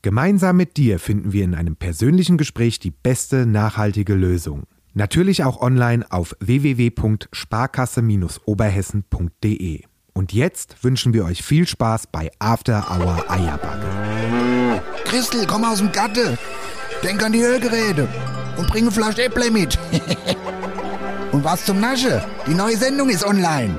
Gemeinsam mit dir finden wir in einem persönlichen Gespräch die beste nachhaltige Lösung. Natürlich auch online auf www.sparkasse-oberhessen.de. Und jetzt wünschen wir euch viel Spaß bei After Hour Eierbacke. Christel, komm aus dem Gatte. Denk an die Ölgeräte. Und bringe Flasch Äpple mit. und was zum Nasche? Die neue Sendung ist online.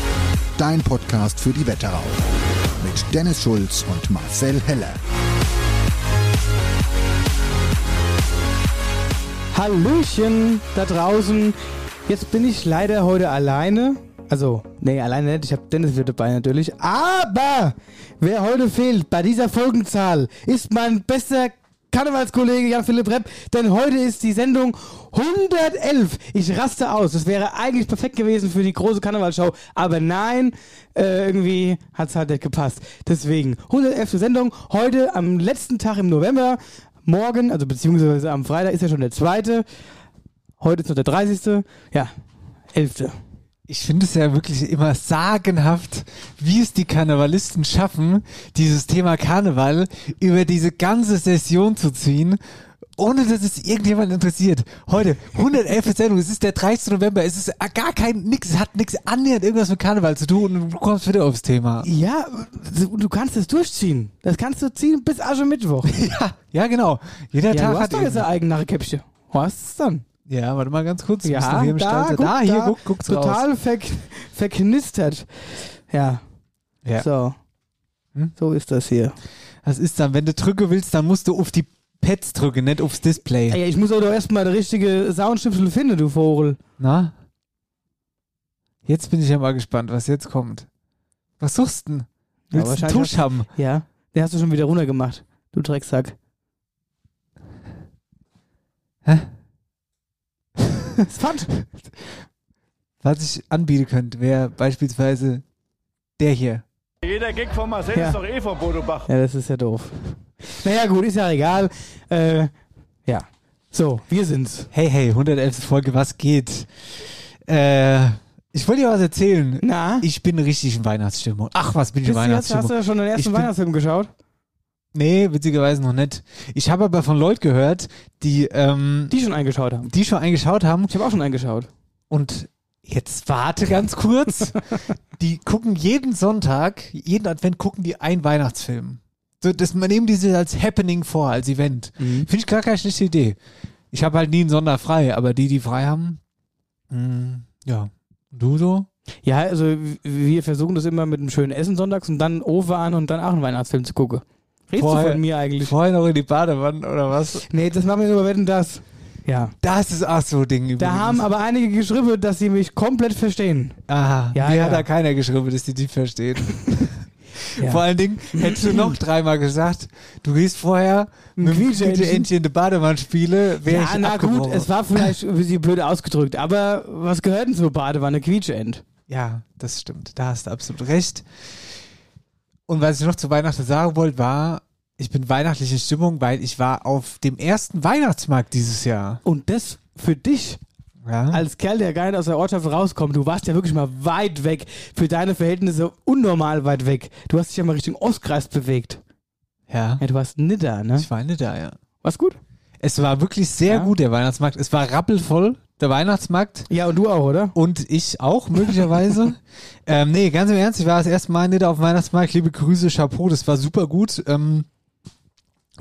Dein Podcast für die Wetterau. Mit Dennis Schulz und Marcel Heller. Hallöchen da draußen. Jetzt bin ich leider heute alleine. Also, nee, alleine nicht. Ich habe Dennis wieder dabei natürlich. Aber wer heute fehlt bei dieser Folgenzahl, ist mein bester Karnevalskollege Jan-Philipp Repp. Denn heute ist die Sendung 111. Ich raste aus. Das wäre eigentlich perfekt gewesen für die große Karnevalshow. Aber nein, äh, irgendwie hat es halt nicht gepasst. Deswegen 111. Sendung. Heute am letzten Tag im November morgen, also beziehungsweise am Freitag ist ja schon der zweite. Heute ist noch der 30. Ja, 11. Ich finde es ja wirklich immer sagenhaft, wie es die Karnevalisten schaffen, dieses Thema Karneval über diese ganze Session zu ziehen, ohne dass es irgendjemand interessiert. Heute 111. Sendung, es ist der 30. November, es ist gar kein nix, es hat nichts annähernd irgendwas mit Karneval zu tun und du kommst wieder aufs Thema. Ja, du kannst es durchziehen. Das kannst du ziehen bis Aschermittwoch. ja, ja, genau. ja, Jeder Tag du hat hast doch jetzt ein eigenes Narrenkäppchen. Hast es dann? Ja, warte mal ganz kurz. Ja, da, guck, da, hier, guck, guck's total raus. verk verknistert. Ja. Ja. So. Hm? So ist das hier. Das ist dann, wenn du drücken willst, dann musst du auf die Pads drücken, nicht aufs Display. Ey, ich muss aber doch erstmal der richtige Soundschnipsel finden, du Vogel. Na? Jetzt bin ich ja mal gespannt, was jetzt kommt. Was suchst denn? Willst ja, einen Tusch hast, haben? Ja, den hast du schon wieder runtergemacht, du Drecksack. Hä? das fand. Was ich anbieten könnte, wäre beispielsweise der hier. Jeder Gig von Marcel ja. ist doch eh von Bodo Bach. Ja, das ist ja doof. Naja, gut, ist ja egal. Äh, ja. So, wir sind's. Hey, hey, 111. Folge, was geht? Äh, ich wollte dir was erzählen. Na? Ich bin richtig in Weihnachtsstimmung. Ach, was bin ich in Weihnachtsstimmung. Hast du ja schon den ersten ich Weihnachtsfilm geschaut? Nee, witzigerweise noch nicht. Ich habe aber von Leuten gehört, die... Ähm, die schon eingeschaut haben. Die schon eingeschaut haben. Ich habe auch schon eingeschaut. Und jetzt warte ganz kurz. die gucken jeden Sonntag, jeden Advent gucken die einen Weihnachtsfilm. So, das, man nehmen die sich als Happening vor, als Event. Mhm. Finde ich gar keine schlechte Idee. Ich habe halt nie einen Sonder frei, aber die, die frei haben, mh, ja. Du so? Ja, also wir versuchen das immer mit einem schönen Essen sonntags und dann Ofen an und dann auch einen Weihnachtsfilm zu gucken. Redest vorher, du von mir eigentlich? Vorher noch in die Badewanne oder was? Nee, das machen wir nur, wenn das. Ja. Das ist auch so ein Ding übrigens. Da haben aber einige geschrieben, dass sie mich komplett verstehen. Aha. Ja, mir ja. hat da keiner geschrieben, dass die die verstehen. ja. Vor allen Dingen hättest du noch dreimal gesagt, du gehst vorher ein mit dem Quietscheentchen in der Badewanne spiele, wäre ja, ich na gut, es war vielleicht ein bisschen blöd ausgedrückt, aber was gehört denn zur Badewanne Quietscheent? Ja, das stimmt. Da hast du absolut recht. Und was ich noch zu Weihnachten sagen wollte, war, ich bin weihnachtlich in Stimmung, weil ich war auf dem ersten Weihnachtsmarkt dieses Jahr. Und das für dich ja. als Kerl, der gar nicht aus der Ortschaft rauskommt, du warst ja wirklich mal weit weg, für deine Verhältnisse unnormal weit weg. Du hast dich ja mal Richtung Ostkreis bewegt. Ja. Ja, du warst nicht da, ne? Ich war nicht da, ja. War's gut? Es war wirklich sehr ja. gut, der Weihnachtsmarkt. Es war rappelvoll, der Weihnachtsmarkt. Ja, und du auch, oder? Und ich auch, möglicherweise. ähm, nee, ganz im Ernst, ich war das erste Mal nicht auf dem Weihnachtsmarkt. Liebe Grüße, Chapeau, das war super gut. Ähm,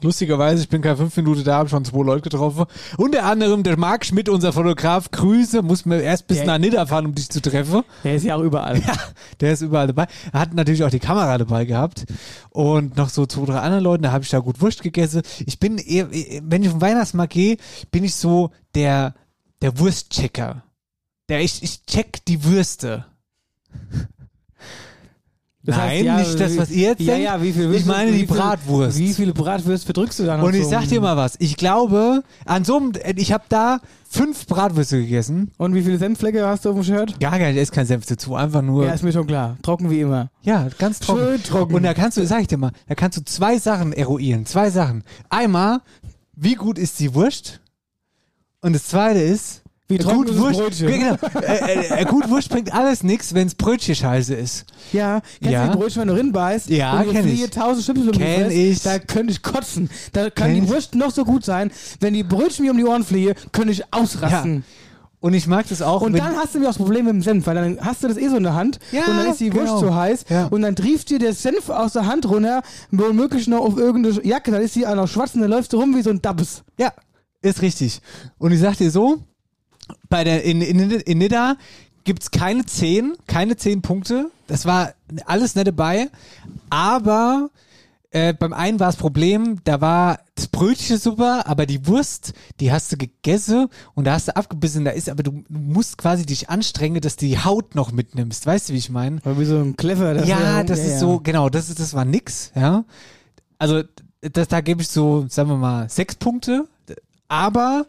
Lustigerweise, ich bin keine fünf Minuten da, habe schon zwei Leute getroffen. Unter anderem der Marc Schmidt, unser Fotograf. Grüße, muss man erst bis Der- nach Nidda fahren, um dich zu treffen. Der ist ja auch überall. Ja, der ist überall dabei. Er hat natürlich auch die Kamera dabei gehabt. Und noch so zwei, drei anderen Leuten, da habe ich da gut Wurst gegessen. Ich bin eher, wenn ich auf den Weihnachtsmarkt gehe, bin ich so der, der Wurstchecker. Der, ich, ich check die Würste. Das heißt, Nein, ja, nicht das, wie- was ihr jetzt ja, denkt. Ja, wie viel ich Würste- meine wie die viel- Bratwurst. Wie viele Bratwürste verdrückst du dann? auf Und ich so hm. sag einem- dir mal was. Ich glaube, an so einem, ich habe da fünf Bratwürste gegessen. Und wie viele Senfflecke hast du auf dem Shirt? Gar kein, da ist kein Senf dazu, einfach nur. Ja, ist mir schon klar. Trocken wie immer. Ja, ganz trocken. Schön trocken. Und da kannst du, sag ich dir mal, da kannst du zwei Sachen eruieren. Zwei Sachen. Einmal, wie gut ist die Wurst? Und das zweite ist, Wie äh, trocken gut ist das Brötchen? Ja, Genau. Äh, äh, gut Wurst bringt alles nichts, wenn's Brötchen scheiße ist. Ja, kennst Ja. du die Brötchen, wenn du rinbeißt? Ja, und du kenn fliege ich. tausend Schnipsel um die Kenn Fresse, ich. Da könnte ich kotzen. Da kann Kenn die ich. Wurst noch so gut sein. Wenn die Brötchen mir um die Ohren fliege, könnte ich ausrasten. Und ich mag das auch. Und wenn, dann hast du nämlich auch das Problem mit dem Senf, weil dann hast du das eh so in der Hand Ja, und dann ist die Wurst genau. zu heiß Ja. und dann trieft dir der Senf aus der Hand runter, womöglich noch auf irgendeine Jacke, dann ist die auch noch schwarz und dann läufst du rum wie so ein Dabbes. Ja, ist richtig. Und ich sag dir so, bei der, in, in, in Nidda gibt's keine 10, keine 10 Punkte. Das war alles nicht dabei. Aber äh, beim einen war das Problem, da war das Brötchen super, aber die Wurst, die hast du gegessen und da hast du abgebissen, da ist, aber du musst quasi dich anstrengen, dass du die Haut noch mitnimmst. Weißt du, wie ich meine? Wie so ein Clever. Ja, das ist so, genau, das ist, das war nix, ja. Also, das, da gebe ich so, sagen wir mal, sechs Punkte, aber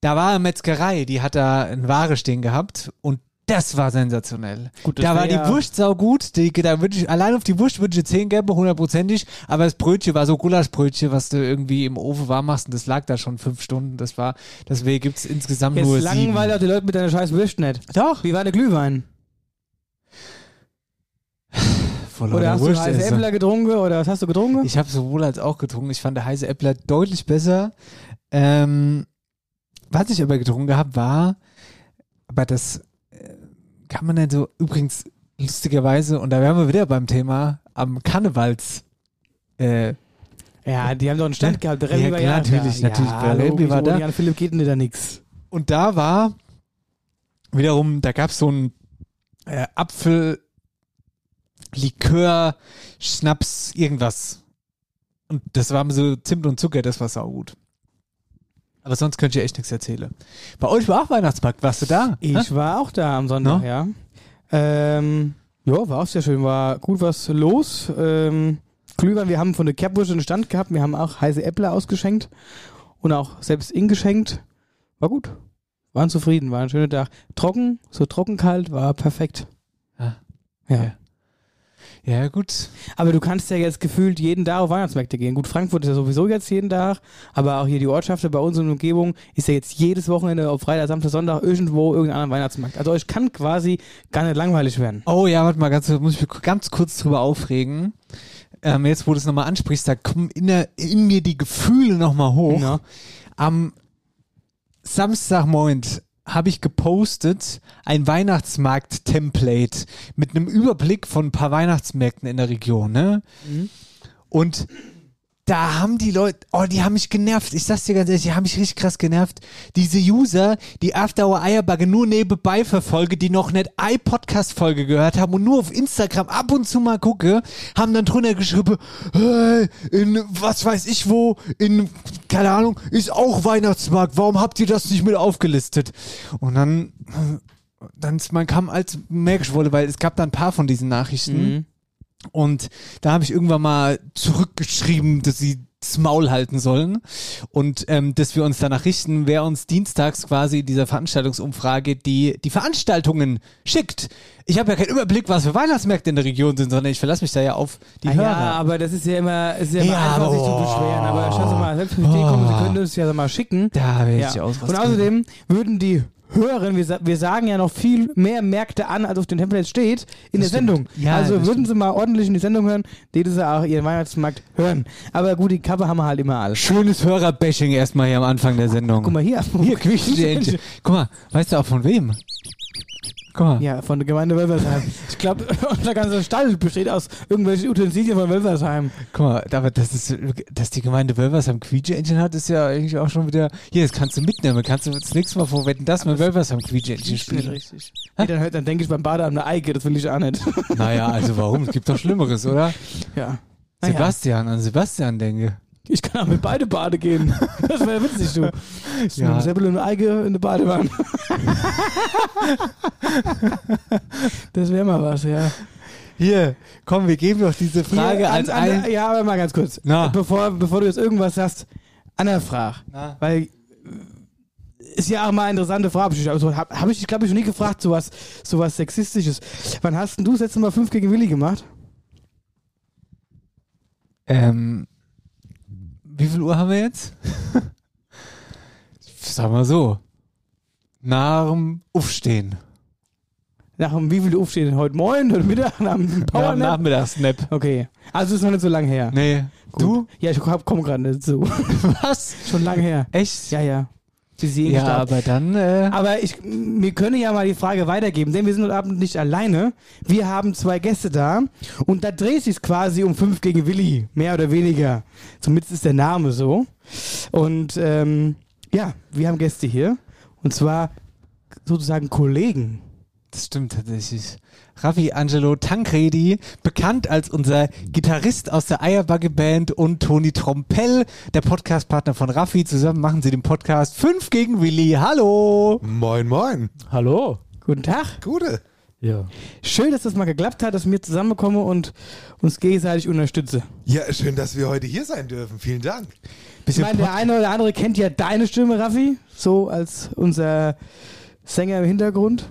da war eine Metzgerei, die hat da ein Ware stehen gehabt und das war sensationell. Gut, das da wär war die ja- Wurst sau gut, die, da würde ich, allein auf die Wurst würde ich eine 10 geben, hundertprozentig, aber das Brötchen war so Gulaschbrötchen, was du irgendwie im Ofen warm machst und das lag da schon fünf Stunden, das war, deswegen gibt's insgesamt nur Jetzt sieben. langweilt auch die Leute mit deiner scheiß Wurst nicht. Doch, Wie war der Glühwein? voll Oder hast du heiße Äppler getrunken oder was hast du getrunken? Ich habe sowohl als auch getrunken. Ich fand der heiße Äppler deutlich besser. Ähm, was ich aber getrunken habe, war, aber das äh, kann man nicht so, übrigens lustigerweise, und da wären wir wieder beim Thema, am Karnevals. Äh, ja, die haben doch einen Stand gehabt. Der Ne? Ja, Remy war klar, da. natürlich, natürlich, Ja, der Remy logisch, war da. ohne Jan Philipp geht denn da nix. und da war wiederum, da gab es so ein äh, Apfel, Likör, Schnaps, irgendwas. Und das war so Zimt und Zucker, das war saugut. Aber sonst könnt ihr echt nichts erzählen. Bei euch war auch Weihnachtsmarkt, warst du da? Ich Hä? war auch da am Sonntag, No? ja. Ähm, ja, war auch sehr schön. War gut was los. Ähm, Glühwein, wir haben von der Kerbwurst einen Stand gehabt. Wir haben auch heiße Äppler ausgeschenkt und auch selbst ingeschenkt. War gut. Waren zufrieden, war ein schöner Tag. Trocken, so trocken kalt, war perfekt. Ah. Ja. Ja, gut. Aber du kannst ja jetzt gefühlt jeden Tag auf Weihnachtsmärkte gehen. Gut, Frankfurt ist ja sowieso jetzt jeden Tag, aber auch hier die Ortschaften bei uns in der Umgebung ist ja jetzt jedes Wochenende auf Freitag, Samstag, Sonntag irgendwo irgendein anderer Weihnachtsmarkt. Also ich kann quasi gar nicht langweilig werden. Oh ja, warte mal, ganz, muss ich mich ganz kurz drüber aufregen. Ähm, jetzt, wo du es nochmal ansprichst, da kommen in, der, in mir die Gefühle nochmal hoch. Ja. Am Samstagmorgen habe ich gepostet ein Weihnachtsmarkt-Template mit einem Überblick von ein paar Weihnachtsmärkten in der Region. Ne? Und da haben die Leute, oh, die haben mich genervt. Ich sag's dir ganz ehrlich, die haben mich richtig krass genervt. Diese User, die After Hour Eierbagge nur nebenbei verfolge, die noch nicht iPodcast-Folge gehört haben und nur auf Instagram ab und zu mal gucke, haben dann drunter geschrieben, hey, in was weiß ich wo, in, keine Ahnung, ist auch Weihnachtsmarkt, warum habt ihr das nicht mit aufgelistet? Und dann, dann ist mein Kamm als Merkschwolle, weil es gab da ein paar von diesen Mhm. Nachrichten. Und da habe ich irgendwann mal zurückgeschrieben, dass sie das Maul halten sollen und ähm, dass wir uns danach richten, wer uns dienstags quasi in dieser Veranstaltungsumfrage die, die Veranstaltungen schickt. Ich habe ja keinen Überblick, was für Weihnachtsmärkte in der Region sind, sondern ich verlasse mich da ja auf die Ah, Hörer. ja, aber das ist ja immer, es ist ja oh. immer Ja, einfach, sich aber- zu beschweren. Aber schau doch mal, selbst wenn ich die komme, sie können uns ja mal schicken. da werde ich Ja. ausrasten. Und außerdem würden die Hören, wir, sa- wir sagen ja noch viel mehr Märkte an, als auf den Templates steht, in Das der stimmt. Sendung. Ja, also das würden sie mal ordentlich in die Sendung hören, die sie auch ihren Weihnachtsmarkt hören. Aber gut, die Cover haben wir halt immer alles. Schönes Hörerbashing erstmal hier am Anfang der Sendung. Guck mal hier. hier, Quietschende Ente. Guck mal, weißt du auch von wem? Guck mal. Ja, von der Gemeinde Wölfersheim. Ich glaube, unser ganzer Stall besteht aus irgendwelchen Utensilien von Wölfersheim. Guck mal, aber dass, es, dass die Gemeinde Wölversheim Quietscheentchen hat, ist ja eigentlich auch schon wieder. Hier, das kannst du mitnehmen. Kannst du das nächste Mal vorwetten, dass wir Wölversheim Quietscheentchen spielen. richtig. Nee, dann, hört- dann denke ich beim Badeamt eine Eike, das will ich auch nicht. Naja, also warum? Es gibt doch Schlimmeres, oder? ja. Naja, Sebastian, an Sebastian denke. Ich kann auch mit beide Bade gehen. Das wäre witzig, du. Ich Ja. ja. mit dem und eine Eike in der Badewanne. das wäre mal was, ja. Hier, komm, wir geben doch diese Frage Hier, an- als an- ein. Ja, aber mal ganz kurz. Na. Bevor, bevor du jetzt irgendwas sagst, Anna frag. Na. Weil äh, ist ja auch mal eine interessante Frage. Also, habe hab ich, glaube ich, noch nie gefragt, sowas, sowas Sexistisches. Wann hast denn du das letzte Mal 5 gegen Willi gemacht? Ähm, wie viel Uhr haben wir jetzt? Sag mal so. Nach dem Aufstehen. Nach dem wie viel du aufstehst? Heute Morgen, heute Mittag, nach dem Nach dem Powernap? Nachmittagsnap. okay. Also ist noch nicht so lange her. Nee. Du? Gut. Ja, ich hab- komm gerade dazu. Was? Schon lange her. Echt? Ja, ja. Sie sehen Ja, gestartet. aber dann. Äh, Aber ich, wir können ja mal die Frage weitergeben, denn wir sind heute Abend nicht alleine. Wir haben zwei Gäste da und da dreht sich quasi um fünf gegen Willi, mehr oder weniger. Zumindest ist der Name so. Und ähm, ja, wir haben Gäste hier und zwar sozusagen Kollegen. Das stimmt tatsächlich. Raffi Angelo Tancredi, bekannt als unser Gitarrist aus der Eierbagge Band und Toni Trompell, der Podcastpartner von Raffi. Zusammen machen sie den Podcast 5 gegen Willi. Hallo! Moin, moin. Hallo. Guten Tag. Gute. Ja. Schön, dass das mal geklappt hat, dass wir zusammenkommen und uns gegenseitig unterstütze. Ja, schön, dass wir heute hier sein dürfen. Vielen Dank. Ich meine, der eine oder andere kennt ja deine Stimme, Raffi, so als unser Sänger im Hintergrund.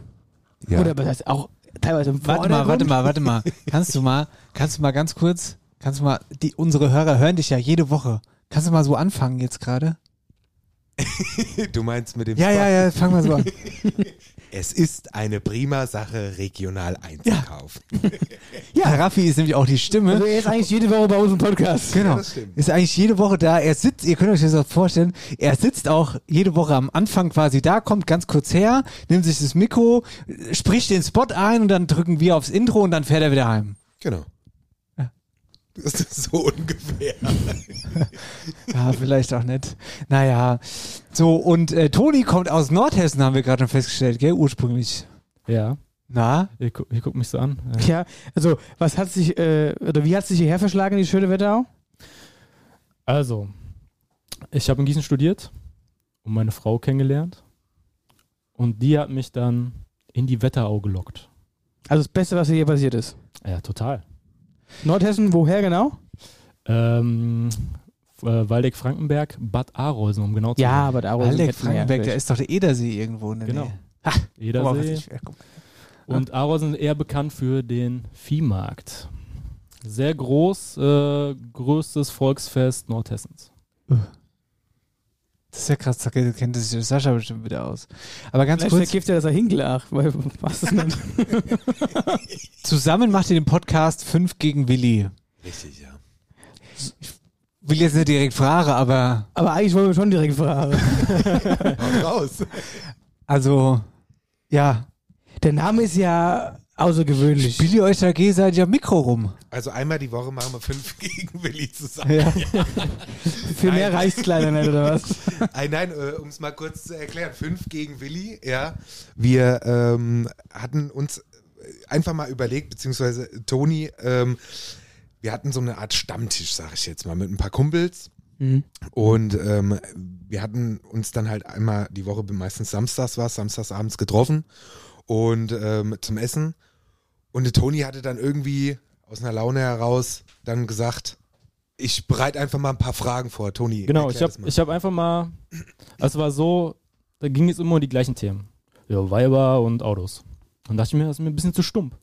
Ja. Oder was heißt auch teilweise im Warte mal, Vordergrund. warte mal, warte mal. Kannst du mal, kannst du mal ganz kurz, kannst du mal, die, unsere Hörer hören dich ja jede Woche. Kannst du mal so anfangen jetzt gerade? Du meinst mit dem Ja, ja, ja, fang mal so an. Es ist eine prima Sache, regional einzukaufen. Ja, Raffi ist nämlich auch die Stimme. Also er ist eigentlich jede Woche bei uns im Podcast. Genau. das stimmt. ist eigentlich jede Woche da. Er sitzt, ihr könnt euch das auch vorstellen, er sitzt auch jede Woche am Anfang quasi da, kommt ganz kurz her, nimmt sich das Mikro, äh, spricht den Spot ein und dann drücken wir aufs Intro und dann fährt er wieder heim. Genau. Das ist so ungefähr. Ja, vielleicht auch nicht. Naja. So, und äh, Toni kommt aus Nordhessen, haben wir gerade schon festgestellt, gell, ursprünglich. Ja. Na? Ihr, gu ihr guckt mich so an. Ja. Ja, also was hat sich, äh, oder wie hat sich hierher verschlagen, die schöne Wetterau? Also, ich habe in Gießen studiert und meine Frau kennengelernt. Und die hat mich dann in die Wetterau gelockt. Also das Beste, was hier passiert ist. Ja, total. Nordhessen, woher genau? Ähm, F- äh, Waldeck-Frankenberg, Bad Arolsen, um genau zu Ja, aber da Alec Frankenberg, der ist doch der Edersee irgendwo in der Genau. Nähe. sein. Jeder Aber was See. ich- ja, guck. Und Arolsen ist eher bekannt für den Viehmarkt. Sehr groß, äh, größtes Volksfest Nordhessens. Das ist ja krass, da kennt sich der Sascha bestimmt wieder aus. Aber ganz Vielleicht kurz. vergibt er das Hinkelach, weil was ist denn? Zusammen macht ihr den Podcast 5 gegen Willi. Richtig, ja. Will jetzt nicht direkt fragen, aber Aber eigentlich wollen wir schon direkt fragen. Haut raus. also ja, Der Name ist ja außergewöhnlich. spielt ihr euch da gegenseitig am Mikro rum? Also einmal die Woche machen wir fünf gegen Willi zusammen. Ja. Für mehr reicht's leider nicht, oder was? Nein, nein, äh, um es mal kurz zu erklären. Fünf gegen Willi, ja. Wir ähm, hatten uns einfach mal überlegt, beziehungsweise Toni, ähm, wir hatten so eine Art Stammtisch, sag ich jetzt mal, mit ein paar Kumpels. Mhm. Und ähm, wir hatten uns dann halt einmal die Woche, meistens samstags war samstags abends getroffen und ähm, zum Essen. Und der Toni hatte dann irgendwie aus einer Laune heraus dann gesagt, ich bereite einfach mal ein paar Fragen vor, Toni. Genau, erklär ich habe das mal. ich hab einfach mal, es war so, da ging es immer um die gleichen Themen. Ja, Weiber und Autos. Dann dachte ich mir, das ist mir ein bisschen zu stumpf.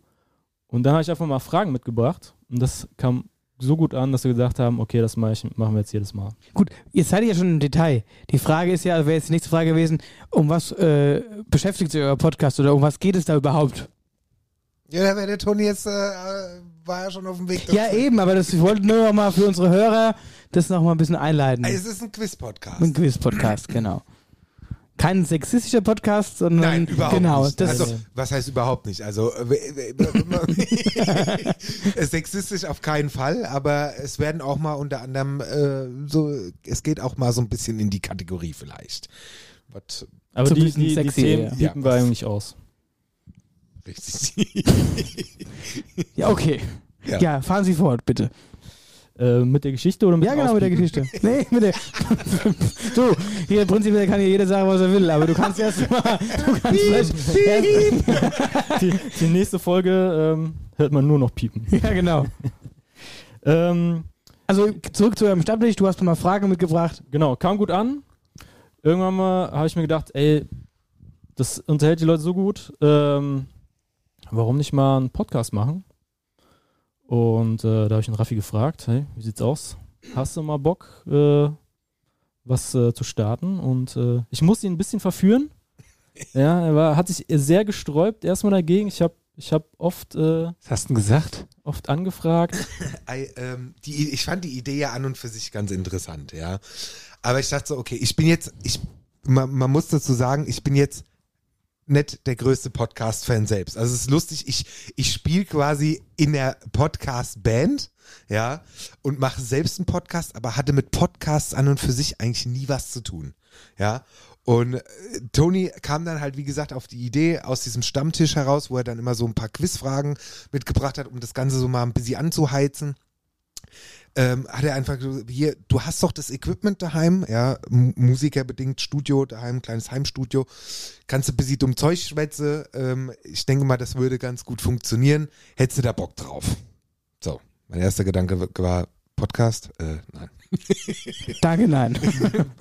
Und dann habe ich einfach mal Fragen mitgebracht und das kam so gut an, dass wir gesagt haben, okay, das mach ich, machen wir jetzt jedes Mal. Gut, jetzt seid ihr ja schon im Detail. Die Frage ist ja, wäre jetzt die nächste Frage gewesen, um was äh, beschäftigt sich euer Podcast oder um was geht es da überhaupt? Ja, da wäre der Toni jetzt, äh, äh, war ja schon auf dem Weg. dazu. Ja, eben, aber das, ich wollte nur noch mal für unsere Äh, Also- Hörer das noch mal ein bisschen einleiten. Es ist ein Ein Quiz-Podcast. Quiz-Podcast, genau. kein sexistischer Podcast, sondern Nein, überhaupt genau, nicht. Das also, was heißt überhaupt nicht? Also äh, w- w- w- sexistisch auf keinen Fall, aber es werden auch mal unter anderem äh, so, es geht auch mal so ein bisschen in die Kategorie vielleicht. Was Aber die, Zumindest die, die sexy, Themen ja. piepen wir eigentlich aus. richtig. ja okay. Ja. Ja. fahren Sie fort, bitte. Äh, mit der Geschichte oder mit Ja, dem genau, mit der Auspiepen? Geschichte. Nee, mit der. du, hier prinzipiell kann hier jeder sagen, was er will, aber du kannst erst mal. Du kannst vielleicht. Erst, Die, die nächste Folge ähm, hört man nur noch piepen. ja, genau. Ähm, Also zurück zu eurem Stammtisch. Du hast mir mal Fragen mitgebracht. genau, kam gut an. Irgendwann mal habe ich mir gedacht, ey, das unterhält die Leute so gut. Ähm, warum nicht mal einen Podcast machen? Und äh, da habe ich den Raffi gefragt, hey, wie sieht's aus? Hast du mal Bock, äh, was äh, zu starten? Und äh, ich musste ihn ein bisschen verführen. Ja, er war, hat sich sehr gesträubt erstmal dagegen. Ich habe ich hab oft, äh, Was hast du denn gesagt? oft angefragt. Ei, ähm, die, ich fand die Idee ja an und für sich ganz interessant, ja. Aber ich dachte so, okay, ich bin jetzt, ich, man, man muss dazu sagen, ich bin jetzt nicht der größte Podcast-Fan selbst. Also es ist lustig, ich, ich spiele quasi in der Podcast-Band, ja, und mache selbst einen Podcast, aber hatte mit Podcasts an und für sich eigentlich nie was zu tun, ja. Und äh, Toni kam dann halt, wie gesagt, auf die Idee aus diesem Stammtisch heraus, wo er dann immer so ein paar Quizfragen mitgebracht hat, um das Ganze so mal ein bisschen anzuheizen. Ähm, hat er einfach so, hier, du hast doch das Equipment daheim, ja, M- musikerbedingt, Studio daheim, kleines Heimstudio, kannst du ein bisschen dumm Zeug schwätze, ähm, ich denke mal, das würde ganz gut funktionieren, hättest du da Bock drauf? So, mein erster Gedanke war, Podcast? Äh, nein Danke, nein.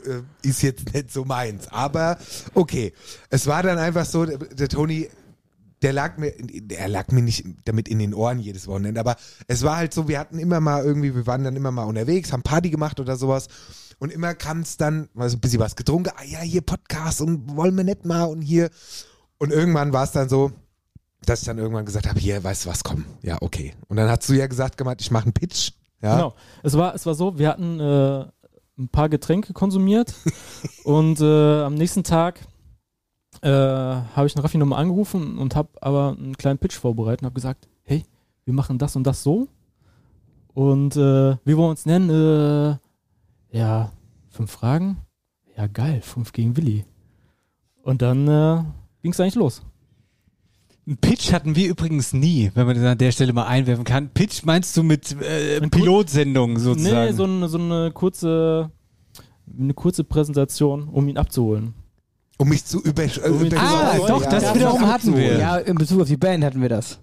äh, ist jetzt nicht so meins. Aber okay, es war dann einfach so, der, der Toni, der lag mir, der lag mir nicht damit in den Ohren jedes Wochenende, aber es war halt so, wir hatten immer mal irgendwie, wir waren dann immer mal unterwegs, haben Party gemacht oder sowas. Und immer kam es dann, mal so ein bisschen was getrunken, ah ja, hier Podcast und wollen wir nicht mal und hier. Und irgendwann war es dann so, dass ich dann irgendwann gesagt habe, hier, weißt du was, komm, ja, okay. Und dann hast du ja gesagt, gemeint, ich mache einen Pitch. Ja, Genau. Es war, es war so, wir hatten äh, ein paar Getränke konsumiert und äh, am nächsten Tag äh, habe ich den Raffi nochmal angerufen und habe aber einen kleinen Pitch vorbereitet und habe gesagt, hey, wir machen das und das so und äh, wie wollen wir uns nennen? Äh, ja, fünf Fragen? Ja, geil, fünf gegen Willi. Und dann äh, ging es eigentlich los. Ein Pitch hatten wir übrigens nie, wenn man das an der Stelle mal einwerfen kann. Pitch meinst du mit äh, Ein Pilotsendung sozusagen? Nee, so eine, so eine kurze eine kurze Präsentation, um ihn abzuholen. Um mich zu über... Um ihn zu ah, Ja, doch, das ja, wiederum das hatten wir. Ja, in Bezug auf die Band hatten wir das.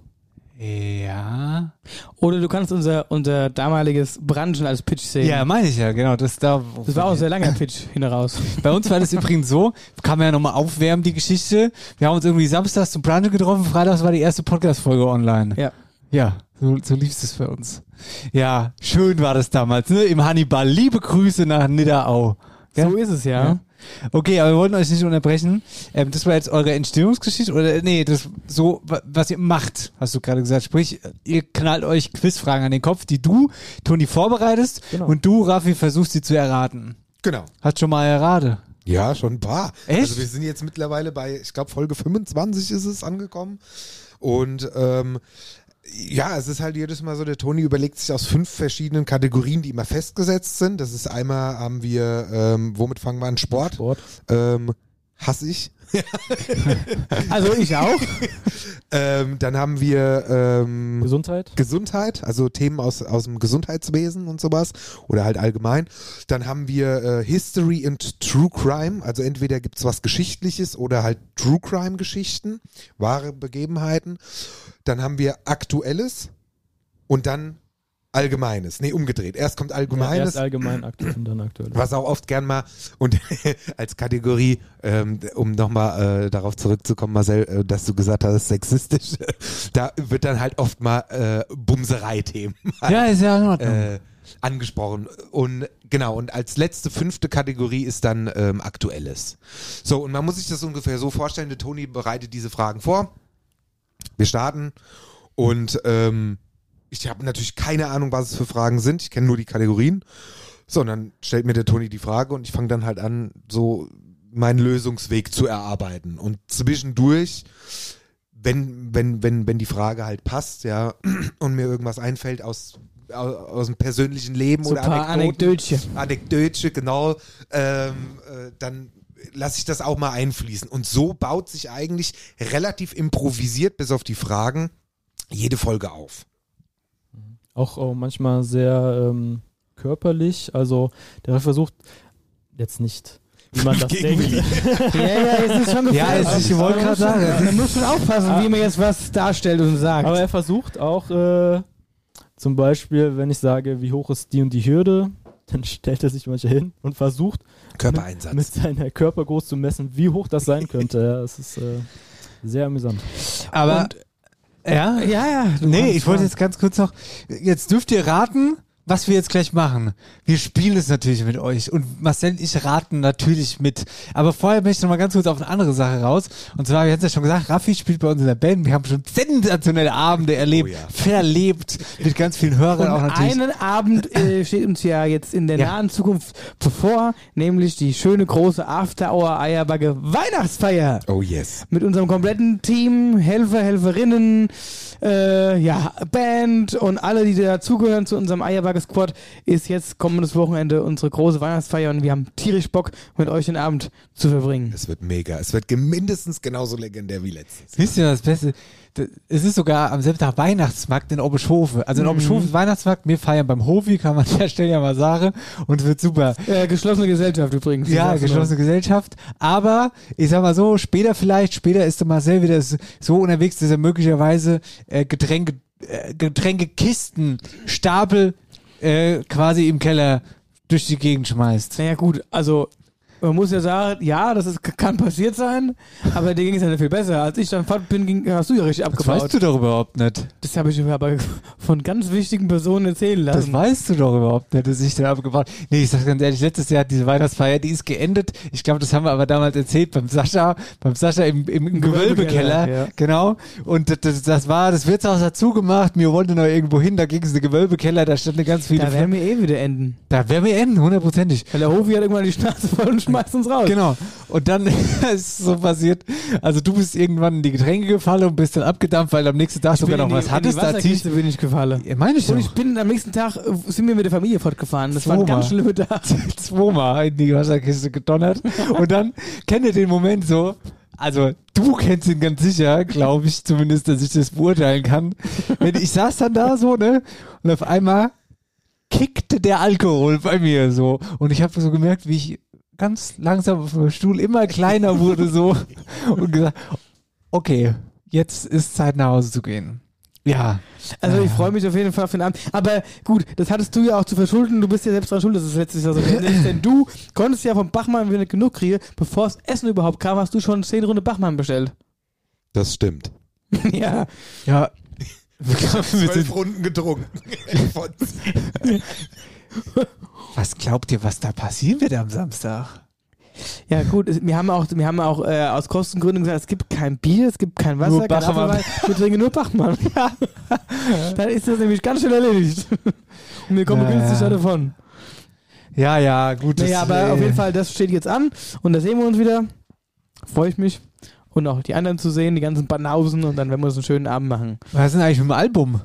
Ja. Oder du kannst unser, unser damaliges Branchen als Pitch sehen. Ja, meine ich ja, genau. Das, da, Das war auch ein sehr langer Pitch hin und raus. Bei uns war das übrigens so, kann man ja nochmal aufwärmen, die Geschichte. Wir haben uns irgendwie samstags zum Brunch getroffen, freitags war die erste Podcast-Folge online. Ja. Ja, so, so lief es für uns. Ja, schön war das damals, ne? Im Hannibal. Liebe Grüße nach Nidderau. Ja. So ist es ja. Ja. Okay, aber wir wollten euch nicht unterbrechen. Ähm, das war jetzt eure Entstehungsgeschichte oder äh, nee, das so wa- was ihr macht, hast du gerade gesagt. Sprich, ihr knallt euch Quizfragen an den Kopf, die du Toni vorbereitest Genau. und du Raffi versuchst sie zu erraten. Genau. Hast schon mal erraten. Ja, schon ein paar. Echt? Also wir sind jetzt mittlerweile bei, ich glaube, Folge 25 ist es angekommen. Und ähm, ja, es ist halt jedes Mal so, der Toni überlegt sich aus fünf verschiedenen Kategorien, die immer festgesetzt sind. Das ist einmal haben wir, ähm, womit fangen wir an? Sport. Sport. Ähm, hasse ich. Also ich auch. Ähm, dann haben wir ähm, Gesundheit. Gesundheit, also Themen aus, aus dem Gesundheitswesen und sowas oder halt allgemein. Dann haben wir äh, History and True Crime, also entweder gibt's was Geschichtliches oder halt True Crime-Geschichten, wahre Begebenheiten. Dann haben wir Aktuelles und dann Allgemeines. Nee, umgedreht. Erst kommt Ja, Allgemeines, erst allgemein aktuell und dann aktuell. was auch oft gern mal und als Kategorie, ähm, um nochmal äh, darauf zurückzukommen, Marcel, äh, dass du gesagt hast, sexistisch, da wird dann halt oft mal äh, Bumserei-Themen Ja, ist ja in Ordnung. äh, angesprochen. Und genau, und als letzte fünfte Kategorie ist dann ähm, Aktuelles. So, und man muss sich das ungefähr so vorstellen, der Toni bereitet diese Fragen vor. Wir starten und ähm, ich habe natürlich keine Ahnung, was es für Fragen sind. Ich kenne nur die Kategorien. So, und dann stellt mir der Toni die Frage und ich fange dann halt an, so meinen Lösungsweg zu erarbeiten. Und zwischendurch, wenn, wenn, wenn, wenn die Frage halt passt, ja, und mir irgendwas einfällt aus, aus, aus dem persönlichen Leben So ein oder paar Anekdoten, Anekdötchen. Anekdötchen, genau, ähm, äh, dann lasse ich das auch mal einfließen. Und so baut sich eigentlich relativ improvisiert, bis auf die Fragen, jede Folge auf. Auch, auch manchmal sehr ähm, körperlich. Also der versucht jetzt nicht, wie man das Gegen denkt. Ja, ja, es ist schon Ja, gefallen. es ist- ich wollte gerade sagen, es Man muss schon aufpassen, wie man jetzt was darstellt und sagt. Aber er versucht auch, äh, zum Beispiel, wenn ich sage, wie hoch ist die und die Hürde, dann stellt er sich manchmal hin und versucht Körpereinsatz. mit seiner Körpergroß zu messen, wie hoch das sein könnte. Ja, es ist äh, sehr amüsant. Aber ja, äh, ja, ja. du Nee, kannst ich wollte fragen. jetzt ganz kurz noch. Jetzt dürft ihr raten, was wir jetzt gleich machen. Wir spielen es natürlich mit euch und Marcel und ich raten natürlich mit. Aber vorher möchte ich noch mal ganz kurz auf eine andere Sache raus. Und zwar, wir haben es ja schon gesagt, Raffi spielt bei uns in der Band. Wir haben schon sensationelle Abende erlebt, verlebt mit ganz vielen Hörern auch Und natürlich. einen Abend äh, steht uns ja jetzt in der Ja. nahen Zukunft bevor, nämlich die schöne große After-Hour-Eierbacke Weihnachtsfeier. Oh yes. Mit unserem kompletten Team, Helfer, Helferinnen, äh, ja, Band und alle, die dazugehören zu unserem Eierbacke-Squad, ist jetzt kommendes Wochenende unsere große Weihnachtsfeier und wir haben tierisch Bock, mit euch den Abend zu verbringen. Es wird mega. Es wird ge- mindestens genauso legendär wie letztens. Wisst ihr was Beste? D- Es ist sogar am selben Tag Weihnachtsmarkt in Obischhofe. Mhm. Also in Obischhofe ist Weihnachtsmarkt, wir feiern beim Hofi, kann man an der Stelle ja mal sagen. Und es wird super. Äh, geschlossene Gesellschaft übrigens. genau. Ja, Das heißt nur- geschlossene Gesellschaft. Aber ich sag mal so, später vielleicht, später ist der Marcel wieder s- so unterwegs, dass er möglicherweise äh, Getränke, äh, Getränkekisten, Stapel äh, quasi im Keller durch die Gegend schmeißt. Naja, gut, also man muss ja sagen, ja, das ist, kann passiert sein, aber dir ging es ja nicht viel besser. Als ich dann fort bin, ging, hast du ja richtig Das abgebaut. weißt du doch überhaupt nicht. Das habe ich mir aber von ganz wichtigen Personen erzählen Das lassen. weißt du doch überhaupt nicht, dass ich den abgebaut Nee, ich sag ganz ehrlich, letztes Jahr hat diese Weihnachtsfeier, die ist geendet. Ich glaube, das haben wir aber damals erzählt beim Sascha, beim Sascha im, im, im Gewölbekeller, Gewölbekeller. ja. Genau. Und das- das, das war, das Wirtshaus hat zugemacht. Wir wollten noch irgendwo hin, da ging es in den Gewölbekeller, da standen ganz viele. da werden Flaschen. wir eh wieder enden. da wären wir enden, hundertprozentig. Weil der Hofi hat irgendwann die Schnauze voll und schmeißt uns raus. Genau. Und dann ist so passiert. Also du bist irgendwann in die Getränke gefallen und bist dann abgedampft, weil am nächsten Tag Ich bin sogar noch in die- was hattest. In die Da zieh ich, Wasserkiste bin ich gefallen. Ja, meine ich Und doch. ich bin am nächsten Tag, äh, sind wir mit der Familie fortgefahren. Das war ein Zweimal. ganz schlimmer Tag. zweimal in die Wasserkiste gedonnert. Und dann kennt ihr den Moment so. Also, du kennst ihn ganz sicher, glaube ich zumindest, dass ich das beurteilen kann. Wenn ich saß dann da so, ne? Und auf einmal kickte der Alkohol bei mir so. Und ich habe so gemerkt, wie ich ganz langsam auf meinem Stuhl immer kleiner wurde so. Und gesagt, okay, jetzt ist Zeit nach Hause zu gehen. Ja. Also ich freue mich auf jeden Fall auf den Abend. Aber gut, das hattest du ja auch zu verschulden. Du bist ja selbst dran schuld, dass es letztes Jahr so geändert ist. Denn du konntest ja vom Bachmann wieder nicht genug kriegen. Bevor das Essen überhaupt kam, hast du schon 10 Runde Bachmann bestellt. Das stimmt. ja. Ja. Wir sind Zwölf Runden getrunken. Von- Was glaubt ihr, was da passieren wird am Samstag? Ja gut, es- wir haben auch, wir haben auch äh, aus Kostengründen gesagt, es gibt kein Bier, es gibt kein Wasser, Nur kein Bachmann. Apfelwein. Wir trinken nur Bachmann. ja. Dann ist das nämlich ganz schön erledigt. Und wir kommen Naja. günstig davon. Ja, ja, gut. Naja, das- aber auf äh, jeden Fall, das steht jetzt an und da sehen wir uns wieder. Freue ich mich. Und auch die anderen zu sehen, die ganzen Banausen und dann werden wir uns einen schönen Abend machen. Was ist denn eigentlich mit dem Album?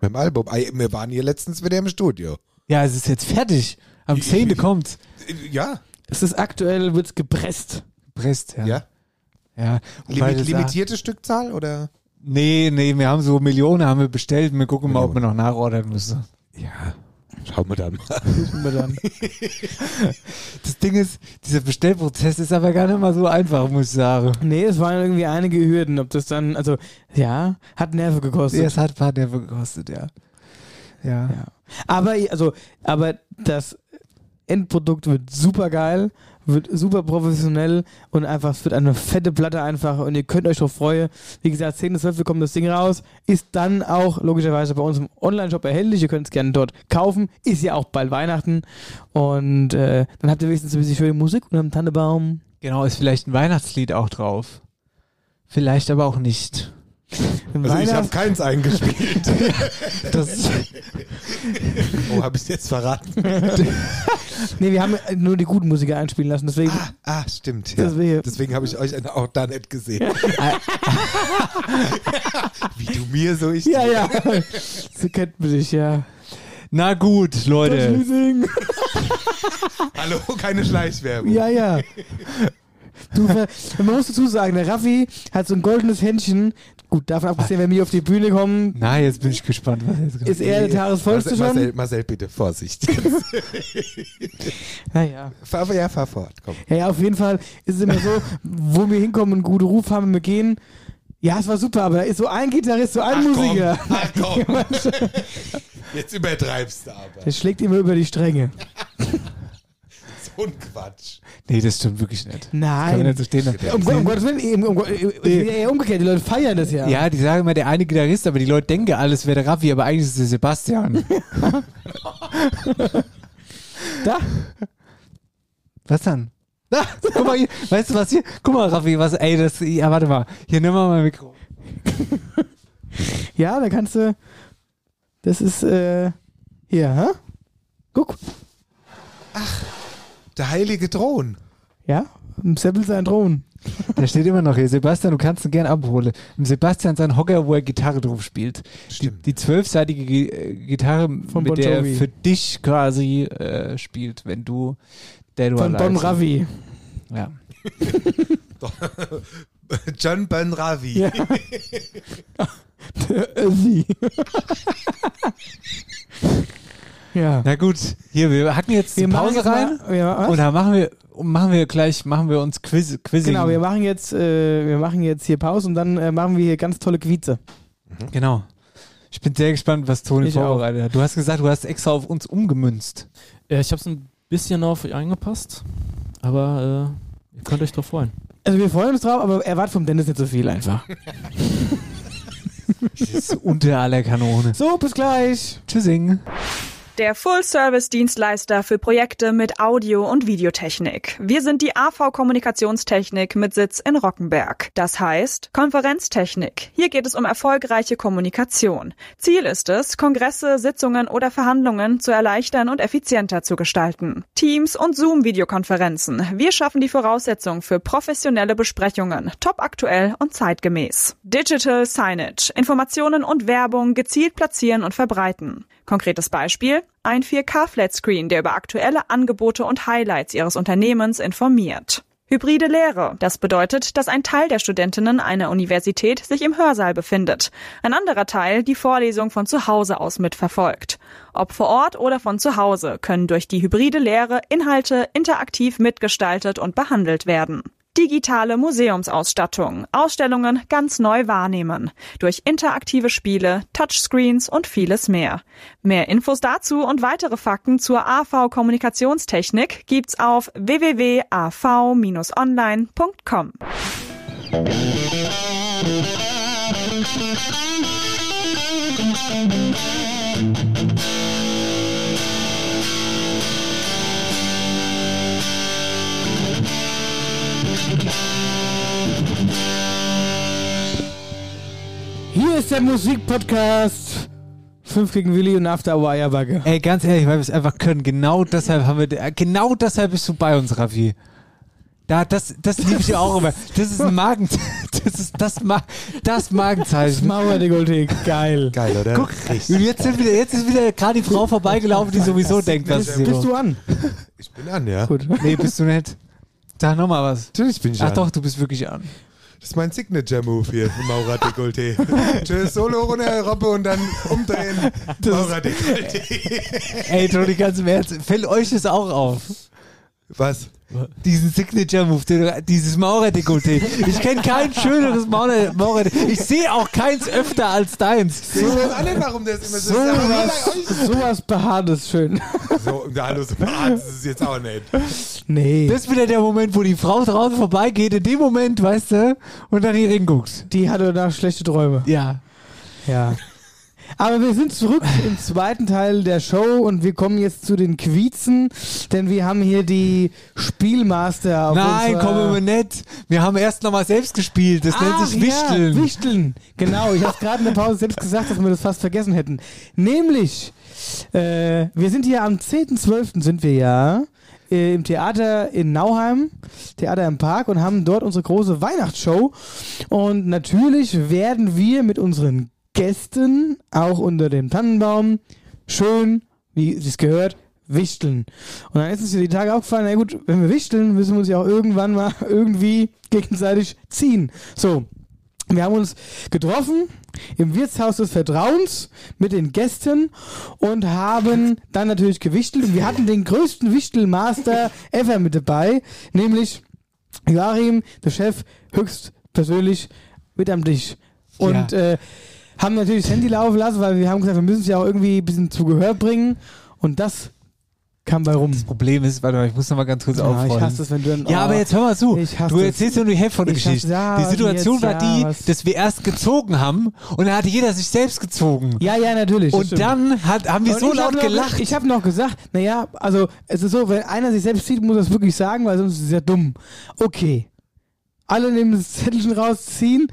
Mit dem Album. Ey, Wir waren hier letztens wieder im Studio. Ja, es ist jetzt fertig. Am 10. kommt. Ja, Es ist aktuell, wird's gepresst. Brest, ja. Ja. ja. Wobei Limit, das- limitierte Stückzahl oder? Nee, nee, wir haben so Millionen haben wir bestellt. Wir gucken mal, ob wir noch nachordern müssen. Ja. Schauen wir dann mal. Wissen wir dann. Das Ding ist, dieser Bestellprozess ist aber gar nicht mal so einfach, muss ich sagen. nee, es waren irgendwie einige Hürden. Ob das dann, also, ja, hat Nerven gekostet. Ja, Es hat ein paar Nerven gekostet, ja. Ja. Ja. Aber, also, aber das Endprodukt wird super geil, wird super professionell und einfach, es wird eine fette Platte einfach und ihr könnt euch drauf freuen. Wie gesagt, 10. 12. kommt das Ding raus, ist dann auch logischerweise bei uns im Online-Shop erhältlich, ihr könnt es gerne dort kaufen, ist ja auch bald Weihnachten und äh, dann habt ihr wenigstens ein bisschen schöne Musik und am Tannebaum. Genau, ist vielleicht ein Weihnachtslied auch drauf. Vielleicht aber auch nicht. Also ich habe Weihnachts keins eingespielt. das, oh, habe ich jetzt verraten? nee, wir haben nur die guten Musiker einspielen lassen, deswegen Ah, stimmt. Ja. Deswegen- Deswegen, habe ich euch auch da nicht gesehen. Wie du mir, so ich Ja, dir. ja. Sie kennt mich, ja. Na gut, Leute. Hallo, keine Schleichwerbung. Ja, ja. Du, ver- man muss dazu sagen, der Raffi hat so ein goldenes Händchen. Gut, davon abgesehen, wenn wir auf die Bühne kommen, Na, jetzt bin ich gespannt, was jetzt ist er der Tagesvollste Marcel, Marcel, schon. Marcel, bitte, Vorsicht. Naja. fahr, ja, fahr fort, komm. Ja, ja, auf jeden Fall ist es immer so, wo wir hinkommen, einen guten Ruf haben, wenn wir gehen. Ja, es war super, aber da ist so ein Gitarrist, so ein Musiker. Komm, ach komm. Jetzt übertreibst du aber. Der schlägt immer über die Stränge. So ein Quatsch. Nee, das stimmt wirklich nicht. Kann man Nein. nicht so stehen lassen. Um, Gott- um Gottes Willen, eben, um, Gott- eher umgekehrt, die Leute feiern das ja. Ja, die sagen immer, der eine Gitarrist, aber die Leute denken, alles wäre der Raffi, aber eigentlich ist es der Sebastian. Da? Was dann? Ah, guck mal hier, weißt du was hier? Guck mal, Raffi, was, ey, das, ja, warte mal. Hier, nimm mal mein Mikro. Ja, da kannst du. Das ist, äh, hier, hä? Guck. Der heilige Thron. Ja, ein Seppel sein Drohnen. Da steht immer noch hier, Sebastian, du kannst ihn gern abholen. Im Sebastian sein Hocker, wo er Gitarre drauf spielt. Stimmt. Die zwölfseitige Gi- äh, Gitarre, Von mit Bon der er Jovi. für dich quasi äh, spielt, wenn du der du Von Bon Ravi. Ja. John Ben Ravi. Ja. Sie. ja. Na gut, hier, wir hacken jetzt die Pause jetzt mal- rein wir- was? und dann machen wir, machen wir gleich, machen wir uns Quiz, Quizzing. Genau, wir machen jetzt, äh, wir machen jetzt hier Pause und dann äh, machen wir hier ganz tolle Quize. Genau. Ich bin sehr gespannt, was Toni Ich auch. vorbereitet hat. Du hast gesagt, du hast extra auf uns umgemünzt. Äh, ich habe es ein bisschen auf euch angepasst, aber äh, ihr könnt euch drauf freuen. Also wir freuen uns drauf, aber erwartet vom Dennis nicht so viel einfach. Das ist unter aller Kanone. So, bis gleich. Tschüssing. Der Full-Service-Dienstleister für Projekte mit Audio- und Videotechnik. Wir sind die AV Kommunikationstechnik mit Sitz in Rockenberg. Das heißt Konferenztechnik. Hier geht es um erfolgreiche Kommunikation. Ziel ist es, Kongresse, Sitzungen oder Verhandlungen zu erleichtern und effizienter zu gestalten. Teams und Zoom-Videokonferenzen. Wir schaffen die Voraussetzung für professionelle Besprechungen, top aktuell und zeitgemäß. Digital Signage. Informationen und Werbung gezielt platzieren und verbreiten. Konkretes Beispiel? Ein 4K-Flatscreen, der über aktuelle Angebote und Highlights Ihres Unternehmens informiert. Hybride Lehre. Das bedeutet, dass ein Teil der Studentinnen einer Universität sich im Hörsaal befindet, ein anderer Teil die Vorlesung von zu Hause aus mitverfolgt. Ob vor Ort oder von zu Hause können durch die hybride Lehre Inhalte interaktiv mitgestaltet und behandelt werden. Digitale Museumsausstattung, Ausstellungen ganz neu wahrnehmen, durch interaktive Spiele, Touchscreens und vieles mehr. Mehr Infos dazu und weitere Fakten zur AV Kommunikationstechnik gibt's auf www.av-online.com. Hier ist der Musikpodcast. 5 gegen Willi und After Wire Bagge. Ey, ganz ehrlich, weil wir es einfach können. Genau deshalb haben wir, genau deshalb bist du bei uns, Raffi. Da, das, das liebe ich auch immer. Das ist ein Magen, das ist das, Ma das Magenzeichen. Mauer der Goldthek. Geil. Geil, oder? Guck, und jetzt, sind wieder, jetzt ist wieder gerade die Frau vorbeigelaufen, die sowieso denkt, was ist Bist, bist du an? Ich bin an, ja. Gut. Nee, bist du nicht. Sag nochmal was. Natürlich bin ich Ach an. Ah, doch, du bist wirklich an. Das ist mein Signature-Move hier, Maurer Dekolleté. Tschüss, Solo runter, Robbe und dann umdrehen. Maurer Dekolleté. Ey, Toni, ganz im Ernst, fällt euch das auch auf? Was? Diesen Signature-Move, den du- dieses Maurer-Dekolleté. Ich kenne kein schöneres Maurer- Maurer-Dekolleté. Ich sehe auch keins öfter als deins. Ich weiß auch nicht, warum das immer so, So ist. aber was, sowas Behaartes schön. So, na, hallo, so hart ist es jetzt auch nicht. Nee. Das ist wieder der Moment, wo die Frau draußen vorbeigeht, in dem Moment, weißt du, und dann hier hinguckt. die hatte da schlechte Träume. Ja. Ja. Aber wir sind zurück im zweiten Teil der Show und wir kommen jetzt zu den Quiezen, denn wir haben hier die Spielmaster auf Nein, unserer- kommen wir nicht. Wir haben erst nochmal selbst gespielt. Das nennt sich Wichteln. Ah, Ja, Wichteln, genau. Ich habe gerade in der Pause selbst gesagt, dass wir das fast vergessen hätten. Nämlich, äh, wir sind hier am 10.12. sind wir ja äh, im Theater in Nauheim, Theater im Park und haben dort unsere große Weihnachtsshow. Und natürlich werden wir mit unseren Gästen auch unter dem Tannenbaum schön, wie es gehört, wichteln. Und dann ist uns ja die Tage aufgefallen, na gut, wenn wir wichteln, müssen wir uns ja auch irgendwann mal irgendwie gegenseitig ziehen. So, wir haben uns getroffen im Wirtshaus des Vertrauens mit den Gästen und haben dann natürlich gewichtelt. Und wir hatten den größten Wichtelmaster ever mit dabei, nämlich Joachim, der Chef, höchstpersönlich mit am Tisch. Und äh, haben natürlich das Handy laufen lassen, weil wir haben gesagt, wir müssen es ja auch irgendwie ein bisschen zu Gehör bringen. Und das kam bei rum. Das Problem ist, warte mal, ich muss nochmal ganz kurz Ja, aufrollen. ich hasse das, wenn du dann, Ja, oh, aber jetzt hör mal zu. ich hasse Du das. erzählst ja nur die Hälfte von der Ich hasse- Geschichte. ja, die was Situation jetzt, war ja, die, was- dass wir erst gezogen haben und dann hat jeder sich selbst gezogen. Ja, ja, natürlich. und dann hat, haben wir Und so ich hab laut noch, gelacht. Ich habe noch gesagt, naja, also es ist so, wenn einer sich selbst zieht, muss er es wirklich sagen, weil sonst ist es ja dumm. Okay. Alle nehmen das Zettelchen raus, ziehen,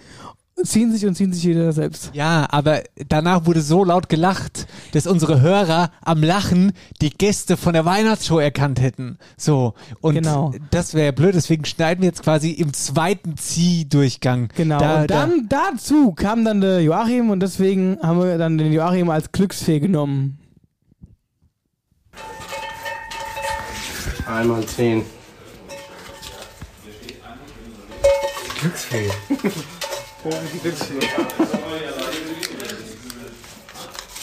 ziehen sich und ziehen sich jeder selbst. ja, aber danach wurde so laut gelacht, dass unsere Hörer am Lachen die Gäste von der Weihnachtsshow erkannt hätten. So. Und Genau. das wäre blöd, deswegen schneiden wir jetzt quasi im zweiten Ziehdurchgang. Genau. Da, und dann dazu kam dann der Joachim und deswegen haben wir dann den Joachim als Glücksfee genommen. Einmal zehn. Glücksfee.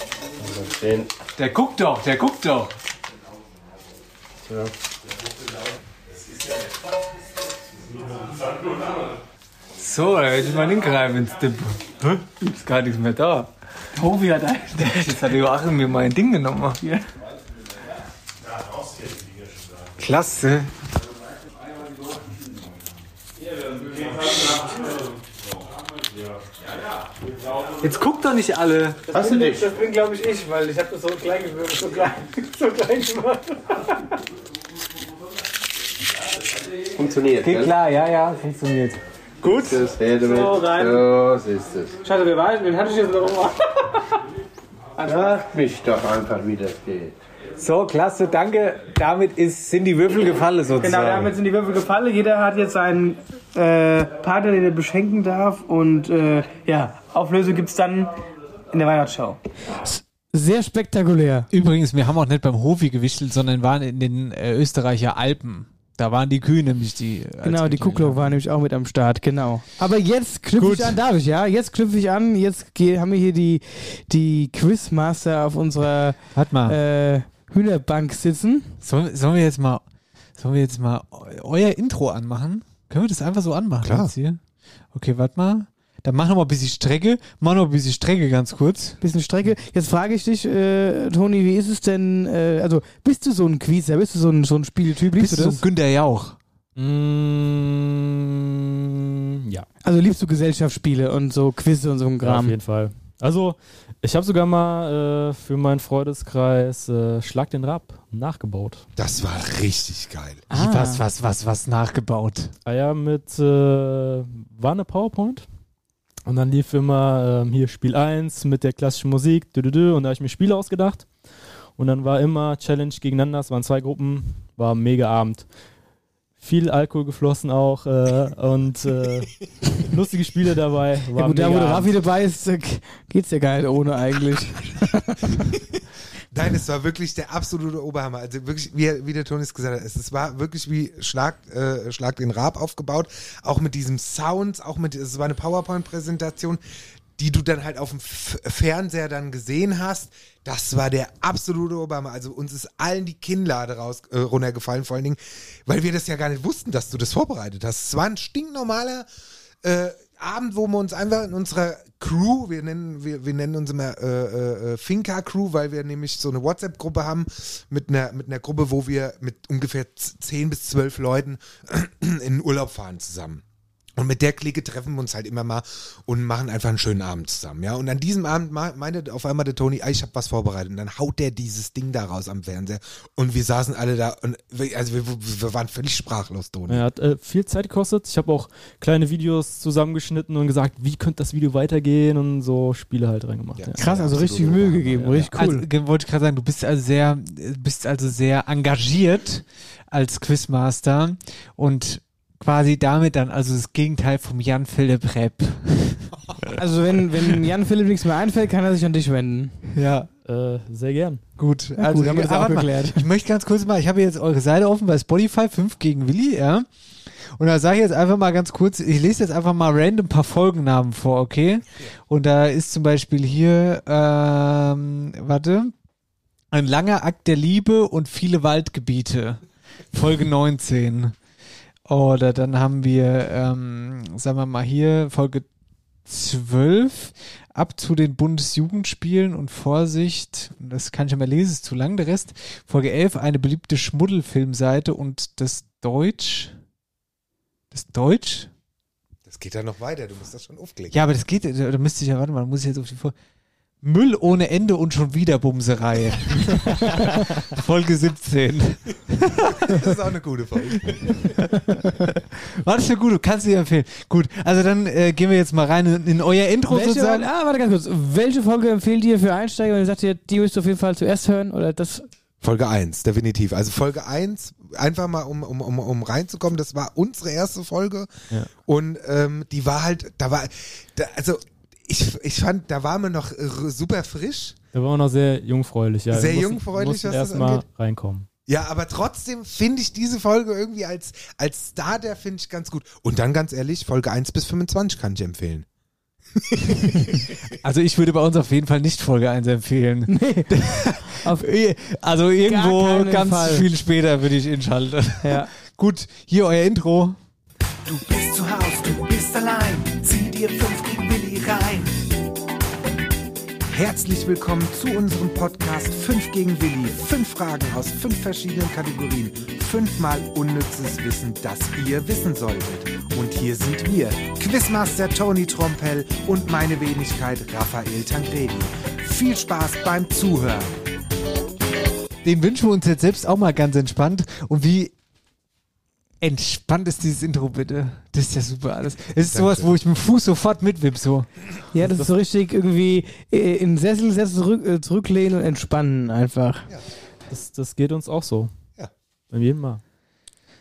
Einmal zehn. da. der guckt doch, der guckt doch. Ja. So, da hätte ich mal hingreifen ins Dip. Hä? Ist gar nichts mehr da. Tobi hat ein. Jetzt hat Joachim mir mein Ding genommen. Ja. Klasse. Jetzt guckt doch nicht alle. Hast du dich? bin, glaube ich, ich, weil ich habe das so klein gewürzt, so klein, so klein gemacht. Funktioniert. Geht gell? klar, ja, ja, funktioniert. Gut. Das her damit. So, rein. So, so ist es. Schade, wer war ich? Wen hatte ich jetzt noch um. mal? Frag mich doch einfach, wie das geht. So, klasse, danke. Damit ist, sind die Würfel gefallen sozusagen. Genau, da haben jetzt in die Würfel gefallen. Jeder hat jetzt einen äh, Partner, den er beschenken darf. Und äh, ja, Auflösung gibt es dann in der Weihnachtsschau. Sehr spektakulär. Übrigens, wir haben auch nicht beim Hofi gewichtelt, sondern waren in den äh, Österreicher Alpen. Da waren die Kühe nämlich die. äh, als Genau, die Mittel- Kuklo war nämlich auch mit am Start, genau. Aber jetzt knüpfe ich an, darf ich, ja? Jetzt knüpfe ich an, jetzt geh- haben wir hier die, die Quizmaster auf unserer Warte äh, mal. Hühnerbank sitzen. Sollen, sollen wir jetzt mal, sollen wir jetzt mal eu- euer Intro anmachen? Können wir das einfach so anmachen Klar. jetzt hier? Okay, warte mal. Dann mach noch mal ein bisschen Strecke. Mach noch ein bisschen Strecke ganz kurz. Bisschen Strecke. Jetzt frage ich dich, äh, Toni, wie ist es denn? Äh, also, bist du so ein Quizzer? Bist du so ein, so ein Spieltyp? Liebst Bist du du das? so Günter Jauch? Mm, ja, also, liebst du Gesellschaftsspiele und so Quizze und so ein auf Kram? jeden Fall. Also, ich habe sogar mal äh, für meinen Freundeskreis äh, Schlag den Rab nachgebaut. Das war richtig geil. Wie, Was, was, was, was nachgebaut? Ah ja, mit, äh, war eine PowerPoint. Und dann lief immer ähm, hier Spiel 1 mit der klassischen Musik. Dü -dü -dü, und da habe ich mir Spiele ausgedacht. Und dann war immer Challenge gegeneinander. Es waren zwei Gruppen. War ein mega Abend. Viel Alkohol geflossen auch. Äh, und äh, lustige Spiele dabei. War Ja, gut, da wo mega der Abend. Raffi dabei ist, äh, geht's ja geil ohne eigentlich. Nein, es war wirklich der absolute Oberhammer. Also wirklich, wie, wie der Tonis gesagt hat, es, es war wirklich wie Schlag, äh, Schlag den Rab aufgebaut. Auch mit diesem Sounds, auch mit, es war eine PowerPoint-Präsentation, die du dann halt auf dem F Fernseher dann gesehen hast. Das war der absolute Oberhammer. Also uns ist allen die Kinnlade raus, äh, runtergefallen, vor allen Dingen, weil wir das ja gar nicht wussten, dass du das vorbereitet hast. Es war ein stinknormaler äh, Abend, wo wir uns einfach in unserer Crew, wir nennen, wir, wir nennen uns immer äh, äh, Finca Crew, weil wir nämlich so eine WhatsApp-Gruppe haben mit einer, mit einer Gruppe, wo wir mit ungefähr z- 10 bis 12 Leuten in den Urlaub fahren zusammen. Und mit der Clique treffen wir uns halt immer mal und machen einfach einen schönen Abend zusammen, ja. Und an diesem Abend ma- meinte auf einmal der Toni, ah, ich habe was vorbereitet. Und dann haut der dieses Ding da raus am Fernseher. Und wir saßen alle da und wir, also wir, wir waren völlig sprachlos, Toni. Ja, hat äh, viel Zeit gekostet. Ich habe auch kleine Videos zusammengeschnitten und gesagt, wie könnte das Video weitergehen und so Spiele halt reingemacht. Ja. Krass, also richtig Mühe gegeben, richtig cool. Also, ge- wollte ich gerade sagen, du bist also sehr, bist also sehr engagiert als Quizmaster und quasi damit dann also das Gegenteil vom Jan Philipp Rep. Also wenn, wenn Jan Philipp nichts mehr einfällt, kann er sich an dich wenden. Ja. Äh, sehr gern. Gut, Na gut, haben wir das aber auch warte mal. geklärt. ich möchte ganz kurz mal, ich habe jetzt eure Seite offen bei Spotify, 5 gegen Willi, ja. Und da sage ich jetzt einfach mal ganz kurz, ich lese jetzt einfach mal random ein paar Folgennamen vor, okay? Und da ist zum Beispiel hier, ähm, warte, ein langer Akt der Liebe und viele Waldgebiete, Folge 19. Oder dann haben wir, ähm, sagen wir mal hier, Folge 12, ab zu den Bundesjugendspielen und Vorsicht, das kann ich ja mal lesen, ist zu lang der Rest. Folge 11, eine beliebte Schmuddelfilmseite und das Deutsch. Das Deutsch? Das geht ja noch weiter, du musst das schon aufklicken. Ja, aber das geht, da da müsste ich ja, warte mal, da muss ich jetzt auf die Folge. Müll ohne Ende und schon wieder Bumserei. Folge 17. Das ist auch eine gute Folge. War das eine gute? Kannst du dir empfehlen. Gut, also dann äh, gehen wir jetzt mal rein in, in euer Intro Welche, sozusagen. ah, warte ganz kurz. Welche Folge empfehlt ihr für Einsteiger, wenn ihr sagt, ihr, die müsst ihr auf jeden Fall zuerst hören oder das? Folge 1, definitiv. Also Folge 1, einfach mal um, um, um, um reinzukommen, das war unsere erste Folge. Ja. Und ähm, die war halt, da war, da, also ich, ich fand, da waren wir noch äh, super frisch. Da waren wir noch sehr jungfräulich. Ja. Wir Sehr mussten- jungfräulich, mussten was das erstmal angeht. reinkommen. Ja, aber trotzdem finde ich diese Folge irgendwie als, als Starter finde ich ganz gut. Und dann ganz ehrlich, Folge 1 bis 25 kann ich empfehlen. Also ich würde bei uns auf jeden Fall nicht Folge 1 empfehlen. Nee. auf, Also irgendwo keinen ganz Fall. viel später würde ich inschalten. ja. Gut, hier euer Intro. Du bist zu Haus, du bist allein. Zieh dir fünf gegen Willi rein. Herzlich willkommen zu unserem Podcast 5 gegen Willi. Fünf Fragen aus fünf verschiedenen Kategorien. Fünfmal unnützes Wissen, das ihr wissen solltet. Und hier sind wir, Quizmaster Tony Trompell und meine Wenigkeit Raphael Tangredi. Viel Spaß beim Zuhören. Den wünschen wir uns jetzt selbst auch mal ganz entspannt. Und wie entspannt ist dieses Intro bitte? Das ist ja super alles. Es ist sowas, wo ich mit dem Fuß sofort mitwipp so. ja, das ist so richtig irgendwie äh, in den Sessel setzen, zurück, äh, zurücklehnen und entspannen einfach. Das, das geht uns auch so. Ja. Bei jedem Mal.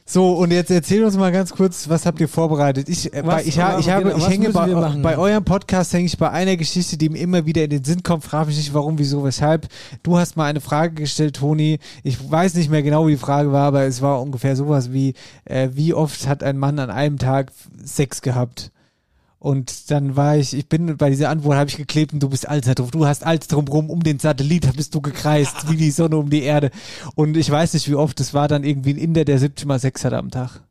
So, und jetzt erzähl uns mal ganz kurz, was habt ihr vorbereitet? Ich, äh, Was- bei, ich, ha- ich, genau, habe, was ich hänge müssen bei, wir machen? bei eurem Podcast hänge ich bei einer Geschichte, die mir immer wieder in den Sinn kommt. Frag mich nicht, warum, wieso, weshalb. Du hast mal eine Frage gestellt, Toni. Ich weiß nicht mehr genau, wie die Frage war, aber es war ungefähr sowas wie, äh, wie oft hat ein Mann an einem Tag Sex gehabt? Und dann war ich, ich bin bei dieser Antwort habe ich geklebt und du bist alles drum. Du hast alles drumrum um den Satellit, bist du gekreist, wie die Sonne um die Erde. Und ich weiß nicht, wie oft, es war dann irgendwie ein Inder, der 70 mal Sex hat am Tag.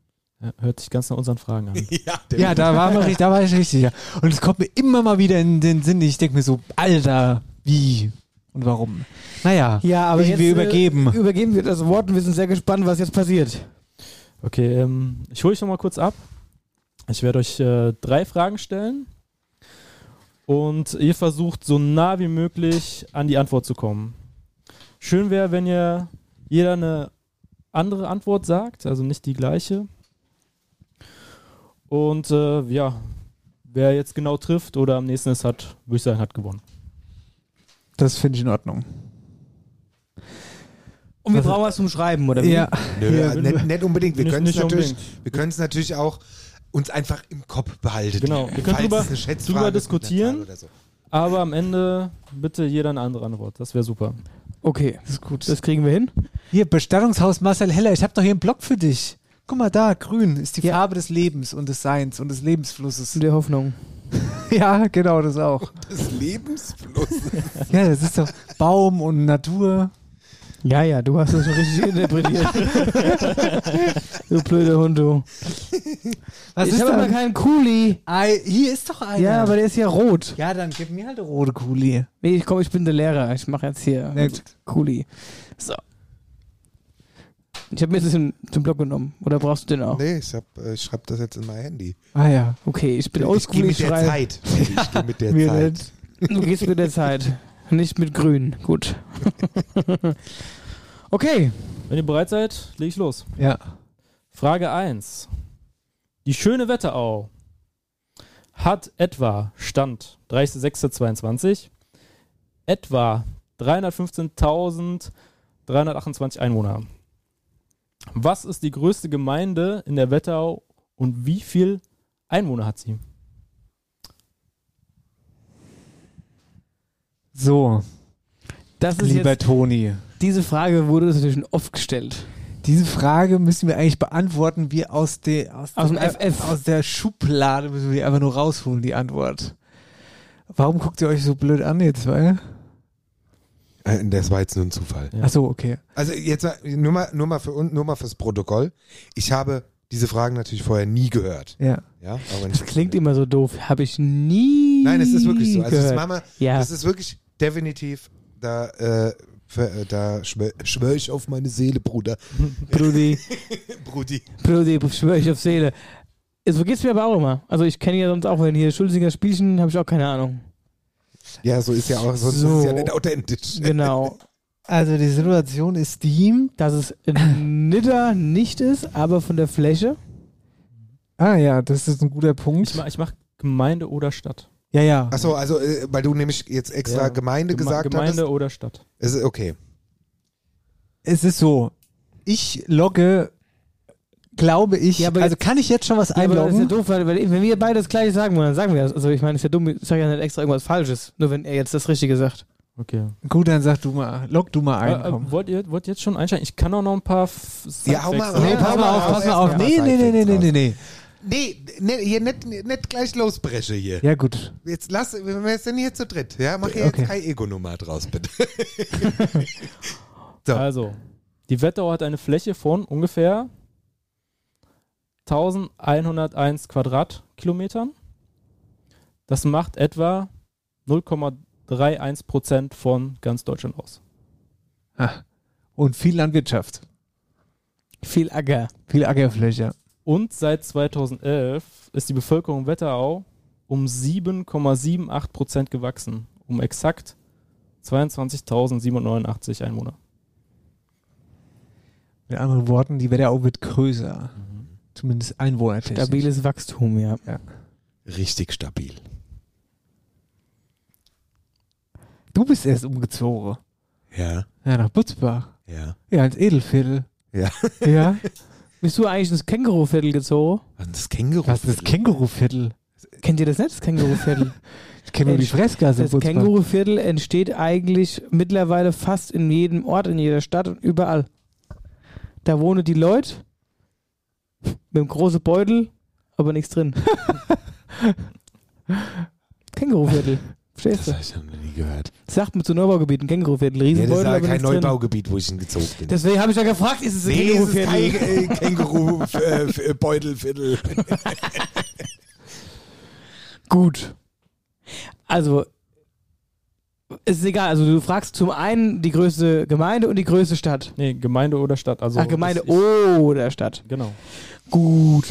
Ja, hört sich ganz nach unseren Fragen an. Ja, Ja, da war, man, richtig- da war ich richtig, ja. Und es kommt mir immer mal wieder in den Sinn. Ich denke mir so, Alter, wie und warum? Naja, Ja, aber ich, jetzt, wir äh, übergeben. Übergeben wir das Wort und wir sind sehr gespannt, was jetzt passiert. Okay, ähm, ich hole euch nochmal kurz ab. Ich werde euch äh, drei Fragen stellen. Und ihr versucht so nah wie möglich an die Antwort zu kommen. Schön wäre, wenn ihr jeder eine andere Antwort sagt, also nicht die gleiche. Und äh, ja, wer jetzt genau trifft oder am nächsten es hat, würde ich sagen, hat gewonnen. das finde ich in Ordnung. Und wir Was- brauchen was zum Schreiben, oder wie? Ja, Nö, Ja, äh, nicht, nicht unbedingt. Wir Nicht- können es nicht natürlich, unbedingt. wir können es natürlich auch uns einfach im Kopf behalten. Genau, wir können Falls drüber- es eine Schätzfrage drüber ist mit einer diskutieren. Zahl oder so. Aber am Ende bitte jeder eine andere Antwort. Das wäre super. Okay, das ist gut. das kriegen wir hin. Hier, Bestattungshaus Marcel Heller, ich habe doch hier einen Block für dich. Guck mal da, grün ist die Ja. Farbe des Lebens und des Seins und des Lebensflusses. Zu der Hoffnung. Ja, genau, das auch. Des Lebensflusses. Ja, das ist doch Baum und Natur. Ja, ja, du hast das schon richtig interpretiert. du blöder Hund, du. Was ich ist habe aber da? keinen Kuli. Ei, hier ist doch einer. Ja, aber der ist ja rot. ja, dann gib mir halt eine rote Kuli. Nee, ich komm, ich bin der Lehrer. Ich mache jetzt hier Na gut. Kuli. So. Ich habe mir das in, zum Blog genommen. Oder brauchst du den Oh. auch? Nee, ich, hab, äh, ich schreibe das jetzt in mein Handy. Ah ja, okay. Ich bin Ich oldschool. geh mit der schreibe. Zeit. Ich geh mit der Mir Zeit. nicht. Du gehst mit der Zeit. Nicht mit Grün. Gut. okay. Wenn ihr bereit seid, lege ich los. Ja. Frage 1. Die schöne Wetterau hat etwa, Stand 30.06.22, etwa 315.328 Einwohner. Was ist die größte Gemeinde in der Wetterau und wie viel Einwohner hat sie? So, Das ist lieber jetzt, Toni. Diese Frage wurde uns natürlich schon oft gestellt. Diese Frage müssen wir eigentlich beantworten, wir aus, de, aus, Aus dem- dem FF. aus der Schublade müssen wir die einfach nur rausholen, die Antwort. Warum guckt ihr euch so blöd an jetzt, weil? Äh, Das war jetzt nur ein Zufall. Ach so, okay. Also jetzt mal- nur mal, nur mal für uns, nur mal fürs Protokoll. Ich habe diese Fragen natürlich vorher nie gehört. Ja. Ja, aber Das klingt immer so doof. Habe ich nie. Nein, es ist wirklich so. Also das, gehört. Mama, ja. das ist wirklich definitiv, da, äh, für, äh, da schwöre schwör ich auf meine Seele, Bruder. Brudi, Brudi. Brudi, schwöre ich auf Seele. Es vergisst mir aber auch immer. Also ich kenne ja sonst auch, wenn hier Schulzinger Spielchen, habe ich auch keine Ahnung. Ja, so ist ja auch, sonst So. ist es ja nicht authentisch. Genau. Also die Situation ist die. Dass es in Nidda nicht ist, aber von der Fläche. Ah ja, das ist ein guter Punkt. Ich mache ich mach Gemeinde oder Stadt. ja, ja. Achso, also, äh, weil du nämlich jetzt extra Ja. Gemeinde Geme- gesagt Gemeinde hattest. oder Stadt. Es ist okay. Es ist so. Ich logge, glaube ich. Ja, aber also jetzt- kann ich jetzt schon was Ja, aber also das ist ja einloggen? doof, weil, weil wenn wir beide das gleiche sagen wollen, dann sagen wir das. Also ich meine, ist ja dumm, ich sage ja nicht extra irgendwas Falsches, nur wenn er jetzt das Richtige sagt. Okay. Gut, dann sag du mal, log du mal ein. Äh, komm. äh, wollt, ihr, wollt ihr jetzt schon einsteigen? Ich kann auch noch ein paar. F Ja, hau mal- Sidefacts nee, hau mal pass mal auf, raus, pass mal auf. erst mal Nee, raus, nee, nee, nee, raus. nee, nee, nee. Nee, nee hier nicht, nicht gleich losbreche hier. Ja, gut. Jetzt lass, wir sind hier zu dritt. Ja, mach hier Okay. jetzt keine Ego-Nummer draus, bitte. Also, die Wetterau hat eine Fläche von ungefähr 1101 Quadratkilometern. Das macht etwa 0,31 Prozent von ganz Deutschland aus. Ah. Und viel Landwirtschaft. Viel Acker. Viel Ackerfläche. Und seit 2011 ist die Bevölkerung Wetterau um 7,78 Prozent gewachsen, um exakt 22.789 Einwohner. Mit anderen Worten, die Wetterau wird größer. Zumindest einwohnertechnisch. Stabiles Wachstum, ja. Ja. Richtig stabil. Du bist erst umgezogen. Ja, Ja, nach Butzbach. ja. Ja, ins Edelviertel. Ja. Ja. Bist du eigentlich ins Känguruviertel gezogen? Was ist das Känguru? Was ist das Känguruviertel? Kennt ihr das nicht, das Känguruviertel? Ich kenne nur die Fressgasse in Das Butzbach. Känguruviertel entsteht eigentlich mittlerweile fast in jedem Ort, in jeder Stadt und überall. Da wohnen die Leute mit einem großen Beutel, aber nichts drin. Känguruviertel. Verstehst Das du? habe ich noch nie gehört. Sagt man zu Neubaugebieten, Känguruviertel, Ja, das ist Riesenbeutel, ja aber kein nichts drin. Neubaugebiet, wo ich hingezogen bin. Deswegen habe ich ja gefragt, ist es ein nee, es ist kein Känguruviertel? äh, Känguru-Beutelviertel. Gut. Also, es ist egal. Also, du fragst zum einen die größte Gemeinde und die größte Stadt. Nee, Gemeinde oder Stadt. Also Ach, Gemeinde das- oder Stadt. ich, Genau. Gut.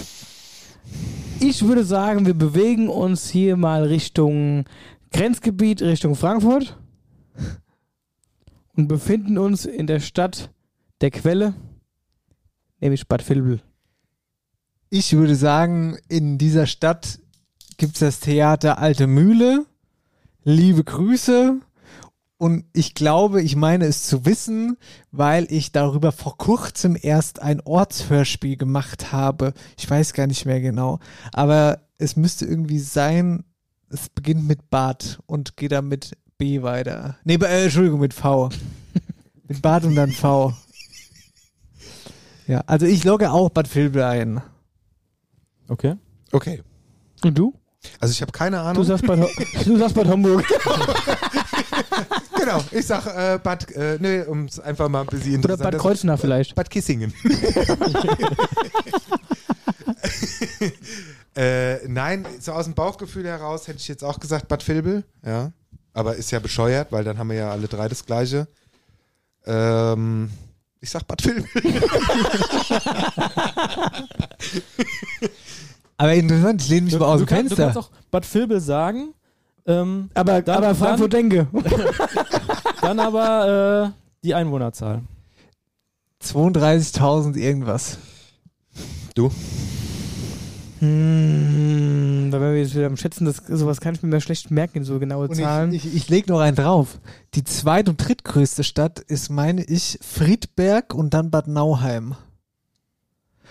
Ich würde sagen, wir bewegen uns hier mal Richtung Grenzgebiet, Richtung Frankfurt und befinden uns in der Stadt der Quelle, nämlich Bad Vilbel. Ich würde sagen, in dieser Stadt gibt es das Theater Alte Mühle. Liebe Grüße. Und ich glaube, ich meine es zu wissen, weil ich darüber vor kurzem erst ein Ortshörspiel gemacht habe. Ich weiß gar nicht mehr genau. Aber es müsste irgendwie sein, es beginnt mit Bad und geht dann mit B weiter. Nee, äh, Entschuldigung, mit V. mit Bad und dann V. Ja, also ich logge auch Bad Vilbel ein. Okay. Okay. Und du? Also ich habe keine Du Ahnung. sagst Bad, Ho- du sagst Bad Homburg. Genau, ich sag äh, Bad, äh, nee, um es einfach mal ein bisschen Oder interessanter Bad Kreuznach vielleicht. Bad Kissingen. äh, nein, so aus dem Bauchgefühl heraus hätte ich jetzt auch gesagt Bad Vilbel. Ja. Aber ist ja bescheuert, weil dann haben wir ja alle drei das gleiche. Ähm, Ich sag Bad Film. Aber interessant, ich lehne mich mal aus du dem kannst, du Fenster. kannst auch Bad Vilbel sagen. Ähm, Aber, dann- aber Frankfurt dann, Denke. dann aber äh, die Einwohnerzahl. 32.000 irgendwas. Du? Hm, da werden wir jetzt wieder am Schätzen, dass sowas kann ich mir mehr schlecht merken, so genaue Und Zahlen. ich, ich, ich lege noch einen drauf. Die zweit- und drittgrößte Stadt ist, meine ich, Friedberg und dann Bad Nauheim.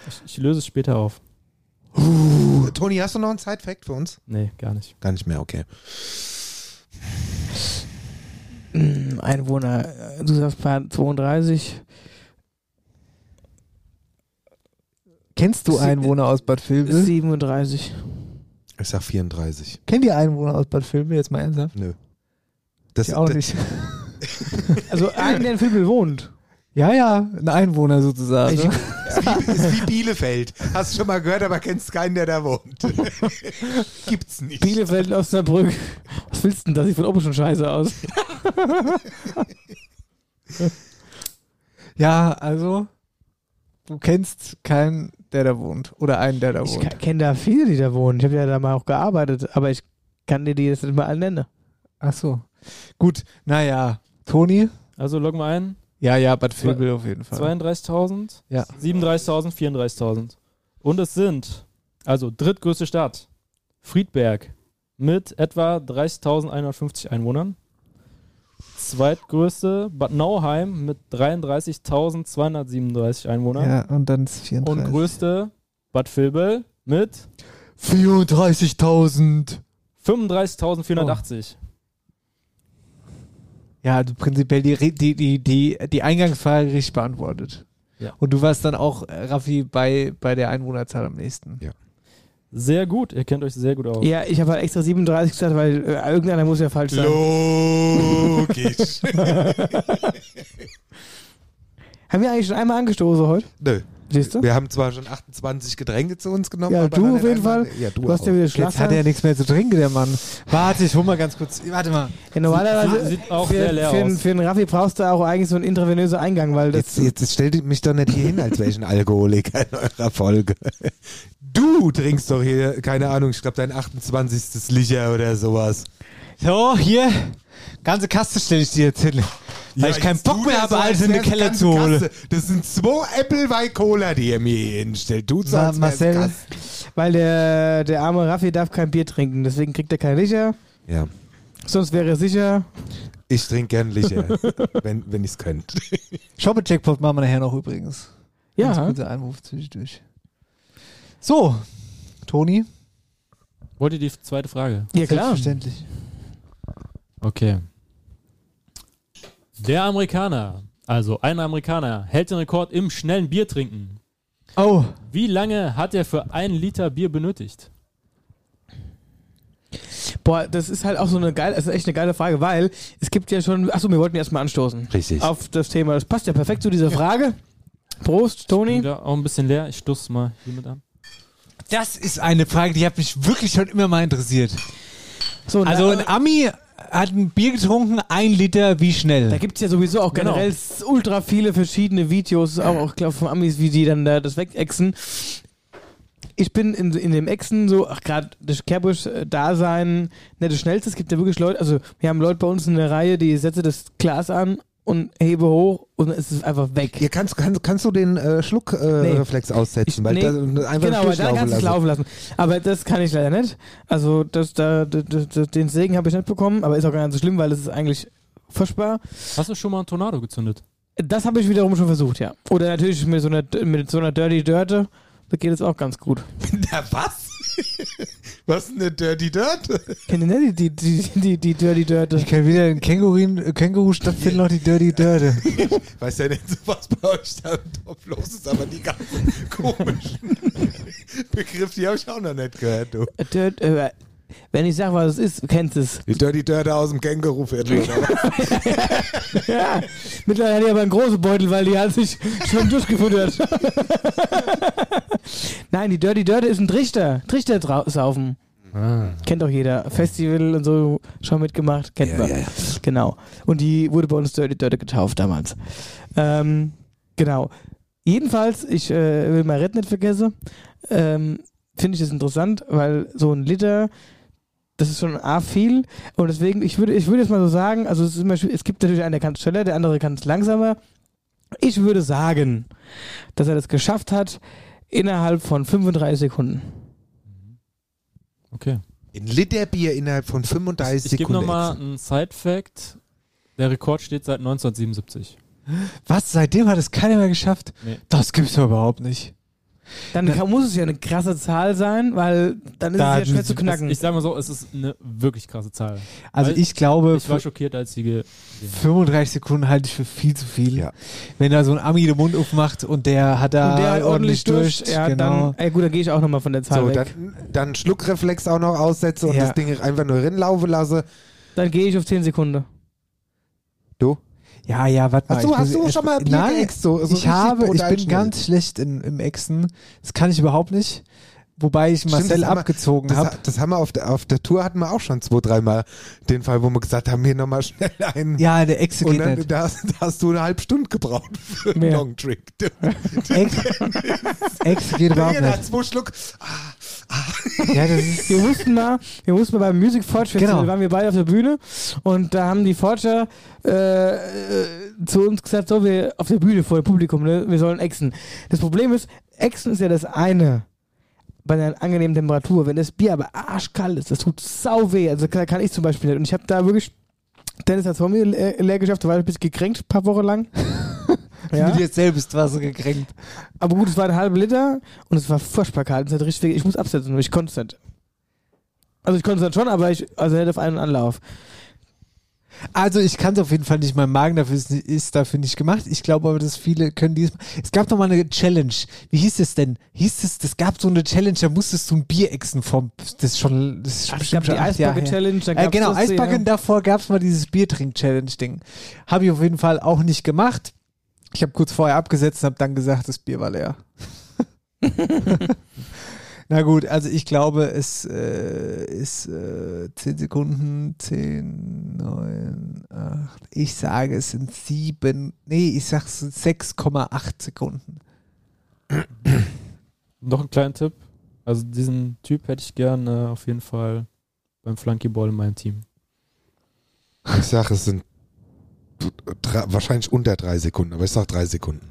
Ich, ich löse es später auf. Toni, hast du noch einen Side-Fact für uns? Nee, gar nicht. Gar nicht mehr, okay. Hm, Einwohner, äh, du sagst paar 32. Kennst du Sie- Einwohner aus Bad Vilbel? 37. Ich sag 34. Kennt ihr Einwohner aus Bad Vilbel jetzt mal ernsthaft? Nö. Das, ich auch das- nicht. Also einen, der in Vilbel wohnt. Ja, ja, ein Einwohner sozusagen. Ich- ist wie Bielefeld. Hast schon mal gehört, aber kennst keinen, der da wohnt. Gibt's nicht. Bielefeld, Osnabrück. Was willst du denn da? Sieht von oben schon scheiße aus. ja, also, du kennst keinen, der da wohnt. Oder einen, der da Ich wohnt. kenne da viele, die da wohnen. Ich habe ja da mal auch gearbeitet, aber ich kann dir die jetzt nicht mal alle nennen. ne? Ach so. Gut, naja. Toni? Also loggen wir ein. Ja, ja, Bad Vilbel auf jeden Fall. 32.000, Ja. 37.000, 34.000. Und es sind, also drittgrößte Stadt, Friedberg mit etwa 30.150 Einwohnern. Zweitgrößte Bad Nauheim mit 33.237 Einwohnern. Ja, und dann ist 34. Und größte Bad Vilbel mit 34.000. 35.480. Ja, also prinzipiell die, Re- die, die, die, die Eingangsfrage richtig beantwortet. Ja. Und du warst dann auch, äh, Raffi, bei, bei der Einwohnerzahl am nächsten. Sehr gut, ihr kennt euch sehr gut aus. Ja, ich habe halt extra 37 gesagt, weil äh, irgendeiner muss ja falsch sein. Logisch. Haben wir eigentlich schon einmal angestoßen heute? Nö. Siehst du? Wir haben zwar schon 28 Getränke zu uns genommen. Ja, aber du dann auf jeden einmal- Fall. Ja, du, Du hast auch. ja wieder Jetzt hat Schlafsack. er ja nichts mehr zu trinken, der Mann. Warte, ich hol mal ganz kurz. Warte mal. Ja, normalerweise Sieht- sieht auch für, sehr leer für, einen- aus. für einen Raffi brauchst du auch eigentlich so einen intravenösen Eingang, weil das Jetzt, jetzt, jetzt stell dich mich doch nicht hier hin, als wäre ich ein Alkoholiker in eurer Folge. Du trinkst doch hier, keine Ahnung, ich glaube dein 28. Licher oder sowas. So, hier. Ganze Kaste stelle ich dir jetzt hin. Weil ich keinen jetzt tu Bock mehr das so, habe, als alles in den wär's Keller ganze zu holen. Kasse. Das sind zwei Apple bei Cola, die ihr mir hier hinstellt. Du Ma- sagst Marcel. weil der, der arme Raffi darf kein Bier trinken, deswegen kriegt er kein Licher. Ja, Sonst wäre er sicher. ich trinke gern Licher, wenn, wenn ich es könnte. Shoppe-Checkpot machen wir nachher noch übrigens. Ganz Ja. guter Einwurf zwischendurch. So, Toni. Wollt ihr die zweite Frage? Ja klar. Selbstverständlich. Okay. Der Amerikaner, also ein Amerikaner, hält den Rekord im schnellen Biertrinken. Oh, Wie lange hat er für einen Liter Bier benötigt? Boah, das ist halt auch so eine geile, das ist echt eine geile Frage, weil es gibt ja schon. Achso, wir wollten erstmal anstoßen. Richtig. Auf das Thema. Das passt ja perfekt zu dieser Frage. Prost, Toni. Wieder auch ein bisschen leer. Ich stoße mal hiermit an. das ist eine Frage, die hat mich wirklich schon immer mal interessiert. So, na, Also ein Ami hat ein Bier getrunken, ein Liter, wie Da schnell? gibt es ja sowieso auch Genau. generell s- ultra viele verschiedene Videos, auch, auch glaub, von Amis, wie die dann da das wegexen. Ich bin in, in dem Exen so, ach gerade das Kerbusch-Dasein, ne, das Schnellste, es gibt ja wirklich Leute, also wir haben Leute bei uns in der Reihe, die setze das Glas an und hebe hoch und es ist einfach weg. Ihr kannst, kannst, kannst du den äh, Nee. Schluckreflex aussetzen, weil nee. das einfach genau, aber da durchlaufen kannst du es lassen. laufen lassen. Aber das kann ich leider nicht. Also das, da, d- d- d- den Segen habe ich nicht bekommen, aber ist auch gar nicht so schlimm, weil das ist eigentlich furchtbar. Hast du schon mal einen Tornado gezündet? Das habe ich wiederum schon versucht, ja. Oder natürlich mit so einer, mit so einer Dirty Dirte. Da geht es auch ganz gut. Na, was? was denn eine Dirty Dirt? Kennt ihr nicht die, die, die, die, die Dirty Dirte? Ich kann wieder in Kängurin, äh, Känguru stattfinden, noch die Dirty Dirte. Weiß ja nicht so, was bei euch da im Topf los ist, aber die ganzen komischen Begriffe, die habe ich auch noch nicht gehört, du. Dirt, äh, wenn ich sage, was es ist, kennst es. Die Dirty Dirt aus dem Känguruviertel. Ja. Mittlerweile hat die aber einen großen Beutel, weil die hat sich schon durchgefuttert. Nein, die Dirty Dirte ist ein Trichter. Trichter drau- saufen. Ah. Kennt doch jeder. Festival und so schon mitgemacht. Kennt Ja, man. ja, ja. Genau. Und die wurde bei uns Dirty Dirte getauft damals. Ähm, Genau. Jedenfalls, ich äh, will mein Red nicht vergessen, ähm, finde ich das interessant, weil so ein Liter, das ist schon A viel. Und deswegen, ich würde, ich würde jetzt mal so sagen, also es, ist immer, schw- es gibt natürlich einen, der kann es schneller, der andere kann es langsamer. Ich würde sagen, dass er das geschafft hat innerhalb von 35 Sekunden. Okay. Ein Liter Bier innerhalb von 35 Ich gebe Sekunden. nochmal einen Side-Fact. Der Rekord steht seit 1977. Was? Seitdem hat es keiner mehr geschafft? Nee. Das gibt's doch überhaupt nicht. Dann kann, muss es ja eine krasse Zahl sein, weil dann ist Da- es ja schwer zu knacken. Ich sage mal so, es ist eine wirklich krasse Zahl. Also Weil ich glaube, Ich war für- schockiert, als sie gesehen 35 Sekunden halte ich für viel zu viel. Wenn da so ein Ami den Mund aufmacht und der hat da Und der ordentlich durch, ja, dann, genau. ey, gut, dann gehe ich auch nochmal von der Zahl So, weg. dann, dann Schluckreflex auch noch aussetze und Ja. das Ding einfach nur rinlaufen lasse. Dann gehe ich auf 10 Sekunden. Du? Ja, ja, warte mal. Hast du- Ah, ich hast muss- du schon mal Bier Nein, geäxt, so- so ich richtig habe, ich brutal bin schnell? ganz schlecht in, im Exen. Das kann ich überhaupt nicht. Wobei ich Stimmt, Marcel das haben wir- abgezogen das, habe. Das haben wir auf der, auf der Tour hatten wir auch schon zwei, dreimal den Fall, wo wir gesagt haben, hier nochmal schnell einen. Ja, der Exe Und geht dann, nicht. da, hast- da hast du eine halbe Stunde gebraucht für einen Mehr. Long Drink. Ex, Ex geht Digga, da überhaupt nicht. hat's zwei Schluck. Ja, das ist wir mussten mal, wir mussten mal beim Music Forge Festival, Genau. waren wir beide auf der Bühne und da haben die Forscher äh, äh, zu uns gesagt, so, wir auf der Bühne vor dem Publikum, ne, wir sollen exen. Das Problem ist, exen ist ja das eine bei einer angenehmen Temperatur. Wenn das Bier aber arschkalt ist, das tut sau weh. Also kann, kann ich zum Beispiel nicht. Und ich habe da wirklich, Dennis hat es vor mir leer, leer geschafft, da war ich ein bisschen gekränkt, ein paar Wochen lang. ja? mit dir selbst war so gekränkt. Aber gut, es war ein halber Liter und es war furchtbar kalt. Es hat richtig, weh- ich muss absetzen, ich konnte es nicht. Also ich konnte es dann schon, aber ich, also nicht auf einen Anlauf. Also ich kann es auf jeden Fall nicht. Mein Magen dafür ist, ist dafür nicht gemacht. Ich glaube aber, dass viele können dies. Es gab doch mal eine Challenge. Wie hieß es denn? Hieß es, es gab so eine Challenge, da musstest du ein Bier exen vom. Das ist schon. Das ist Ach, schon es bestimmt gab die schon acht Jahre her. Eisbacke-Challenge, dann Äh, gab's genau, das, Eisbacken ja. davor gab es mal dieses Biertrink-Challenge-Ding. Habe ich auf jeden Fall auch nicht gemacht. Ich habe kurz vorher abgesetzt und habe dann gesagt, das Bier war leer. Na gut, also ich glaube, es äh, ist äh, 10 Sekunden, 10, 9, 8. Ich sage, es sind 7, nee, ich sage, es sind 6,8 Sekunden. Noch einen kleinen Tipp. Also diesen Typ hätte ich gern äh, auf jeden Fall beim Flunkyball in meinem Team. Ich sag, es sind drei, wahrscheinlich unter drei Sekunden, aber ich sag drei Sekunden.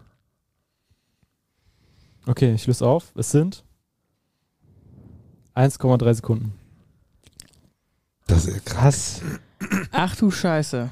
Okay, ich löse auf. Es sind 1,3 Sekunden. Das ist krass. Krass. Ach du Scheiße.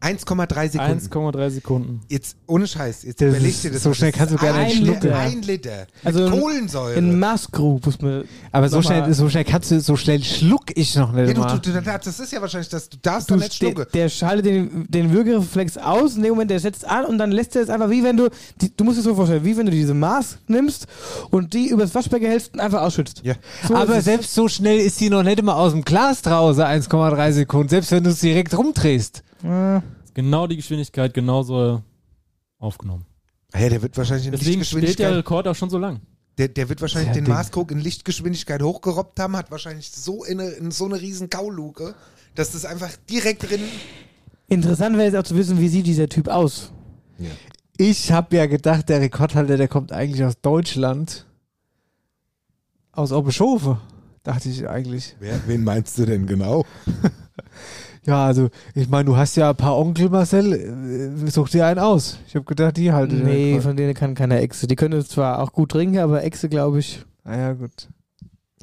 1,3 Sekunden. 1,3 Sekunden. Jetzt, ohne Scheiß, jetzt Das überleg ist- dir das. so mal. schnell Das kannst du ist gar ein nicht schlucken. Liter, ein Liter. Also Mit in- Kohlensäure. In Maßgrub muss man. Aber so nochmal- schnell, so schnell kannst du, so schnell schluck ich noch nicht ja, du, mal. du, du, das ist ja wahrscheinlich, dass du darfst Du, doch nicht der, schlucken. der schaltet den, den Würgereflex aus, in dem Moment, der setzt an und dann lässt er es einfach, wie wenn du, die, du musst dir so vorstellen, wie wenn du diese Maß nimmst und die übers Waschbecken hältst und einfach ausschützt. Ja. So aber ist es. selbst so schnell ist die noch nicht mal aus dem Glas draußen, 1,3 Sekunden, selbst wenn du es direkt rumdrehst. Ja. Genau die Geschwindigkeit, genauso aufgenommen. Hey, der wird wahrscheinlich in Deswegen steht Lichtgeschwindigkeit. der Rekord auch schon so lang. Der, der wird wahrscheinlich Ja, den Ding. Maßkrug in Lichtgeschwindigkeit hochgerobbt haben, hat wahrscheinlich so eine, in so eine riesen Kauluke, dass das einfach direkt drin. Interessant wäre jetzt auch zu wissen, wie sieht dieser Typ aus. Ich habe ja gedacht, der Rekordhalter, der kommt eigentlich aus Deutschland. Aus Oberschofe, dachte ich eigentlich. wen meinst du denn genau? Ja, also, ich meine, du hast ja ein paar Onkel, Marcel. äh, Such dir einen aus. Ich habe gedacht, die halten den Nee, Rekord. von denen kann keiner Echse. Die können zwar auch gut trinken, aber Echse, glaube ich. Ah ja, gut.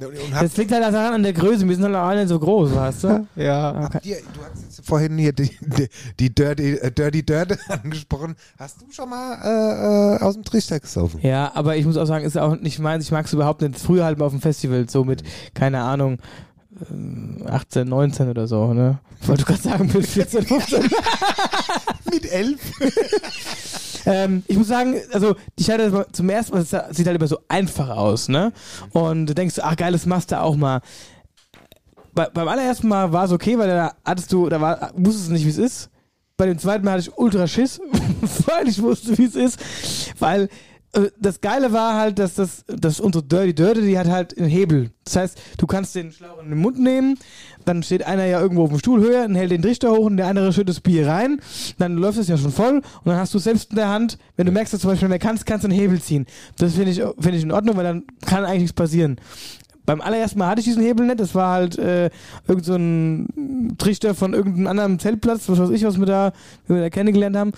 Und, und habt, Das liegt halt daran an der Größe. Wir sind halt auch alle nicht so groß, weißt du? Ja. Okay. ihr, du hast jetzt vorhin hier die, die, die Dirty, äh, Dirty Dirt angesprochen. Hast du schon mal äh, äh, aus dem Trichter gesoffen? Ja, aber ich muss auch sagen, ist auch nicht meins. Ich mag es überhaupt nicht. Früher halt mal auf dem Festival, so Mhm. mit, keine Ahnung, ähm, 18, 19 oder so, ne? Wollte du gerade sagen, mit 14, 15. Mit elf? ähm, ich muss sagen, also, ich hatte das mal zum ersten Mal, es sah- sieht halt immer so einfach aus, ne? Und du denkst, ach, geil, das machst du auch mal. Bei, beim allerersten Mal war es okay, weil da hattest du, da war, wusstest du nicht, wie es ist. Bei dem zweiten Mal hatte ich ultra Schiss, weil ich wusste, wie es ist. Weil äh, das Geile war halt, dass das, dass unsere Dirty Dirty, die hat halt einen Hebel. Das heißt, du kannst den Schlauch in den Mund nehmen, dann steht einer ja irgendwo auf dem Stuhl höher und hält den Trichter hoch und der andere schüttet das Bier rein, dann läuft es ja schon voll und dann hast du selbst in der Hand, wenn du merkst, dass du zum Beispiel mehr kannst, kannst du den Hebel ziehen. Das finde ich, finde ich in Ordnung, weil dann kann eigentlich nichts passieren. Beim allerersten Mal hatte ich diesen Hebel nicht. Das war halt äh, irgend so ein Trichter von irgendeinem anderen Zeltplatz, was weiß ich, was wir da, wir da kennengelernt haben.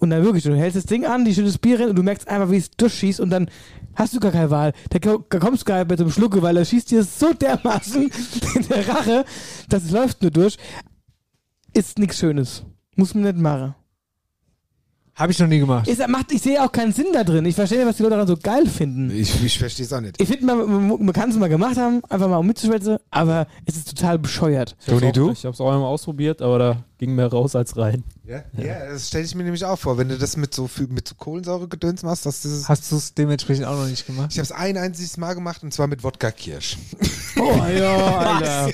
Und dann wirklich, du hältst das Ding an, die schüttet das Bier rein und du merkst einfach, wie es durchschießt und dann hast du gar keine Wahl. Da ko- da kommst du gar nicht mehr zum Schlucke, weil er schießt dir so dermaßen in der Rache, dass es läuft nur durch. Ist nichts Schönes. Muss man nicht machen. Habe ich noch nie gemacht. Ist, macht, ich sehe auch keinen Sinn da drin. Ich verstehe, was die Leute daran so geil finden. Ich, ich verstehe es auch nicht. Ich finde, man, man, man kann es mal gemacht haben, einfach mal um mitzuschwätzen, aber es ist total bescheuert. Toni, du? Ich habe es auch einmal ausprobiert, aber da ging mehr raus als rein. Ja, ja das stelle ich mir nämlich auch vor, wenn du das mit so viel, mit so Kohlensäuregedöns machst, dass dieses. Hast du es dementsprechend auch noch nicht gemacht? Ich habe es ein einziges Mal gemacht und zwar mit Wodka Kirsch. Oh ja, Alter.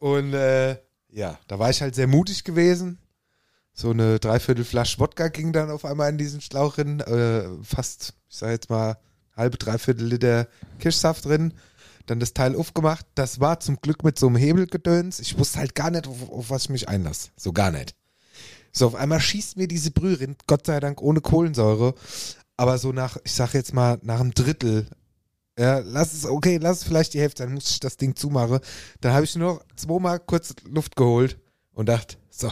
Und äh, ja, da war ich halt sehr mutig gewesen. So eine Dreiviertel Flasche Wodka ging dann auf einmal in diesen Schlauch drin. Äh, fast, ich sage jetzt mal, halbe, dreiviertel Liter Kirschsaft drin. Dann das Teil aufgemacht. Das war zum Glück mit so einem Hebelgedöns. Ich wusste halt gar nicht, auf, auf was ich mich einlasse. So gar nicht. So, auf einmal schießt mir diese Brührin, Gott sei Dank ohne Kohlensäure. Aber so nach, ich sag jetzt mal, nach einem Drittel ja, lass es, okay, lass es vielleicht die Hälfte, dann muss ich das Ding zumachen. Dann habe ich nur noch zweimal kurz Luft geholt und dachte, so,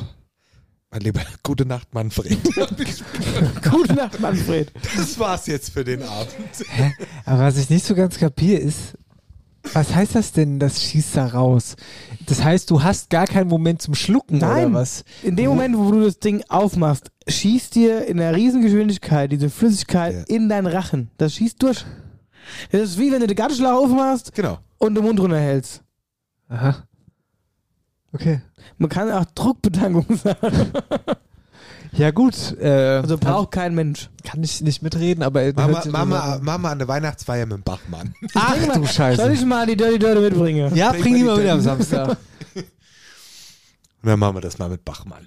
mein Lieber, gute Nacht, Manfred. Gute Nacht, Manfred. Das war's jetzt für den Abend. Aber was ich nicht so ganz kapiere ist, was heißt das denn, das schießt da raus? Das heißt, du hast gar keinen Moment zum Schlucken Nein. oder was? In dem Moment, wo du das Ding aufmachst, schießt dir in einer Riesengeschwindigkeit diese Flüssigkeit in deinen Rachen. Das schießt durch. Das ist wie wenn du den Gartenschlauch aufmachst Genau. und den Mund runterhältst. Aha. Okay. Man kann auch Druckbetankung sagen. Ja gut, äh, Also braucht kein Mensch. kann ich nicht mitreden, aber äh, Mama, hört sich Mama, interessant Mama an der Weihnachtsfeier mit dem Bachmann. an. ach du Soll Scheiße. ich mal die Dirty Dirty mitbringen? Ja, bring die mal mal die wieder am Samstag. Und dann machen wir das mal mit Bachmann.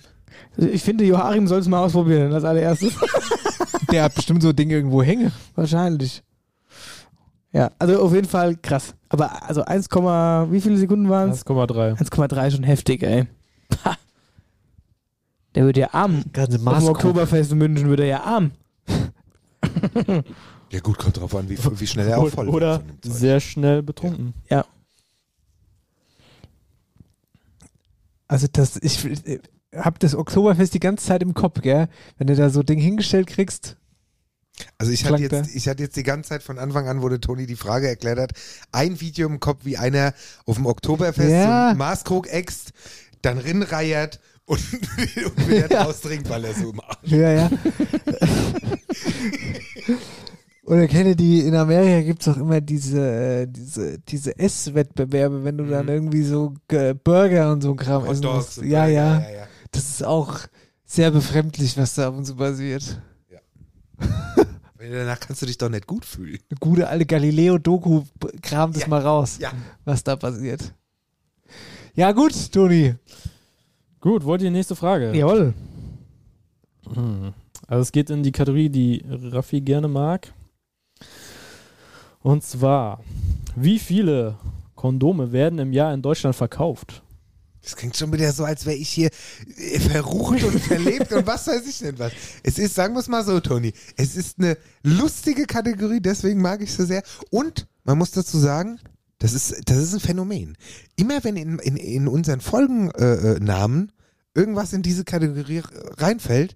Ich finde, Joachim soll es mal ausprobieren, als allererstes. Der hat bestimmt so Dinge irgendwo hängen. Wahrscheinlich. Ja, also auf jeden Fall krass. Aber also 1, wie viele Sekunden waren es? 1,3. 1,3 schon heftig, ey. Pah. Der wird ja arm. Auf Ganze dem Maßkrug. Oktoberfest in München wird er ja arm. Ja gut, kommt drauf an, wie, wie schnell er auch voll Oder, wird oder von dem Zeug. sehr schnell betrunken. Also das, ich äh, hab das Oktoberfest die ganze Zeit im Kopf, gell? Wenn du da so Ding hingestellt kriegst. Also ich hatte, Klang da. jetzt, ich hatte jetzt die ganze Zeit von Anfang an, wo der Toni die Frage erklärt hat, ein Video im Kopf, wie einer auf dem Oktoberfest Ja. so einen Maßkrug äxt, dann rinreiert und, und wieder draus trinkt, weil er so macht. Ja, ja. Oder Kennedy, in Amerika gibt es auch immer diese, äh, diese, diese Esswettbewerbe, wenn du Mhm. dann irgendwie so äh, Burger und so ein Kram essen musst. und Ja, Burger, ja, ja, ja. Das ist auch sehr befremdlich, was da auf uns passiert. Weil Danach kannst du dich doch nicht gut fühlen. Eine gute alte Galileo-Doku b- kramt es Ja. mal raus, Ja. was da passiert. Ja, gut, Toni. Gut, wollt ihr die nächste Frage? Jawohl. Hm. Also es geht in die Kategorie, die Raffi gerne mag. Und zwar, wie viele Kondome werden im Jahr in Deutschland verkauft? Das klingt schon wieder so, als wäre ich hier äh, verrucht und verlebt und was weiß ich nicht was. Es ist, sagen wir es mal so, Toni, es ist eine lustige Kategorie, deswegen mag ich sie sehr. Und man muss dazu sagen, das ist, das ist ein Phänomen. Immer wenn in, in, in unseren Folgennamen äh, Namen irgendwas in diese Kategorie reinfällt,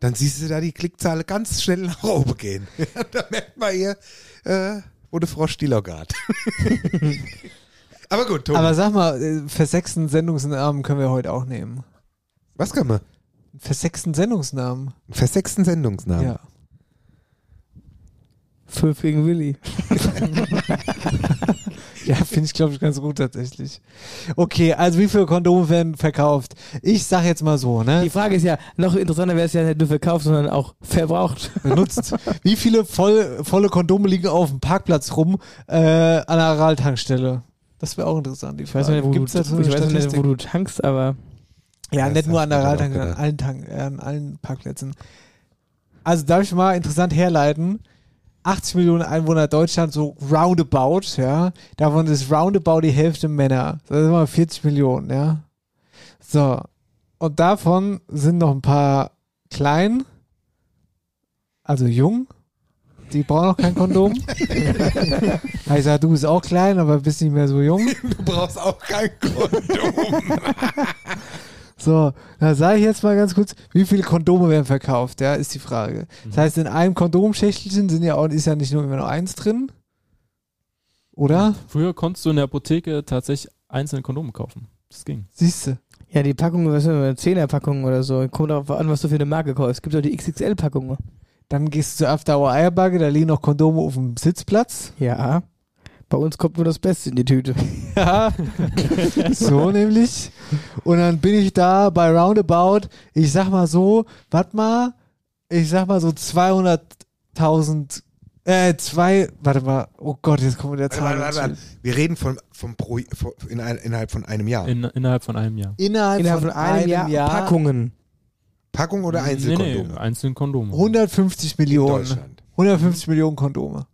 dann siehst du da die Klickzahlen ganz schnell nach oben gehen. da merkt man hier, äh, wurde Frosch die Logart. Aber gut, Toni, Aber sag mal, äh, versechsten Sendungsnamen können wir heute auch nehmen. was können wir? Versechsten Sendungsnamen. Versechsten Sendungsnamen. Ja. Fünf gegen Willi. Ja, finde ich, glaube ich, ganz gut tatsächlich. Okay, also wie viele Kondome werden verkauft? Ich sag jetzt mal so, Die ne? Frage ist ja, noch interessanter wäre es ja nicht nur verkauft, sondern auch verbraucht. Benutzt. Wie viele voll, volle Kondome liegen auf dem Parkplatz rum äh, an der Aral-Tankstelle? Das wäre auch interessant. Die Ich weiß, nicht, wo, Gibt's du, da so eine ich weiß nicht, Statistik? wo du tankst, aber Ja, Ja, nicht das nur hab an ich der mir dann auch Ralltank, an gedacht. allen, Tank, äh, an allen Parkplätzen. Also darf ich mal interessant herleiten. 80 Millionen Einwohner Deutschland, so roundabout, ja. Davon ist roundabout die Hälfte Männer. Das sind mal 40 Millionen, ja. So. Und davon sind noch ein paar klein, also jung. Die brauchen noch kein Kondom. ich sage, du bist auch klein, aber bist nicht mehr so jung. Du brauchst auch kein Kondom. So, da sage ich jetzt mal ganz kurz, wie viele Kondome werden verkauft, ja, ist die Frage. Das heißt, in einem Kondomschächtelchen sind ja auch, ist ja nicht nur immer nur eins drin. Oder? Früher konntest du in der Apotheke tatsächlich einzelne Kondome kaufen. Das ging. Siehst du? Ja, die Packung, was ist das, eine 10er-Packung oder so. Kommt darauf an, was du für eine Marke kaufst. Es gibt auch die XXL-Packungen. Dann gehst du zur After Hour Eierbacke, da liegen noch Kondome auf dem Sitzplatz. Ja. Bei uns kommt nur das Beste in die Tüte. Ja. so nämlich. Und dann bin ich da bei Roundabout, ich sag mal so, warte mal, ich sag mal so 200.000, äh, zwei, warte mal, oh Gott, jetzt kommt der Warte, Zahl. warte, warte, warte. Wir reden von, vom Pro, von, in, innerhalb von einem Jahr. In, innerhalb von einem Jahr. Innerhalb, Innerhalb von einem, Jahr, Packungen. Packung oder Einzelkondom? Nee, nee, einzelne Kondome. 150 Millionen. Deutschland. 150 Millionen Kondome.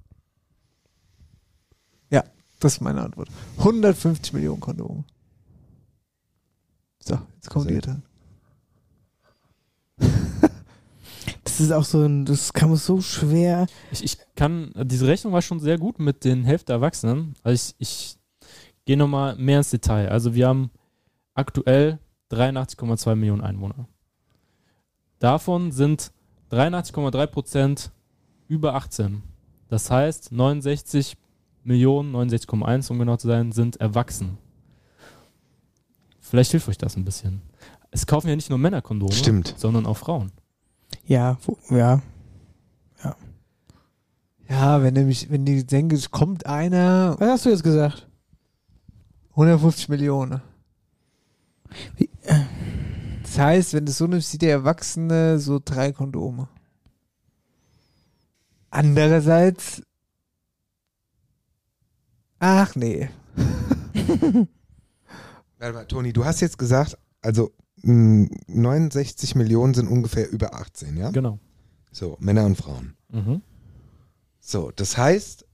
Ja, das ist meine Antwort. 150 Millionen Kondome. So, jetzt kommt ihr dran. Das ist auch so ein, das kann man so schwer. Ich, ich kann, diese Rechnung war schon sehr gut mit den Hälfte Erwachsenen. Also ich, ich gehe nochmal mehr ins Detail. Also wir haben aktuell 83,2 Millionen Einwohner. Davon sind 83,3 Prozent über 18. Das heißt, 69 Millionen, 69,1 um genau zu sein, sind erwachsen. Vielleicht hilft euch das ein bisschen. Es kaufen ja nicht nur Männer Kondome, Stimmt. sondern auch Frauen. Ja, wo, ja. Ja, wenn nämlich, wenn die denken, es kommt einer, Was hast du jetzt gesagt? 150 Millionen. Wie- Das heißt, wenn du es so nimmst, sieht der Erwachsene so drei Kondome. Andererseits. Ach nee. Warte mal, Toni, du hast jetzt gesagt, also mh, 69 Millionen sind ungefähr über 18, ja? Genau. So, Männer und Frauen. Mhm. So, das heißt,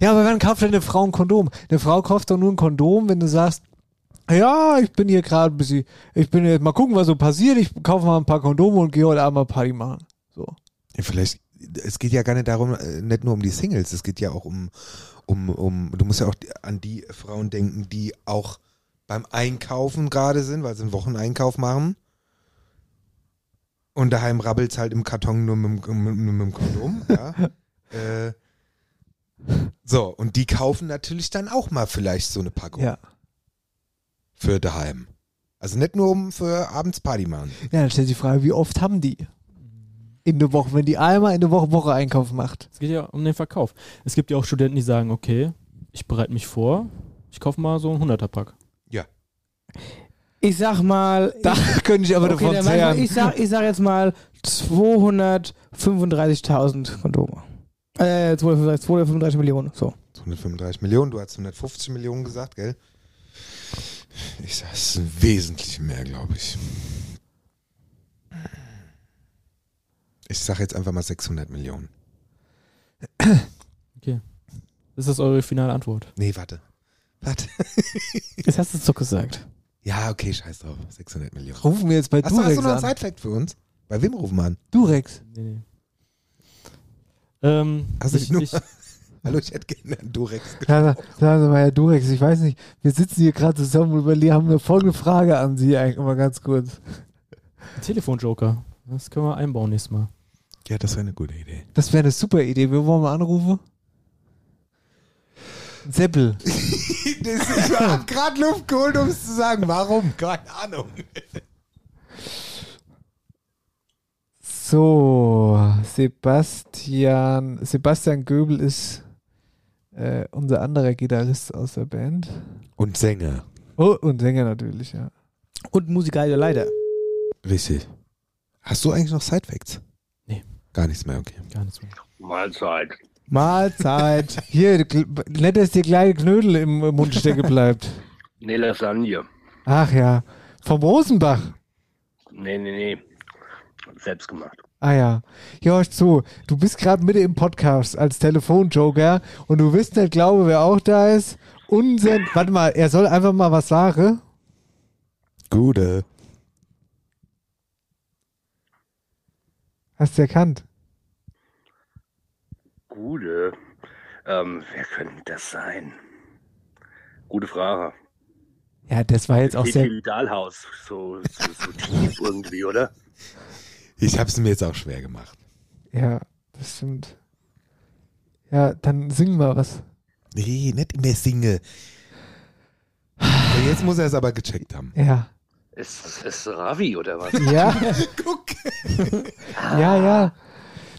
Ja, aber wann kauft denn eine Frau ein Kondom? Eine Frau kauft doch nur ein Kondom, wenn du sagst, ja, ich bin hier gerade ein bisschen, ich bin jetzt mal gucken, was so passiert, ich kaufe mal ein paar Kondome und gehe heute Abend mal Party machen. So. ja, vielleicht, es geht ja gar nicht darum, äh, nicht nur um die Singles, es geht ja auch um, um, um, du musst ja auch die- an die Frauen denken, die auch beim Einkaufen gerade sind, weil sie einen Wocheneinkauf machen. Und daheim rabbelt halt im Karton nur mit, dem- mit, mit dem Kondom, ja. äh, so, und die kaufen natürlich dann auch mal vielleicht so eine Packung. Ja. für daheim. Also nicht nur um für abends Party machen. Ja, dann stellt sich die Frage, wie oft haben die in der Woche, wenn die einmal in der Woche Woche Einkauf macht? Es geht ja um den Verkauf. Es gibt ja auch Studenten, die sagen, okay, ich bereite mich vor, ich kaufe mal so einen 100er-Pack. Ich sag mal, Da könnte ich aber ich, okay, davon dann mach ich, zehren. ich, sag, ich sag jetzt mal 235.000 Kondome. Äh, 235, 235 Millionen, so. 135 Millionen, du hast 150 Millionen gesagt, gell? Ich sag, es ist wesentlich mehr, glaube ich. Ich sag jetzt einfach mal 600 Millionen. Ist das eure finale Antwort? Nee, warte. Warte. Jetzt hast du es doch gesagt. Ja, okay, scheiß drauf. 600 Millionen. Rufen wir jetzt bei Hast du, hast Durex du noch einen an. Sidefact für uns? Bei wem rufen wir an? Durex. Nee, nee. Ähm, Hast du ich, die Nummer? ich, Hallo, ich hätte gerne einen Durex. Sagen Sie mal, Herr Durex, ich weiß nicht, wir sitzen hier gerade zusammen und überlegen, haben eine folgende Frage an Sie eigentlich mal ganz kurz. Telefonjoker. Das können wir einbauen nächstes Mal. Ja, das wäre eine gute Idee. Das wäre eine super Idee. Wir wollen mal anrufen. Seppel. ich hab gerade Luft geholt, um es zu sagen. Warum? Keine Ahnung. So, Sebastian, Sebastian Göbel ist äh, unser anderer Gitarrist aus der Band. Und Sänger. Oh, und Sänger natürlich, ja. Und musikalischer Leiter. Richtig. Hast du eigentlich noch Sidefacts? Nee. Gar nichts mehr, okay. Gar nichts mehr. Mahlzeit. Mahlzeit. Hier, gl- nett, dass dir kleine Knödel im äh, Mund stecken bleibt. Nee, Lasagne. Ach ja, vom Rosenbach. Nee, nee, nee. Selbst gemacht. Ah ja. Ja, hör zu. Du bist gerade mitten im Podcast als Telefonjoker und du wirst nicht glauben, wer auch da ist. Unser. Warte mal, er soll einfach mal was sagen. Gute. Hast du erkannt? Gude. Ähm, wer könnte das sein? Gute Frage. Ja, das war jetzt auch sehr. Petri Dahlhaus, so, so, so tief irgendwie, oder? Ich hab's mir jetzt auch schwer gemacht. Ja, das stimmt. Ja, dann sing mal was. Nee, nicht immer singe. Aber Jetzt muss er es aber gecheckt haben. Ja. Ist, ist Ravi oder was? Ja. ja, ja.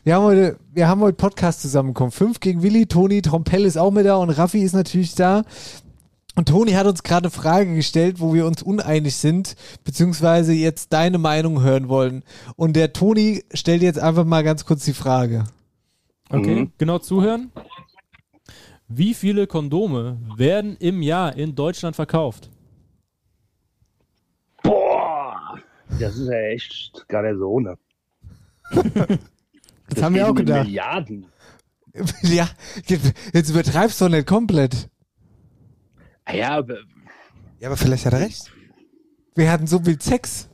Wir haben heute, wir haben heute Podcast zusammengekommen. Fünf gegen Willi, Toni, Trompell ist auch mit da und Raffi ist natürlich da. Und Toni hat uns gerade eine Frage gestellt, wo wir uns uneinig sind, beziehungsweise jetzt deine Meinung hören wollen. Und der Toni stellt jetzt einfach mal ganz kurz die Frage. Okay, Mhm. genau zuhören. Wie viele Kondome werden im Jahr in Deutschland verkauft? Boah! Das ist ja echt gar nicht so ohne. Das, haben wir geht auch um die gedacht. Milliarden. Ja, jetzt übertreibst du doch nicht komplett. Ah Ja, aber Ja, aber vielleicht hat er recht. Wir hatten so viel Sex.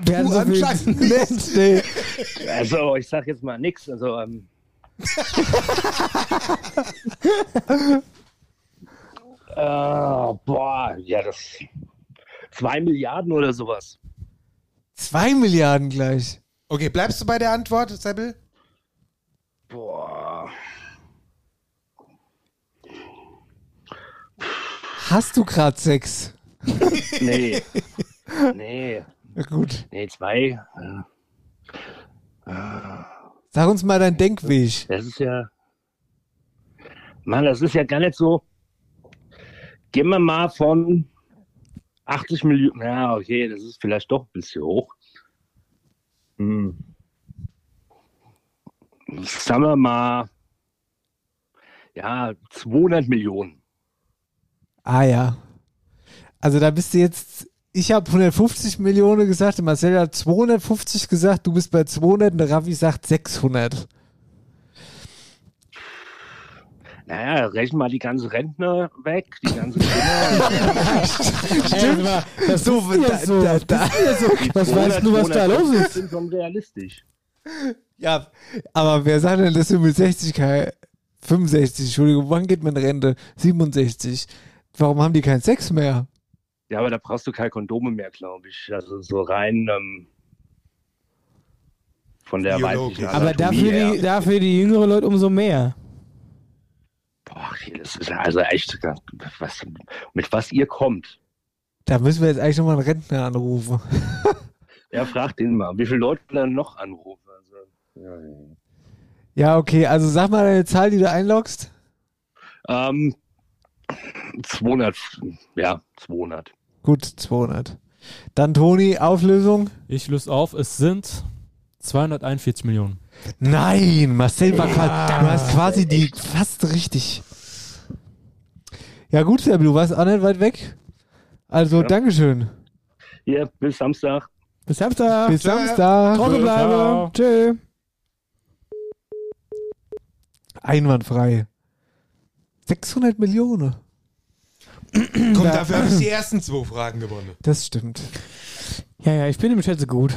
Wir hatten Du anscheinend viel nicht. Nee, also ich sag jetzt mal nix. Also ähm, nee. äh, boah, ja das zwei Milliarden oder sowas. Zwei Milliarden gleich. Okay, bleibst du bei der Antwort, Seppel? Boah. Hast du gerade Sex? Nee. nee. Na gut. Nee, zwei. äh, Sag uns mal dein Denkweg. Das ist ja. Mann, das ist ja gar nicht so. Gehen wir mal von 80 Millionen. Ja, okay, das ist vielleicht doch ein bisschen hoch. Hm. Sagen wir mal. Ja, 200 Millionen. Ah ja. Also da bist du jetzt. Ich habe 150 Millionen gesagt, der Marcel hat 250 gesagt, du bist bei 200 und der Raffi sagt 600. Naja, rechnen mal die ganze Rentner weg, die ganze Kinder. Stimmt. Äh, Das so, da, so. Da, da. Was weißt du, was da los ist? sind schon realistisch. Ja, aber wer sagt denn, dass du mit 60 Kai, 65, Entschuldigung, wann geht man in Rente? 67. Warum haben die keinen Sex mehr? Ja, aber da brauchst du keine Kondome mehr, glaube ich. Also so rein ähm, von der weiblichen Aber Anatomie dafür her. die, dafür die jüngeren Leute umso mehr. Boah, hier, das ist also echt, was, mit was ihr kommt. Da müssen wir jetzt eigentlich nochmal einen Rentner anrufen. Ja, fragt den mal, wie viele Leute dann noch anrufen. Also, ja, ja. Ja, okay, also sag mal deine Zahl, die du einloggst. Ähm, 200, ja, 200. Gut, 200. Dann Toni, Auflösung. Ich löse auf, es sind 241 Millionen. Nein, Marcel war quasi, du hast quasi die fast richtig. Ja gut, Sepp, du warst auch nicht weit weg. Also, Ja. Dankeschön. Hier, bis Samstag. Bis Samstag. Bis Samstag. Trocken bleiben. Tschö. Einwandfrei. 600 Millionen. Komm, dafür habe ich die ersten zwei Fragen gewonnen. Das stimmt. Ja, ja, ich bin im Schätze gut.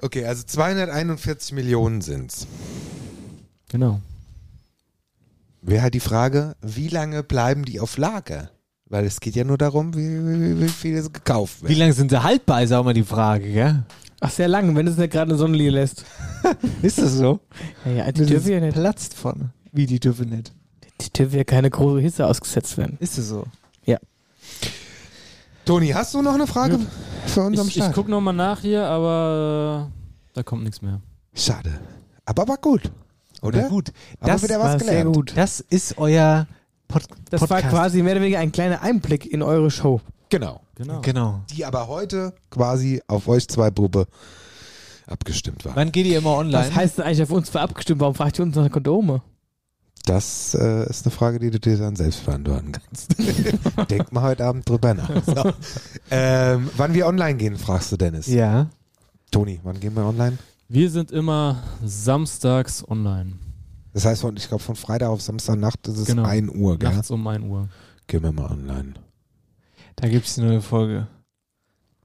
Okay, also 241 Millionen sind's. Genau. Wäre halt die Frage, wie lange bleiben die auf Lager? Weil es geht ja nur darum, wie, wie, wie viele gekauft werden. Wie lange sind sie haltbar, ist auch mal die Frage, gell? Ach, sehr lang, wenn du es nicht gerade in der Sonne liegen lässt. Ist das so? Ja, ja, die dürfen ja nicht. platzt von. Wie, die dürfen nicht? Die dürfen ja keine große Hitze ausgesetzt werden. Ist das so? Toni, hast du noch eine Frage für uns am Ich, ich Start? guck nochmal nach hier, aber äh, da kommt nichts mehr. Schade. Aber war gut, Na oder? gut. Aber Das wieder war was sehr gelernt. gut. Das ist euer Pod Das Podcast. war quasi mehr oder weniger ein kleiner Einblick in eure Show. Genau. Genau. Genau. Die aber heute quasi auf euch zwei Bube abgestimmt war. Wann geht ihr immer online? Was heißt denn eigentlich auf uns verabgestimmt? Warum fragt ihr uns nach Kondome? Das äh, ist eine Frage, die du dir dann selbst beantworten kannst. Denk mal heute Abend drüber nach. So. Ähm, wann wir online gehen, fragst du Dennis. Ja. Toni, wann gehen wir online? Wir sind immer samstags online. Das heißt, von, ich glaube, von Freitag auf Samstagnacht ist es Genau. 1 Uhr, gell? Nachts um 1 Uhr. Gehen wir mal online. Da gibt es eine neue Folge.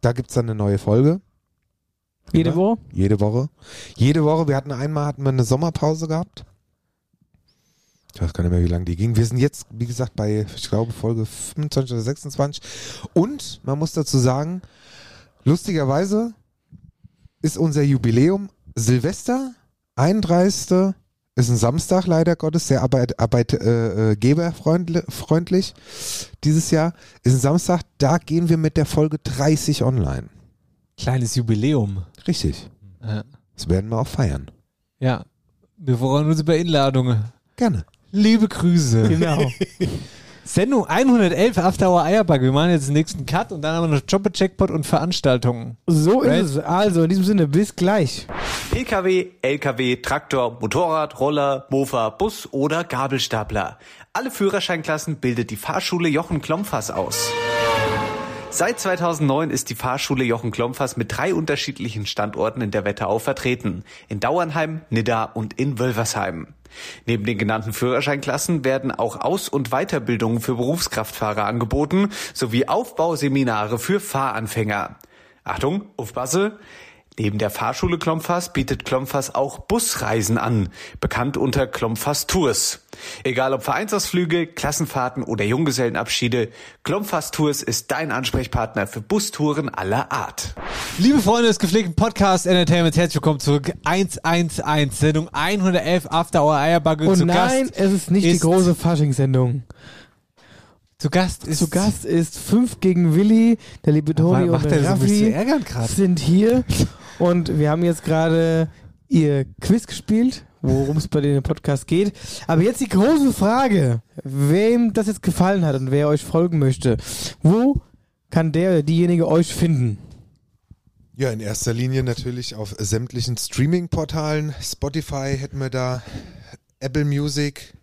Da gibt es dann eine neue Folge. Jede Immer. Woche? Jede Woche. Jede Woche. Wir hatten einmal hatten wir eine Sommerpause gehabt. Ich weiß gar nicht mehr, wie lange die ging. Wir sind jetzt, wie gesagt, bei, ich glaube, Folge 25 oder 26. Und man muss dazu sagen, lustigerweise ist unser Jubiläum Silvester, 31. Ist ein Samstag, leider Gottes, sehr arbeitgeberfreundlich Arbeit, äh, äh, geberfreundli- freundlich dieses Jahr. Ist ein Samstag, da gehen wir mit der Folge 30 online. Kleines Jubiläum. Richtig. Ja. Das werden wir auch feiern. ja. Wir freuen uns über Einladungen. Gerne. Liebe Grüße. Genau. Sendung 111 After Hour Eierbacke. Wir machen jetzt den nächsten Cut und dann haben wir noch Jobbe Jackpot und Veranstaltungen. So Right? ist es. Also, in diesem Sinne, bis gleich. Pkw, Lkw, Traktor, Motorrad, Roller, Mofa, Bus oder Gabelstapler. Alle Führerscheinklassen bildet die Fahrschule Jochen Klompfers aus. Seit 2009 ist die Fahrschule Jochen Klompfers mit drei unterschiedlichen Standorten in der Wetterau vertreten. In Dauernheim, Nidda und in Wölversheim. Neben den genannten Führerscheinklassen werden auch Aus- und Weiterbildungen für Berufskraftfahrer angeboten, sowie Aufbauseminare für Fahranfänger. Achtung, aufpasse! Neben der Fahrschule Klompfers bietet Klompfers auch Busreisen an, bekannt unter Klompfers Tours. Egal ob Vereinsausflüge, Klassenfahrten oder Junggesellenabschiede, Klompfers Tours ist dein Ansprechpartner für Bustouren aller Art. Liebe Freunde des gepflegten Podcasts Entertainment, herzlich willkommen zurück. 111, Sendung 111 After Hour Eierbacke. Und zu nein, Gast es ist nicht die ist- große Faschingssendung. Zu Gast ist. Zu Gast ist 5 gegen Willi, der liebe Toni macht und der er so ein Raffi bisschen ärgern gerade. sind hier und wir haben jetzt gerade ihr Quiz gespielt, worum es bei denen im Podcast geht. Aber jetzt die große Frage, wem das jetzt gefallen hat und wer euch folgen möchte, wo kann der oder diejenige euch finden? Ja, in erster Linie natürlich auf sämtlichen Streaming-Portalen. Spotify hätten wir da, Apple Music,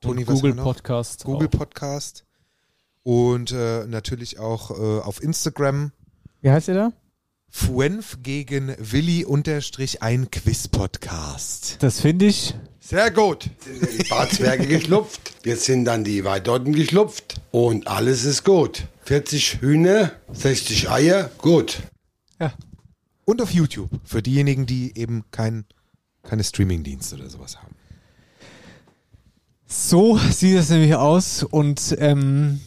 Toni, Und was haben wir Google noch? Podcast. Google auch. Podcast und äh, natürlich auch äh, auf Instagram. Wie heißt ihr da? Fuenf gegen Willi unterstrich ein Quiz-Podcast. Das finde ich. Sehr gut. Sind in die Barzwerge geschlupft. Jetzt sind dann die Weidotten geschlupft. Und alles ist gut. 40 Hühner, 60 Eier, gut. Und auf YouTube für diejenigen, die eben kein, keine Streaming-Dienste oder sowas haben. So sieht es nämlich aus. Und ähm,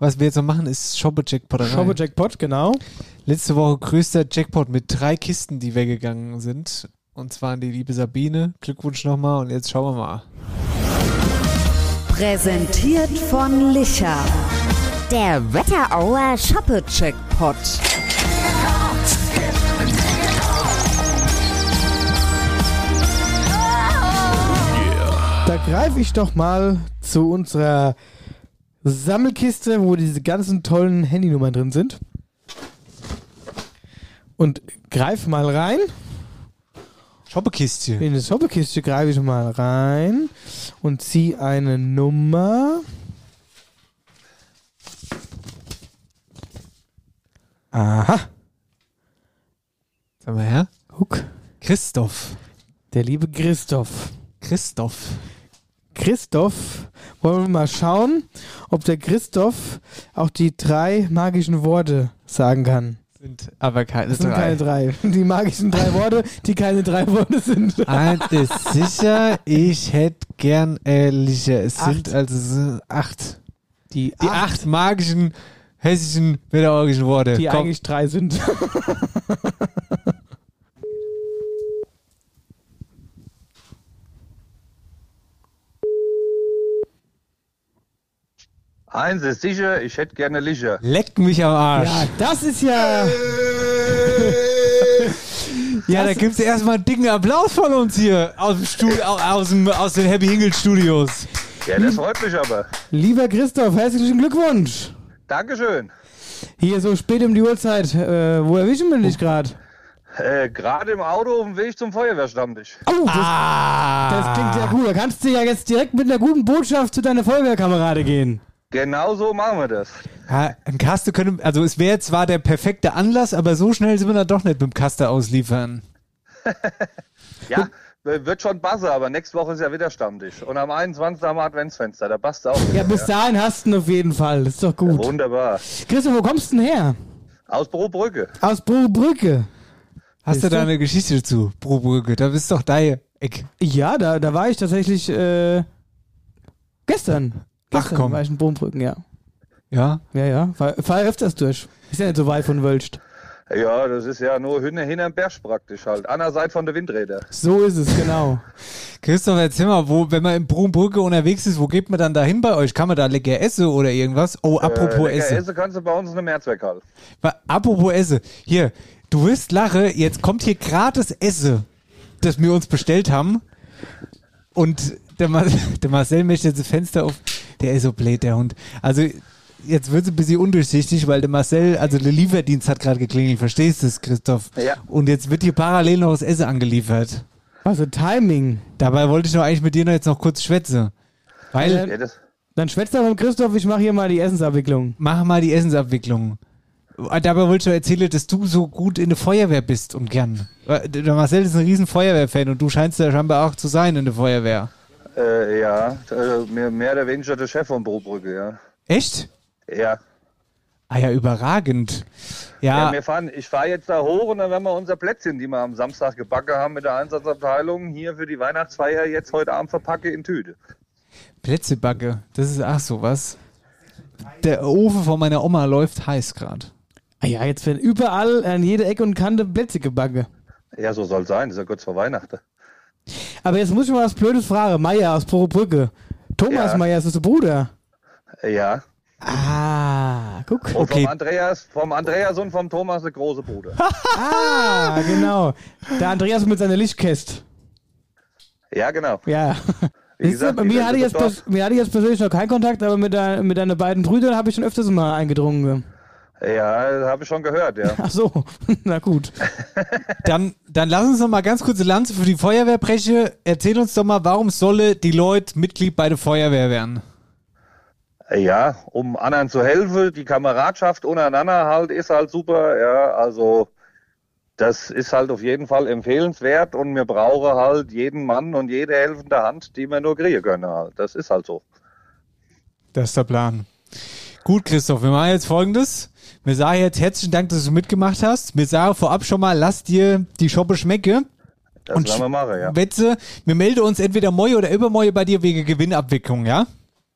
was wir jetzt noch machen, ist Shoppe Jackpot. Shoppe Jackpot, genau. Letzte Woche größter Jackpot mit drei Kisten, die weggegangen sind. Und zwar an die liebe Sabine. Glückwunsch nochmal und jetzt schauen wir mal. Präsentiert von Licher. Der Wetterauer Shoppe-Checkpot. Da greife ich doch mal zu unserer Sammelkiste, wo diese ganzen tollen Handynummern drin sind. Und greif mal rein. Shoppekiste. In die Shoppekiste greife ich mal rein und ziehe eine Nummer. Aha. Sag mal her. Guck. Christoph. Der liebe Christoph. Christoph. Christoph. Wollen wir mal schauen, ob der Christoph auch die drei magischen Worte sagen kann. Sind aber keine Das sind drei. keine drei. Die magischen drei Worte, die keine drei Worte sind. Eins ist sicher, ich hätte gern ehrlicher. Es sind Acht. also so acht. Die, acht. magischen hessischen pädagogischen Worte. Die Komm. eigentlich drei sind. Eins ist sicher, ich hätte gerne Licher. Leck mich am Arsch. Ja, das ist ja. Ja, da gibt's erstmal einen dicken Applaus von uns hier aus dem Studio, aus, dem, aus den Happy Hingle Studios. Ja, das freut mich aber. Lieber Christoph, herzlichen Glückwunsch. Dankeschön. Hier so spät um die Uhrzeit. Äh, wo erwischen wir dich gerade? Äh, Gerade im Auto auf dem Weg zum Feuerwehrstammtisch. Oh, das, Ah. das klingt ja gut. Da kannst du ja jetzt direkt mit einer guten Botschaft zu deiner Feuerwehrkamerade gehen. Genau so machen wir das. Ja, ein Kaste könnte, also es wäre zwar der perfekte Anlass, aber so schnell sind wir dann doch nicht mit dem Kaste ausliefern. Ja, w- wird schon Buzzer, aber nächste Woche ist ja wieder Stammtisch. Und am 21. haben wir Adventsfenster, da passt auch. Ja, bis dahin hast du ihn auf jeden Fall. Das ist doch gut. Wunderbar. Christoph, wo kommst du denn her? Aus Brobrücke. Aus Bobrücke. Hast du da eine Geschichte dazu, Brobrücke? Da bist doch dein Eck. Ja, da, da war ich tatsächlich äh, gestern. Ach, Gestern komm. war ich in Bobrücken, ja. Ja? Ja, ja. Fahr, fahr öfters durch. Ist ja nicht so weit von Wölst. Ja, das ist ja nur hin, hin am Berg praktisch halt. An der Seite von der Windräder. So ist es, genau. Christoph, erzähl mal, wo, wenn man in Brunbrücke unterwegs ist, wo geht man dann da hin bei euch? Kann man da lecker essen oder irgendwas? Oh, apropos Äh, lecker Essen. Essen kannst du bei uns in einem Mehrzweckhalle. Wa- Apropos Esse. Hier, du wirst lache, jetzt kommt hier gratis Esse, das wir uns bestellt haben. Und der, Ma der Marcel möchte jetzt das Fenster auf. Der ist so blöd, der Hund. Also, jetzt wird es ein bisschen undurchsichtig, weil der Marcel, also der Lieferdienst hat gerade geklingelt. Verstehst du es, Christoph? Ja. Und jetzt wird hier parallel noch das Essen angeliefert. Also Timing. Dabei wollte ich doch eigentlich mit dir noch jetzt noch kurz schwätze. Weil, Ja, das, Dann schwätzt er mit Christoph, ich mache hier mal die Essensabwicklung. mach mal die Essensabwicklung. Ah, Dabei wollte ich doch erzählen, dass du so gut in der Feuerwehr bist und gern. Weil Der Marcel ist ein riesen Feuerwehrfan und du scheinst ja scheinbar auch zu sein in der Feuerwehr. äh, ja, äh, mehr, mehr oder weniger der Chef von Brobrücke, ja. Echt? Ja. Ah ja, überragend. Ja, Ja, wir fahren, ich fahre jetzt da hoch und dann werden wir unser Plätzchen, die wir am Samstag gebacken haben mit der Einsatzabteilung, hier für die Weihnachtsfeier jetzt heute Abend verpacke in Tüte. Plätzebacke. Das ist ach sowas. Der Ofen von meiner Oma läuft heiß gerade. Ah ja, jetzt werden überall an jeder Ecke und Kante Plätze gebacken. Ja, so soll sein, ist ja kurz vor Weihnachten. Aber jetzt muss ich mal was Blödes fragen. Meier aus Porobrücke. Thomas Ja. Meier ist unser Bruder. Ja. Ah, guck. Und vom Andreas, vom Andreas und vom Thomas der große Bruder. Ah, genau. Der Andreas mit seiner Lichtkäst. ja, genau. Ja. Wie Siehst du, gesagt, bei die mir sind hatte, ich jetzt doch- pers- mir hatte ich jetzt persönlich noch keinen Kontakt, aber mit, dein, mit deinen beiden Brüdern habe ich schon öfters mal eingedrungen. ne? Ja, habe ich schon gehört, ja. Ach so, na gut. Dann, dann lass uns noch mal ganz kurze Lanze für die Feuerwehr brechen. Erzähl uns doch mal, warum solle die Leute Mitglied bei der Feuerwehr werden? Ja, um anderen zu helfen, die Kameradschaft untereinander halt ist halt super, ja, also das ist halt auf jeden Fall empfehlenswert und wir brauchen halt jeden Mann und jede helfende Hand, die wir nur kriegen können halt. Das ist halt so. Das ist der Plan. Gut, Christoph, wir machen jetzt folgendes. Wir sagen jetzt herzlichen Dank, dass du mitgemacht hast. Wir sagen vorab schon mal, lass dir die Schoppe schmecke. Das werden wir machen, ja. Wetze, wir melden uns entweder Moje oder Übermoje bei dir wegen Gewinnabwicklung, ja?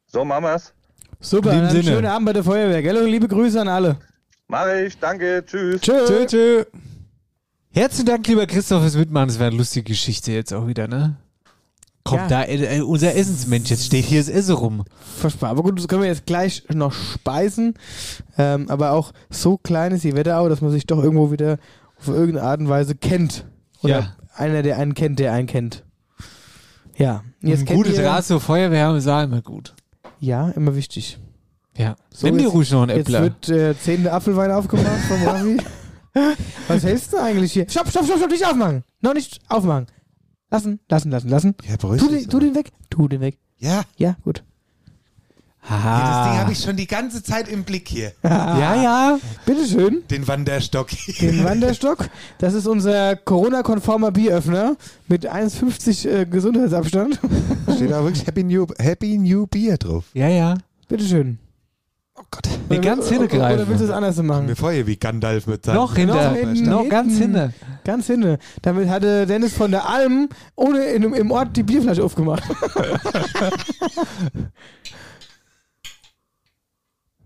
So machen wir's. Super, In dem dann Sinne. schönen Abend bei der Feuerwehr, gell? Und liebe Grüße an alle. Mach ich, danke, tschüss. Äh, Tschö, tschö. Herzlichen Dank, lieber Christoph, fürs Mitmachen. Das war eine lustige Geschichte jetzt auch wieder, ne? Kommt da, Ja. äh, äh, unser Essensmensch, jetzt steht hier das Essen rum. Verspa. Aber gut, das können wir jetzt gleich noch speisen. Ähm, aber auch so klein ist die Wetterau, dass man sich doch irgendwo wieder auf irgendeine Art und Weise kennt. Oder Ja. einer, der einen kennt, der einen kennt. Ja. Jetzt Ein kennt gutes ihr- Gras zur Feuerwehr haben wir sah immer gut. Ja, immer wichtig. Ja. Nimm dir jetzt- ruhig noch einen Jetzt Äppler. wird äh, zehnte Apfelwein aufgemacht vom Raffi. Was hältst du eigentlich hier? Stopp, stopp, stopp, stopp, nicht aufmachen. Noch nicht aufmachen. Lassen, lassen, lassen, lassen. Ja, tu, den, tu den weg, tu den weg. Ja. Ja, gut. Ja, das Ding Ah. habe ich schon die ganze Zeit im Blick hier. Ja, ja. Bitteschön. Den Wanderstock. Den Wanderstock. Das ist unser Corona-konformer Bieröffner mit 1,50 äh, Gesundheitsabstand. Steht da wirklich Happy New, Happy New Beer drauf. Ja, ja. Bitteschön. Nee, ganz hingreifen. Oh Oder willst du es anders machen? Mir vorher wie Gandalf mit seinem Noch hinter. Noch Noch, hinten. ganz Hinten. hinter. Ganz hinne. Damit hatte Dennis von der Alm ohne in, im Ort die Bierflasche aufgemacht.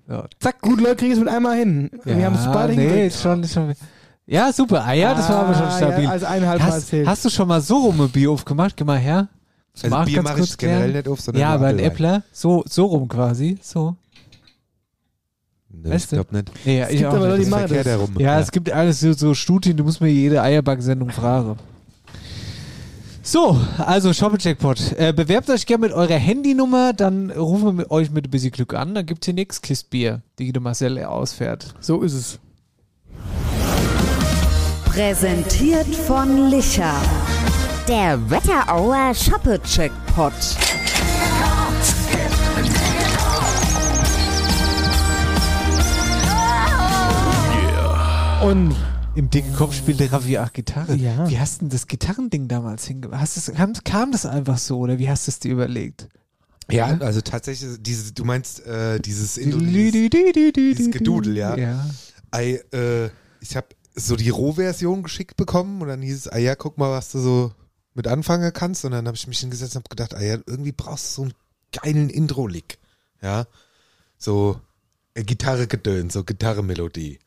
Ja. Zack, gut, Leute, kriegen es mit einmal hin. Wir haben es beide nee, hingekriegt. ist schon, ist schon. Ja, super. Ah ja, das war aber schon Ah, stabil. Ja, also eineinhalb Mal hast, erzählt. hast du schon mal so rum ein Bier aufgemacht? Geh mal her. Das Also mag Bier ganz mach kurz ich generell klären. nicht auf, sondern Ja, nur aber ein Apfelwein. Äppler, so, so rum quasi. So. Nee, Weißt ich du? glaube nicht. Nee, ja, Es ich gibt auch aber Leute, nicht. die ist machen verkehrt das. herum. Ja, es gibt alles so, so Studien, du musst mir jede Eierback-Sendung fragen. So, also Shoppe-Jackpot. Äh, bewerbt euch gerne mit eurer Handynummer, dann rufen wir mit euch mit ein bisschen Glück an, dann gibt's hier nix Kistbier, die der Marcel ausfährt. So ist es. Präsentiert von Licher. Der Wetterauer Shoppe-Checkpot. Und im dicken Kopf spielte Ravi auch Gitarre. Wie hast du denn das Gitarrending damals hingemacht? Kam, kam das einfach so oder wie hast du es dir überlegt? Ja, also tatsächlich, dieses, du meinst äh, dieses, Indo Lü- dieses, dieses Gedudel, ja. Ja. Ei, äh, ich habe so die Rohversion geschickt bekommen und dann hieß es, ah ja, guck mal, was du so mit anfangen kannst. Und dann habe ich mich hingesetzt und habe gedacht, ah ja, irgendwie brauchst du so einen geilen Intro-Lick. Ja, so äh, Gitarre gedönt, so Gitarre-Melodie.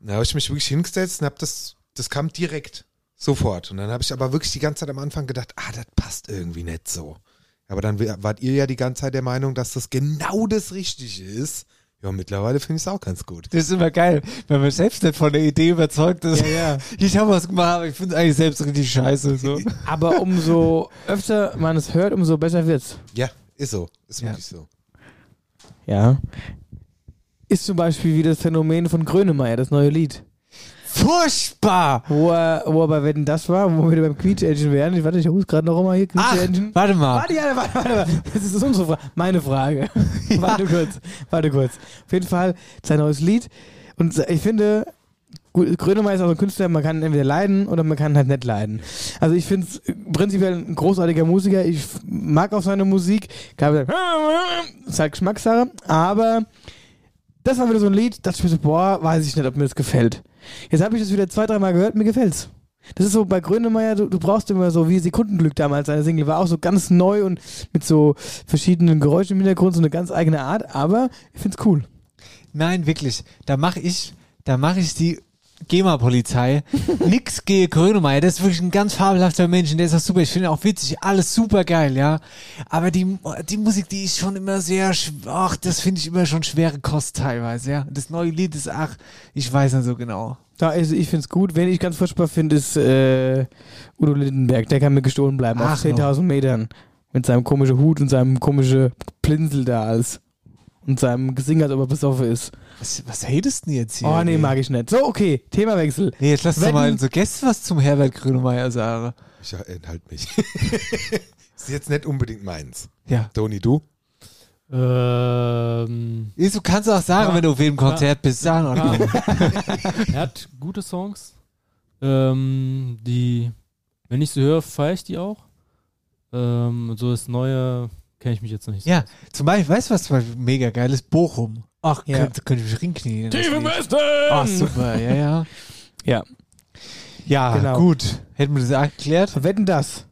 Da habe ich mich wirklich hingesetzt und habe das, das kam direkt, sofort. Und dann habe ich aber wirklich die ganze Zeit am Anfang gedacht, ah, das passt irgendwie nicht so. Aber dann w- wart ihr ja die ganze Zeit der Meinung, dass das genau das Richtige ist. Ja, mittlerweile finde ich es auch ganz gut. Das ist immer geil, wenn man selbst nicht von der Idee überzeugt ist. Ja, ja. Ich habe was gemacht, aber ich finde es eigentlich selbst richtig scheiße. So. Aber umso öfter man es hört, umso besser wird's. Ja, ist so. Ist wirklich so. Ja. Ist zum Beispiel wie das Phänomen von Grönemeyer, das neue Lied. Furchtbar! Wo er, wo er bei Wetten das war, wo wir wieder beim Quietsch Engine wären. Ich warte, ich rufe gerade noch einmal hier. Quietsch Engine. Warte mal. Warte, ja, warte, warte, warte. Das ist unsere Frage. Meine Frage. Warte kurz. Warte kurz. Auf jeden Fall sein neues Lied. Und ich finde, gut, Grönemeyer ist auch ein Künstler, man kann entweder leiden oder man kann halt nicht leiden. Also ich finde es prinzipiell ein großartiger Musiker. Ich f- mag auch seine Musik. Klar, wir sagen, ist halt Geschmackssache. Aber das war wieder so ein Lied, dachte ich mir so, boah, weiß ich nicht, ob mir das gefällt. Jetzt habe ich das wieder zwei, dreimal gehört, mir gefällt's. Das ist so bei Grönemeyer, du, du brauchst immer so wie Sekundenglück damals. Seine Single war auch so ganz neu und mit so verschiedenen Geräuschen im Hintergrund, so eine ganz eigene Art, aber ich find's cool. Nein, wirklich. Da mache ich, da mache ich die GEMA-Polizei. Nix gehe Grönemeyer. Das ist wirklich ein ganz fabelhafter Mensch. Und der ist auch super. Ich finde ihn auch witzig. Alles super geil, ja. Aber die, die Musik, die ist schon immer sehr, sch- ach, das finde ich immer schon schwere Kost teilweise, ja. Das neue Lied ist, ach, ich weiß nicht so genau. Da, also ich find's gut. Wen ich ganz furchtbar finde, ist äh, Udo Lindenberg. Der kann mir gestohlen bleiben Ach, auf 10.000 Metern. Mit seinem komischen Hut und seinem komischen Pinsel da als. Und seinem Gesing, als ob er besoffen ist. Was, was hatest du denn jetzt hier? Oh, nee, mag ich nicht. So, okay, Themawechsel. Nee, jetzt lass doch Wetten- mal so Gäste was zum Herbert Grönemeyer sagen. Ich enthalte mich. ist jetzt nicht unbedingt meins. Ja. Toni, du? Ähm, Ist- Du kannst auch sagen, Ja. wenn du auf jedem Konzert Ja. bist, sagen auch Ja. noch. er hat gute Songs. Ähm, die, wenn ich sie höre, feiere ich die auch. Ähm, so das Neue kenne ich mich jetzt noch nicht so. Ja, zum Beispiel, weißt du was zum Beispiel mega geil ist? Bochum. Ach, Ja. könnte, könnte ich mich rinknien. das Tiefen Lied. Westen! Ach, super, ja, ja. Ah, Ja. Ja, Genau. gut. Hätten wir das erklärt? Wetten das.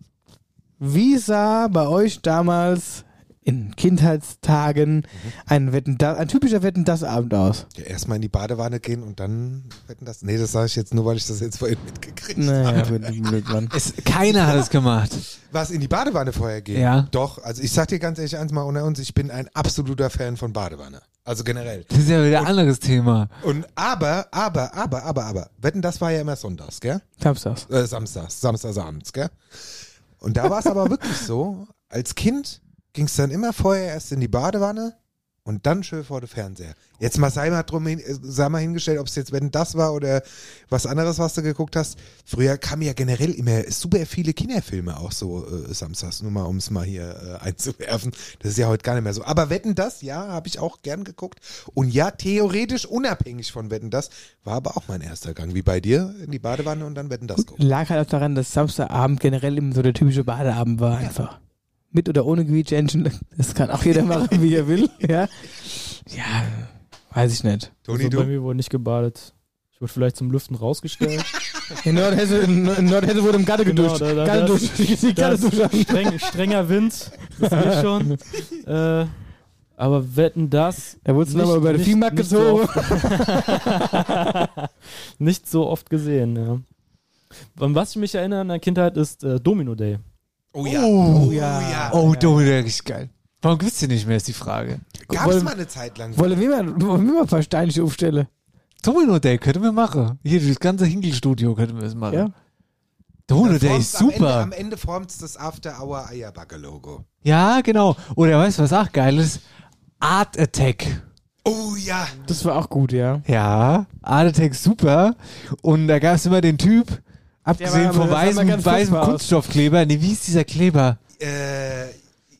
Wie sah bei euch damals in Kindheitstagen Mhm. ein, Wetten das, ein typischer Wetten das Abend aus? Ja, erstmal in die Badewanne gehen und dann wetten das. Nee, das sage ich jetzt nur, weil ich das jetzt vorhin mitgekriegt Naja, habe. für den Blödmann. Es, keiner hat es gemacht. Was in die Badewanne vorher geht? Ja. Doch, also ich sag dir ganz ehrlich eins mal unter uns, ich bin ein absoluter Fan von Badewanne. Also generell. Das ist ja wieder ein anderes Thema. Und aber, aber, aber, aber, aber, wetten, das war ja immer sonntags, gell? Samstags. Äh, samstags, samstagsabends, gell? Und da war es aber wirklich so, als Kind ging es dann immer vorher erst in die Badewanne und dann schön vor den Fernseher. Jetzt mal sei mal, drum hin, äh, sei mal hingestellt, ob es jetzt wenn das war oder was anderes, was du geguckt hast. Früher kamen ja generell immer super viele Kinderfilme auch so äh, samstags, nur mal um es mal hier äh, einzuwerfen. Das ist ja heute gar nicht mehr so. Aber Wetten das, ja, habe ich auch gern geguckt. Und ja, theoretisch unabhängig von Wetten das, war aber auch mein erster Gang, wie bei dir, in die Badewanne und dann Wetten das gucken. Lag halt auch daran, dass Samstagabend generell eben so der typische Badeabend war einfach. Mit oder ohne Quietsch Engine, das kann auch jeder machen, wie er will. Ja, ja weiß ich nicht. Toni, also du? bei mir wurde nicht gebadet. Ich wurde vielleicht zum Lüften rausgestellt. In Nordhesse, in Nordhesse wurde im Gatte geduscht. da- da- Gatte da- duscht. Die- die da Gatte ist duscht an. streng, strenger Wind, das sehe ich schon. Äh, aber wetten das. Da wurdest du nochmal über den Viehmarkt nicht so gezogen. oft- nicht so oft gesehen, ja. An was ich mich erinnere an der Kindheit ist äh, Domino Day. Oh ja. Oh, ja. Oh, Domi, der ist geil. Warum gibt's den nicht mehr, ist die Frage. Gab es mal eine Zeit lang. Wollen wir mal, wollen wir mal ein paar Steinchen aufstellen? Domino Day könnten wir machen. Hier, das ganze Hinkelstudio könnten wir es machen. Ja. Domino Dann Day formt's ist am Ende, super. am Ende formt es das After-Hour-Eierbacke-Logo. Ja, genau. Oder weißt du, was auch geil ist? Art Attack. Oh ja. Das war auch gut, ja. Ja, Artetex super. Und da gab es immer den Typ, abgesehen war- vom das sah mal weißen, ganz weißen furchtbar aus. Kunststoffkleber. Nee, wie ist dieser Kleber? Äh,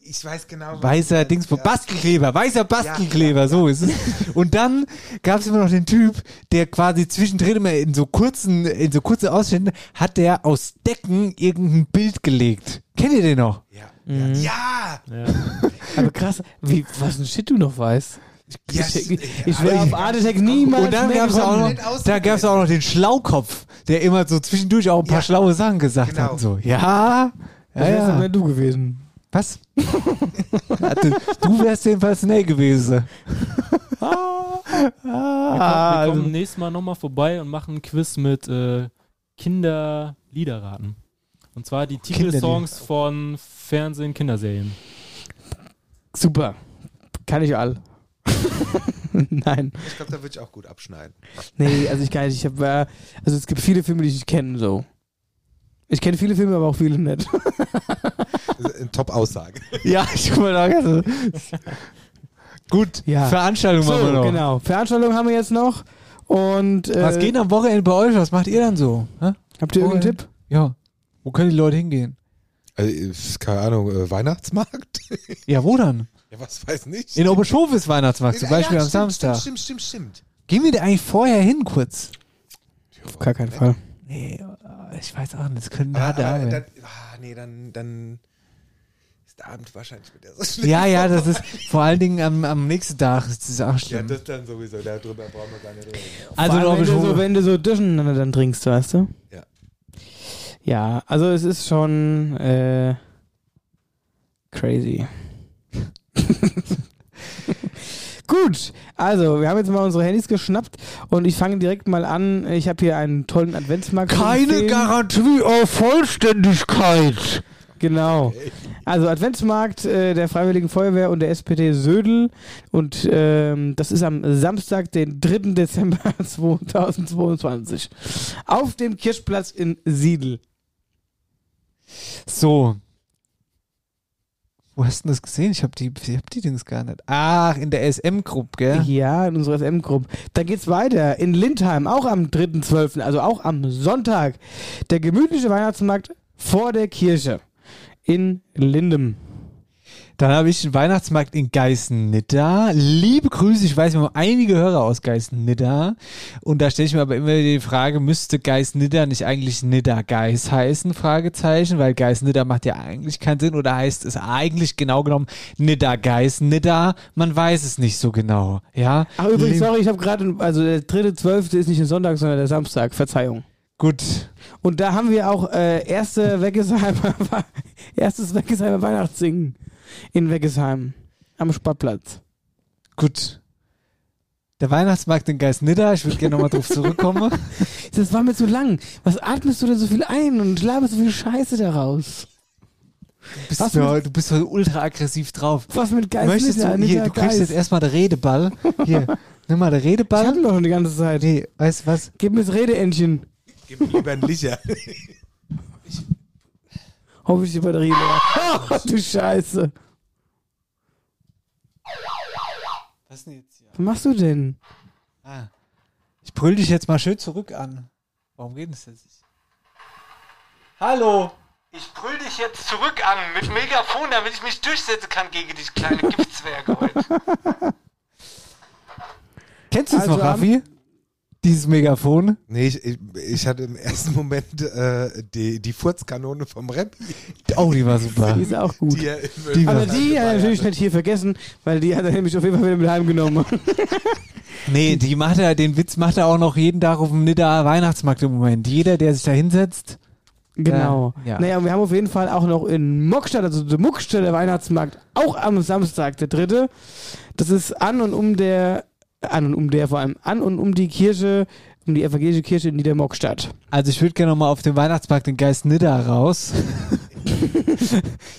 ich weiß genau. Weißer Dings, Bastelkleber, weißer Bastelkleber, so ist es. Und dann gab es immer noch den Typ, der quasi zwischendrin immer in so kurzen, in so kurze Ausschnitten, hat der aus Decken irgendein Bild gelegt. Kennt ihr den noch? Mhm. Ja! Aber krass, wie, was ein Shit du noch weißt. Ich, ich, Äh, ich, ich wäre ah, aber- auf Artetech niemals Und dann mehr gab es auch gekommen. noch, da gab's auch noch den Schlaukopf, der immer so zwischendurch auch ein paar schlaue Sachen gesagt hat. und So, ja, ja, Genau. Das wärst ja. aber du gewesen. Was? Also, du wärst jedenfalls Snake gewesen. Wir Ah, kommen, wir also- kommen nächstes Mal nochmal vorbei und machen ein Quiz mit äh, Kinderliederraten. Und zwar die Titelsongs von Fernsehen, Kinderserien. Super. Kann ich all. Nein. Ich glaube, da würde ich auch gut abschneiden. Nee, also ich kann nicht. Ich hab, äh, also es gibt viele Filme, die ich nicht kenne, so. Ich kenne viele Filme, aber auch viele nicht. Top-Aussage. ja, ich guck mal da. Also. Gut, ja. Veranstaltung so, machen wir noch. Genau, Veranstaltung haben wir jetzt noch. Und, äh, Was geht denn am Wochenende bei euch? Was macht ihr dann so? Hä? Habt ihr irgendeinen Wochenende? Tipp? Ja. Wo können die Leute hingehen? Also, ich- keine Ahnung, äh, Weihnachtsmarkt? Ja, wo dann? Ja, was weiß nicht. In Oberschof ist Weihnachtsmarkt, zum Ja, Beispiel ja, am stimmt, Samstag. Stimmt, stimmt, stimmt. Gehen wir da eigentlich vorher hin kurz? Auf gar keinen Fall. Nee, äh, ich weiß auch nicht. Das können Aber, da da aber werden. dann, ah, nee, dann, dann ist der Abend wahrscheinlich wieder so schnell. Ja, ja, das ist vor allen Dingen am, am nächsten Tag ist das auch Ja, schlimm. das dann sowieso. Darüber brauchen wir gar nicht reden. Also Vor allem, wenn wenn du, du so, so- wenn du so durcheinander dann trinkst, weißt du? Ja. Ja, also es ist schon äh, crazy. Gut, also wir haben jetzt mal unsere Handys geschnappt und ich fange direkt mal an. Ich habe hier einen tollen Adventsmarkt. Keine Garantie auf Vollständigkeit. Genau. Also Adventsmarkt äh, der Freiwilligen Feuerwehr und der SPD Södel. Und ähm, das ist am Samstag, den 3. Dezember 2022. Auf dem Kirschplatz in Siedel. So. Wo hast du denn das gesehen? Ich habe die, ich hab die Dings gar nicht. Ach, in der SM-Gruppe, gell? Ja, in unserer SM-Gruppe. Dann geht's weiter in Lindheim, auch am 3.12., also auch am Sonntag. Der gemütliche Weihnachtsmarkt vor der Kirche in Lindem. Dann habe ich den Weihnachtsmarkt in Geißen-Nidda. Liebe Grüße, ich weiß, wir haben einige Hörer aus Geißen-Nidda. Und da stelle ich mir aber immer die Frage, müsste Geißen-Nidda nicht eigentlich Nidda-Geis heißen? Fragezeichen, weil Geißen-Nidda macht ja eigentlich keinen Sinn oder heißt es eigentlich genau genommen Nidda-Geißen-Nidda? Man weiß es nicht so genau, ja? Ach übrigens, Lieb- sorry, ich habe gerade, also der 3.12. ist nicht ein Sonntag, sondern der Samstag, Verzeihung. Gut. Und da haben wir auch äh, erste Weggesheimer, erstes Weggesheimer Weihnachtssingen in Weggesheim am Sportplatz. Gut. Der Weihnachtsmarkt in Geißen-Nidda, ich würde gerne nochmal drauf zurückkommen. Das war mir zu lang. Was atmest du denn so viel ein und laberst so viel Scheiße daraus? Bist Was du, mit- heute- du bist heute ultra aggressiv drauf. Was mit Geist Möchtest Nidda, du, hier, Nidda du kriegst Geist. jetzt erstmal den Redeball. Hier, nimm mal den Redeball. Ich hatte doch schon die ganze Zeit. Nee, weißt du was? Gib mir das Redeentchen. Gib mir lieber ein Licher. Hoffe ich die Batterie leer. Oh, du Scheiße. Was denn jetzt hier? Was machst du denn? Ah, ich brüll dich jetzt mal schön zurück an. Warum geht es jetzt nicht? Hallo! Ich brüll dich jetzt zurück an mit Megafon, damit ich mich durchsetzen kann gegen diese kleine Giftzwerge heute. Kennst du es Also noch, am- Raffi? Dieses Megafon? Nee, ich, ich, ich hatte im ersten Moment äh, die, die Furzkanone vom Rap. Oh, die war super. Die ist auch gut. Die er in Die Mülheim Aber die hat er dabei natürlich hatte. nicht hier vergessen, weil die hat er nämlich auf jeden Fall wieder mit heimgenommen. Nee, die macht er, den Witz macht er auch noch jeden Tag auf dem Nidda Weihnachtsmarkt im Moment. Jeder, der sich da hinsetzt. Genau. Äh, ja. Naja, und wir haben auf jeden Fall auch noch in Mockstadt, also der Muckstädter Weihnachtsmarkt, auch am Samstag, der dritte. Das ist an und um der, an und um der vor allem, an und um die Kirche, um die evangelische Kirche in Niedermockstadt. Also ich würde gerne nochmal auf den Weihnachtsmarkt den Geist Nidda raus.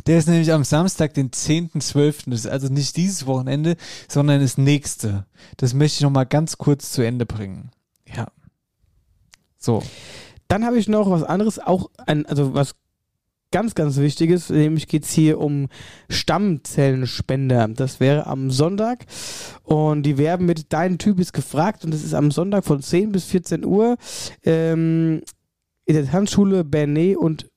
der ist nämlich am Samstag, den 10.12. Das ist also nicht dieses Wochenende, sondern das nächste. Das möchte ich nochmal ganz kurz zu Ende bringen. Ja. So. Dann habe ich noch was anderes, auch ein, also was ganz, ganz Wichtiges. Nämlich geht es hier um Stammzellenspender. Das wäre am Sonntag. Und die werben mit Dein Typ ist gefragt. Und das ist am Sonntag von 10 bis 14 Uhr ähm, in der Tanzschule Bernet und.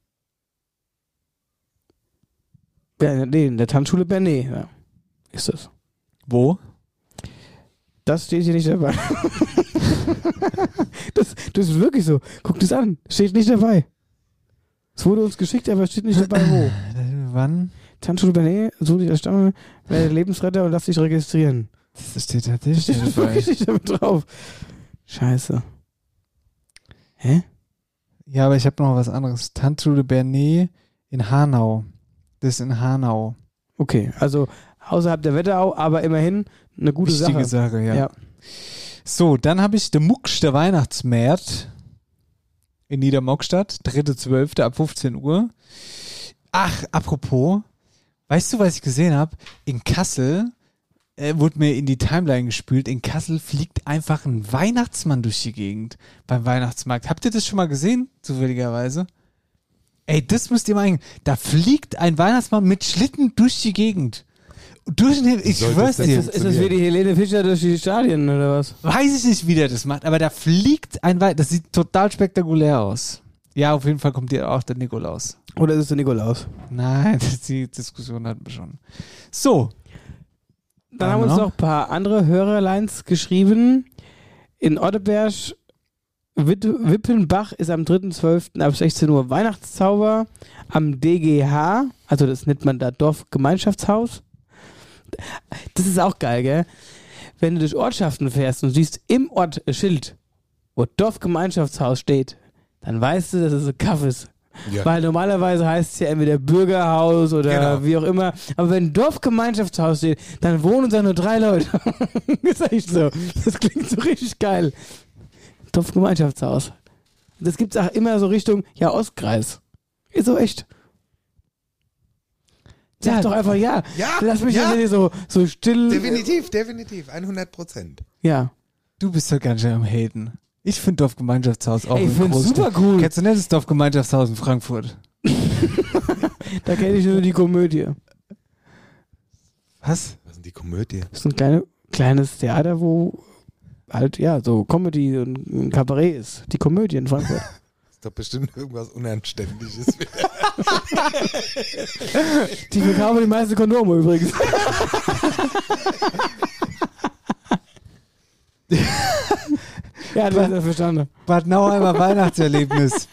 Ja, nee, in der Tanzschule Bernet. Ja. Ist das. Wo? Das steht hier nicht dabei. das, das ist wirklich so. Guck das an. Steht nicht dabei. Es wurde uns geschickt, aber es steht nicht dabei, wo. Wann? Tanschule Benet, so die Stamme, werde Lebensretter und lass dich registrieren. Das steht halt tatsächlich Das steht wirklich nicht damit drauf. Scheiße. Hä? Ja, aber ich habe noch was anderes. Tantude Bernet in Hanau. Das ist in Hanau. Okay, also außerhalb der Wetterau, aber immerhin eine gute Wichtige Sache. Sache, ja. So, dann habe ich den Mucksch der Weihnachtsmärt in Niedermockstadt, 3.12. ab 15 Uhr. Ach, apropos, weißt du, was ich gesehen habe? In Kassel äh, wurde mir in die Timeline gespült. In Kassel fliegt einfach ein Weihnachtsmann durch die Gegend beim Weihnachtsmarkt. Habt ihr das schon mal gesehen, zufälligerweise? Ey, das müsst ihr mal eingehen. Da fliegt ein Weihnachtsmann mit Schlitten durch die Gegend. Durch den, ich Sollte schwör's es denn dir. Ist das- ist das wie die Helene Fischer durch die Stadien oder was? Weiß ich nicht, wie der das macht, aber da fliegt ein Weihnachtsmann. Das sieht total spektakulär aus. Ja, auf jeden Fall kommt dir auch der Nikolaus. Oder ist es der Nikolaus? Nein, das, die Diskussion hatten wir schon. So. Dann haben uns noch ein paar andere Hörerlines geschrieben. In Otteberg, Witt- Wippenbach ist am 3.12. ab 16 Uhr Weihnachtszauber. Am DGH, also das nennt man da Dorfgemeinschaftshaus. Das ist auch geil, gell? Wenn du durch Ortschaften fährst und siehst im Ort ein Schild, wo Dorfgemeinschaftshaus steht, dann weißt du, dass es ein Kaff ist. Ja. Weil normalerweise heißt es ja entweder Bürgerhaus oder Genau. wie auch immer. Aber wenn Dorfgemeinschaftshaus steht, dann wohnen da nur drei Leute. das ist echt so. Das klingt so richtig geil. Dorfgemeinschaftshaus. Das gibt es auch immer so Richtung, ja, Ostkreis. Ist so echt. Sag doch einfach ja. Ja, Lass mich ja. ja. nicht so, so still. Definitiv, definitiv, 100 Prozent. Ja. Du bist doch ganz schön am Haten. Ich finde Dorfgemeinschaftshaus auch Ey, ich ein find's großes- super cool. Kennst du nicht das Dorfgemeinschaftshaus in Frankfurt? Da kenne ich nur die Komödie. Was? Was sind die Komödie? Das ist ein kleine, kleines Theater, wo halt, ja, so Comedy und ein Kabarett ist. Die Komödie in Frankfurt. Ist doch bestimmt irgendwas Unanständiges. Die verkaufen die meisten Kondome übrigens. ja, du hast das verstanden. Bad Nauheimer Weihnachtserlebnis.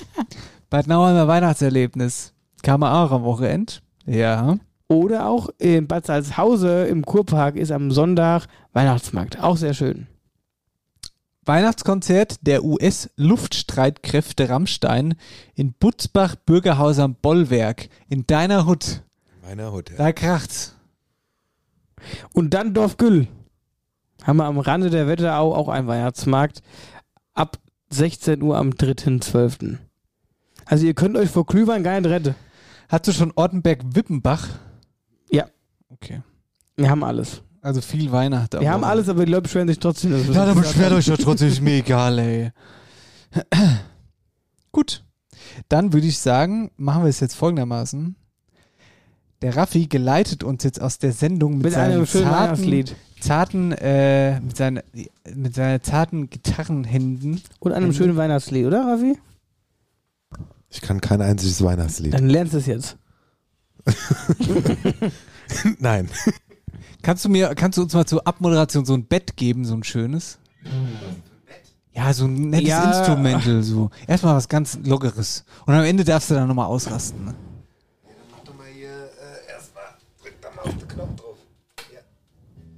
Bad Nauheimer Weihnachtserlebnis. Kam er auch am Wochenende? Ja. Oder auch in Bad Salzhause im Kurpark ist am Sonntag Weihnachtsmarkt. Auch sehr schön. Weihnachtskonzert der US-Luftstreitkräfte Rammstein in Butzbach Bürgerhaus am Bollwerk. In deiner Hut. Meiner Hotel. Da kracht's. Und dann Dorfgüll. Haben wir am Rande der Wetterau auch einen Weihnachtsmarkt. Ab 16 Uhr am 3.12. Also ihr könnt euch vor Glühwein gar nicht retten. Hast du schon Ortenberg-Wippenbach? Ja. Okay. Wir haben alles. Also viel Weihnachten. Wir haben alles, aber die Leute beschweren sich trotzdem. dass wir Ja, das dann nicht beschwert haben. euch ja trotzdem, ist mir egal, ey. Gut. Dann würde ich sagen, machen wir es jetzt folgendermaßen. Der Raffi geleitet uns jetzt aus der Sendung mit, Mit seinem einem schönen zarten, Weihnachtslied. zarten äh, mit, seinen, mit seinen zarten Gitarrenhänden. Und einem schönen Weihnachtslied, oder, Raffi? Ich kann kein einziges Weihnachtslied. Dann lernst du es jetzt. Nein. Kannst du mir, kannst du uns mal zur Abmoderation so ein Bett geben, so ein schönes? Ja, so ein nettes Ja. Instrumental, so. Erstmal was ganz Lockeres. Und am Ende darfst du dann nochmal ausrasten. Ne?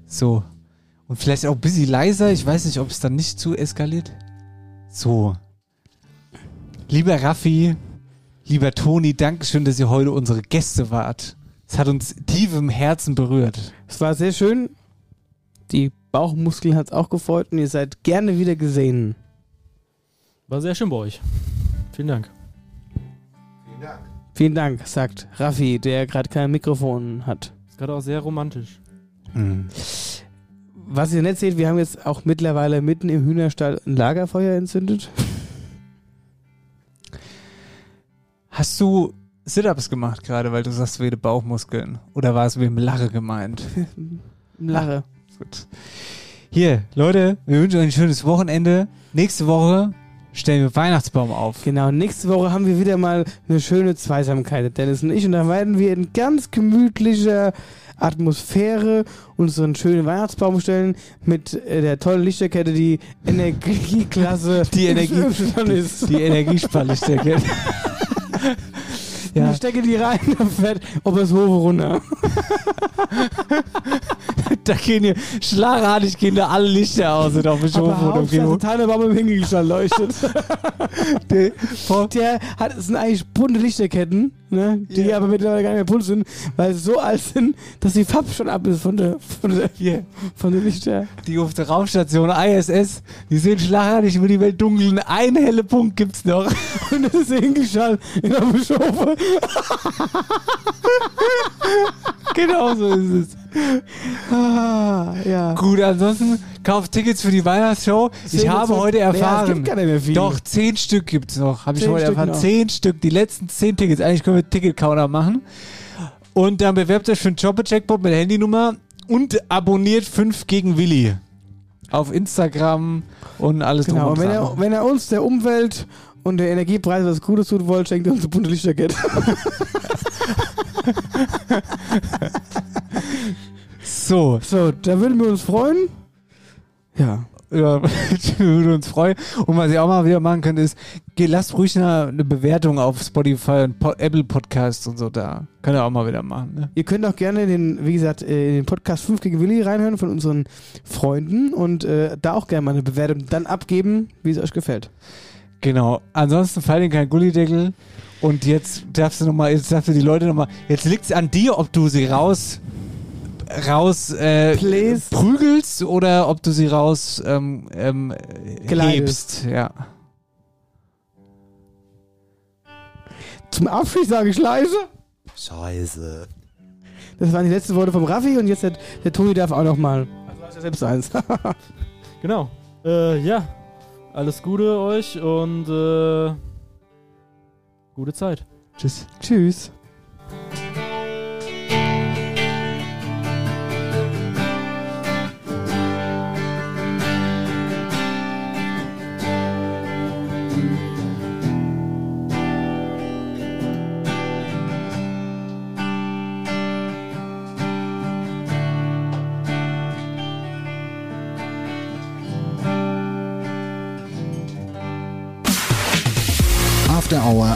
So. Und vielleicht auch ein bisschen leiser. Ich weiß nicht, ob es dann nicht zu eskaliert. So. Lieber Raffi, lieber Toni, Dankeschön, dass ihr heute unsere Gäste wart. Es hat uns tief im Herzen berührt. Es war sehr schön. Die Bauchmuskeln hat es auch gefreut und ihr seid gerne wieder gesehen. War sehr schön bei euch. Vielen Dank. Vielen Dank, sagt Raffi, der gerade kein Mikrofon hat. Ist gerade auch sehr romantisch. Was ihr nicht seht, wir haben jetzt auch mittlerweile mitten im Hühnerstall ein Lagerfeuer entzündet. Hast du Sit-Ups gemacht gerade, weil du sagst, wede Bauchmuskeln. Oder war es wem Lache gemeint? Lache. Gut. Hier, Leute, wir wünschen euch ein schönes Wochenende. Nächste Woche stellen wir Weihnachtsbaum auf. Genau, nächste Woche haben wir wieder mal eine schöne Zweisamkeit, Dennis und ich. Und dann werden wir in ganz gemütlicher Atmosphäre unseren schönen Weihnachtsbaum stellen mit äh, der tollen Lichterkette, die Energieklasse Die Energie, XY die, ist. die Energiesparlichterkette. Ich stecke die rein, dann fährt Obershofe runter. da gehen hier schlagartig gehen da alle Lichter aus und auf dem Schof Aber und auf dem Hauptsache, Tannenbaum im Himmel schon leuchtet. der, der hat, das sind eigentlich bunte Lichterketten, ne, die aber mittlerweile gar nicht mehr bunt sind, weil sie so alt sind, dass die Farbe schon ab ist von der, von der, von der Lichter. Die auf der Raumstation ISS, die sind schlagartig über die Welt dunkeln. Ein helle Punkt gibt's noch. Und das ist hingeschaltet in der Bischofe. genau so ist es. Ah, ja. es. Gut, ansonsten kauft Tickets für die Weihnachtsshow. Ich Sehen habe uns- heute Nee, es erfahren. gibt gar nicht mehr viele. Doch, zehn Stück gibt's noch. Habe ich Zehn heute Stück erfahren. noch. Zehn Stück, die letzten zehn Tickets. Eigentlich können wir Ticketcounter machen. Und dann bewerbt euch für einen Jobber-Checkpot mit Handynummer und abonniert 5 gegen Willi. Auf Instagram und alles Genau, drum und wenn dran. er, wenn er uns, der Umwelt und der Energiepreise was Gutes tun wollt, schenkt er uns eine bunte Lichterkette. So. So, da würden wir uns freuen. Ja. Ja, wir würden uns freuen. Und was ihr auch mal wieder machen könnt, ist, ge- lasst ruhig eine, eine Bewertung auf Spotify und po Apple Podcasts und so da. Könnt ihr auch mal wieder machen. Ne? Ihr könnt auch gerne den, wie gesagt, äh, den Podcast 5 gegen Willi reinhören von unseren Freunden und äh, da auch gerne mal eine Bewertung dann abgeben, wie es euch gefällt. Genau. Ansonsten fall dir kein Gullideckel. Und jetzt darfst du noch mal, jetzt darfst du die Leute nochmal, jetzt liegt's an dir, ob du sie raus, raus äh, prügelst oder ob du sie raus ähm, ähm, äh, Geleitest. hebst. Ja. Zum Abschied sage ich leise. Scheiße. Das waren die letzten Worte vom Raffi und jetzt der, der Toni darf auch nochmal. Also selbst eins. Genau. Äh, ja. Alles Gute euch und äh, gute Zeit. Tschüss. Tschüss. After Hour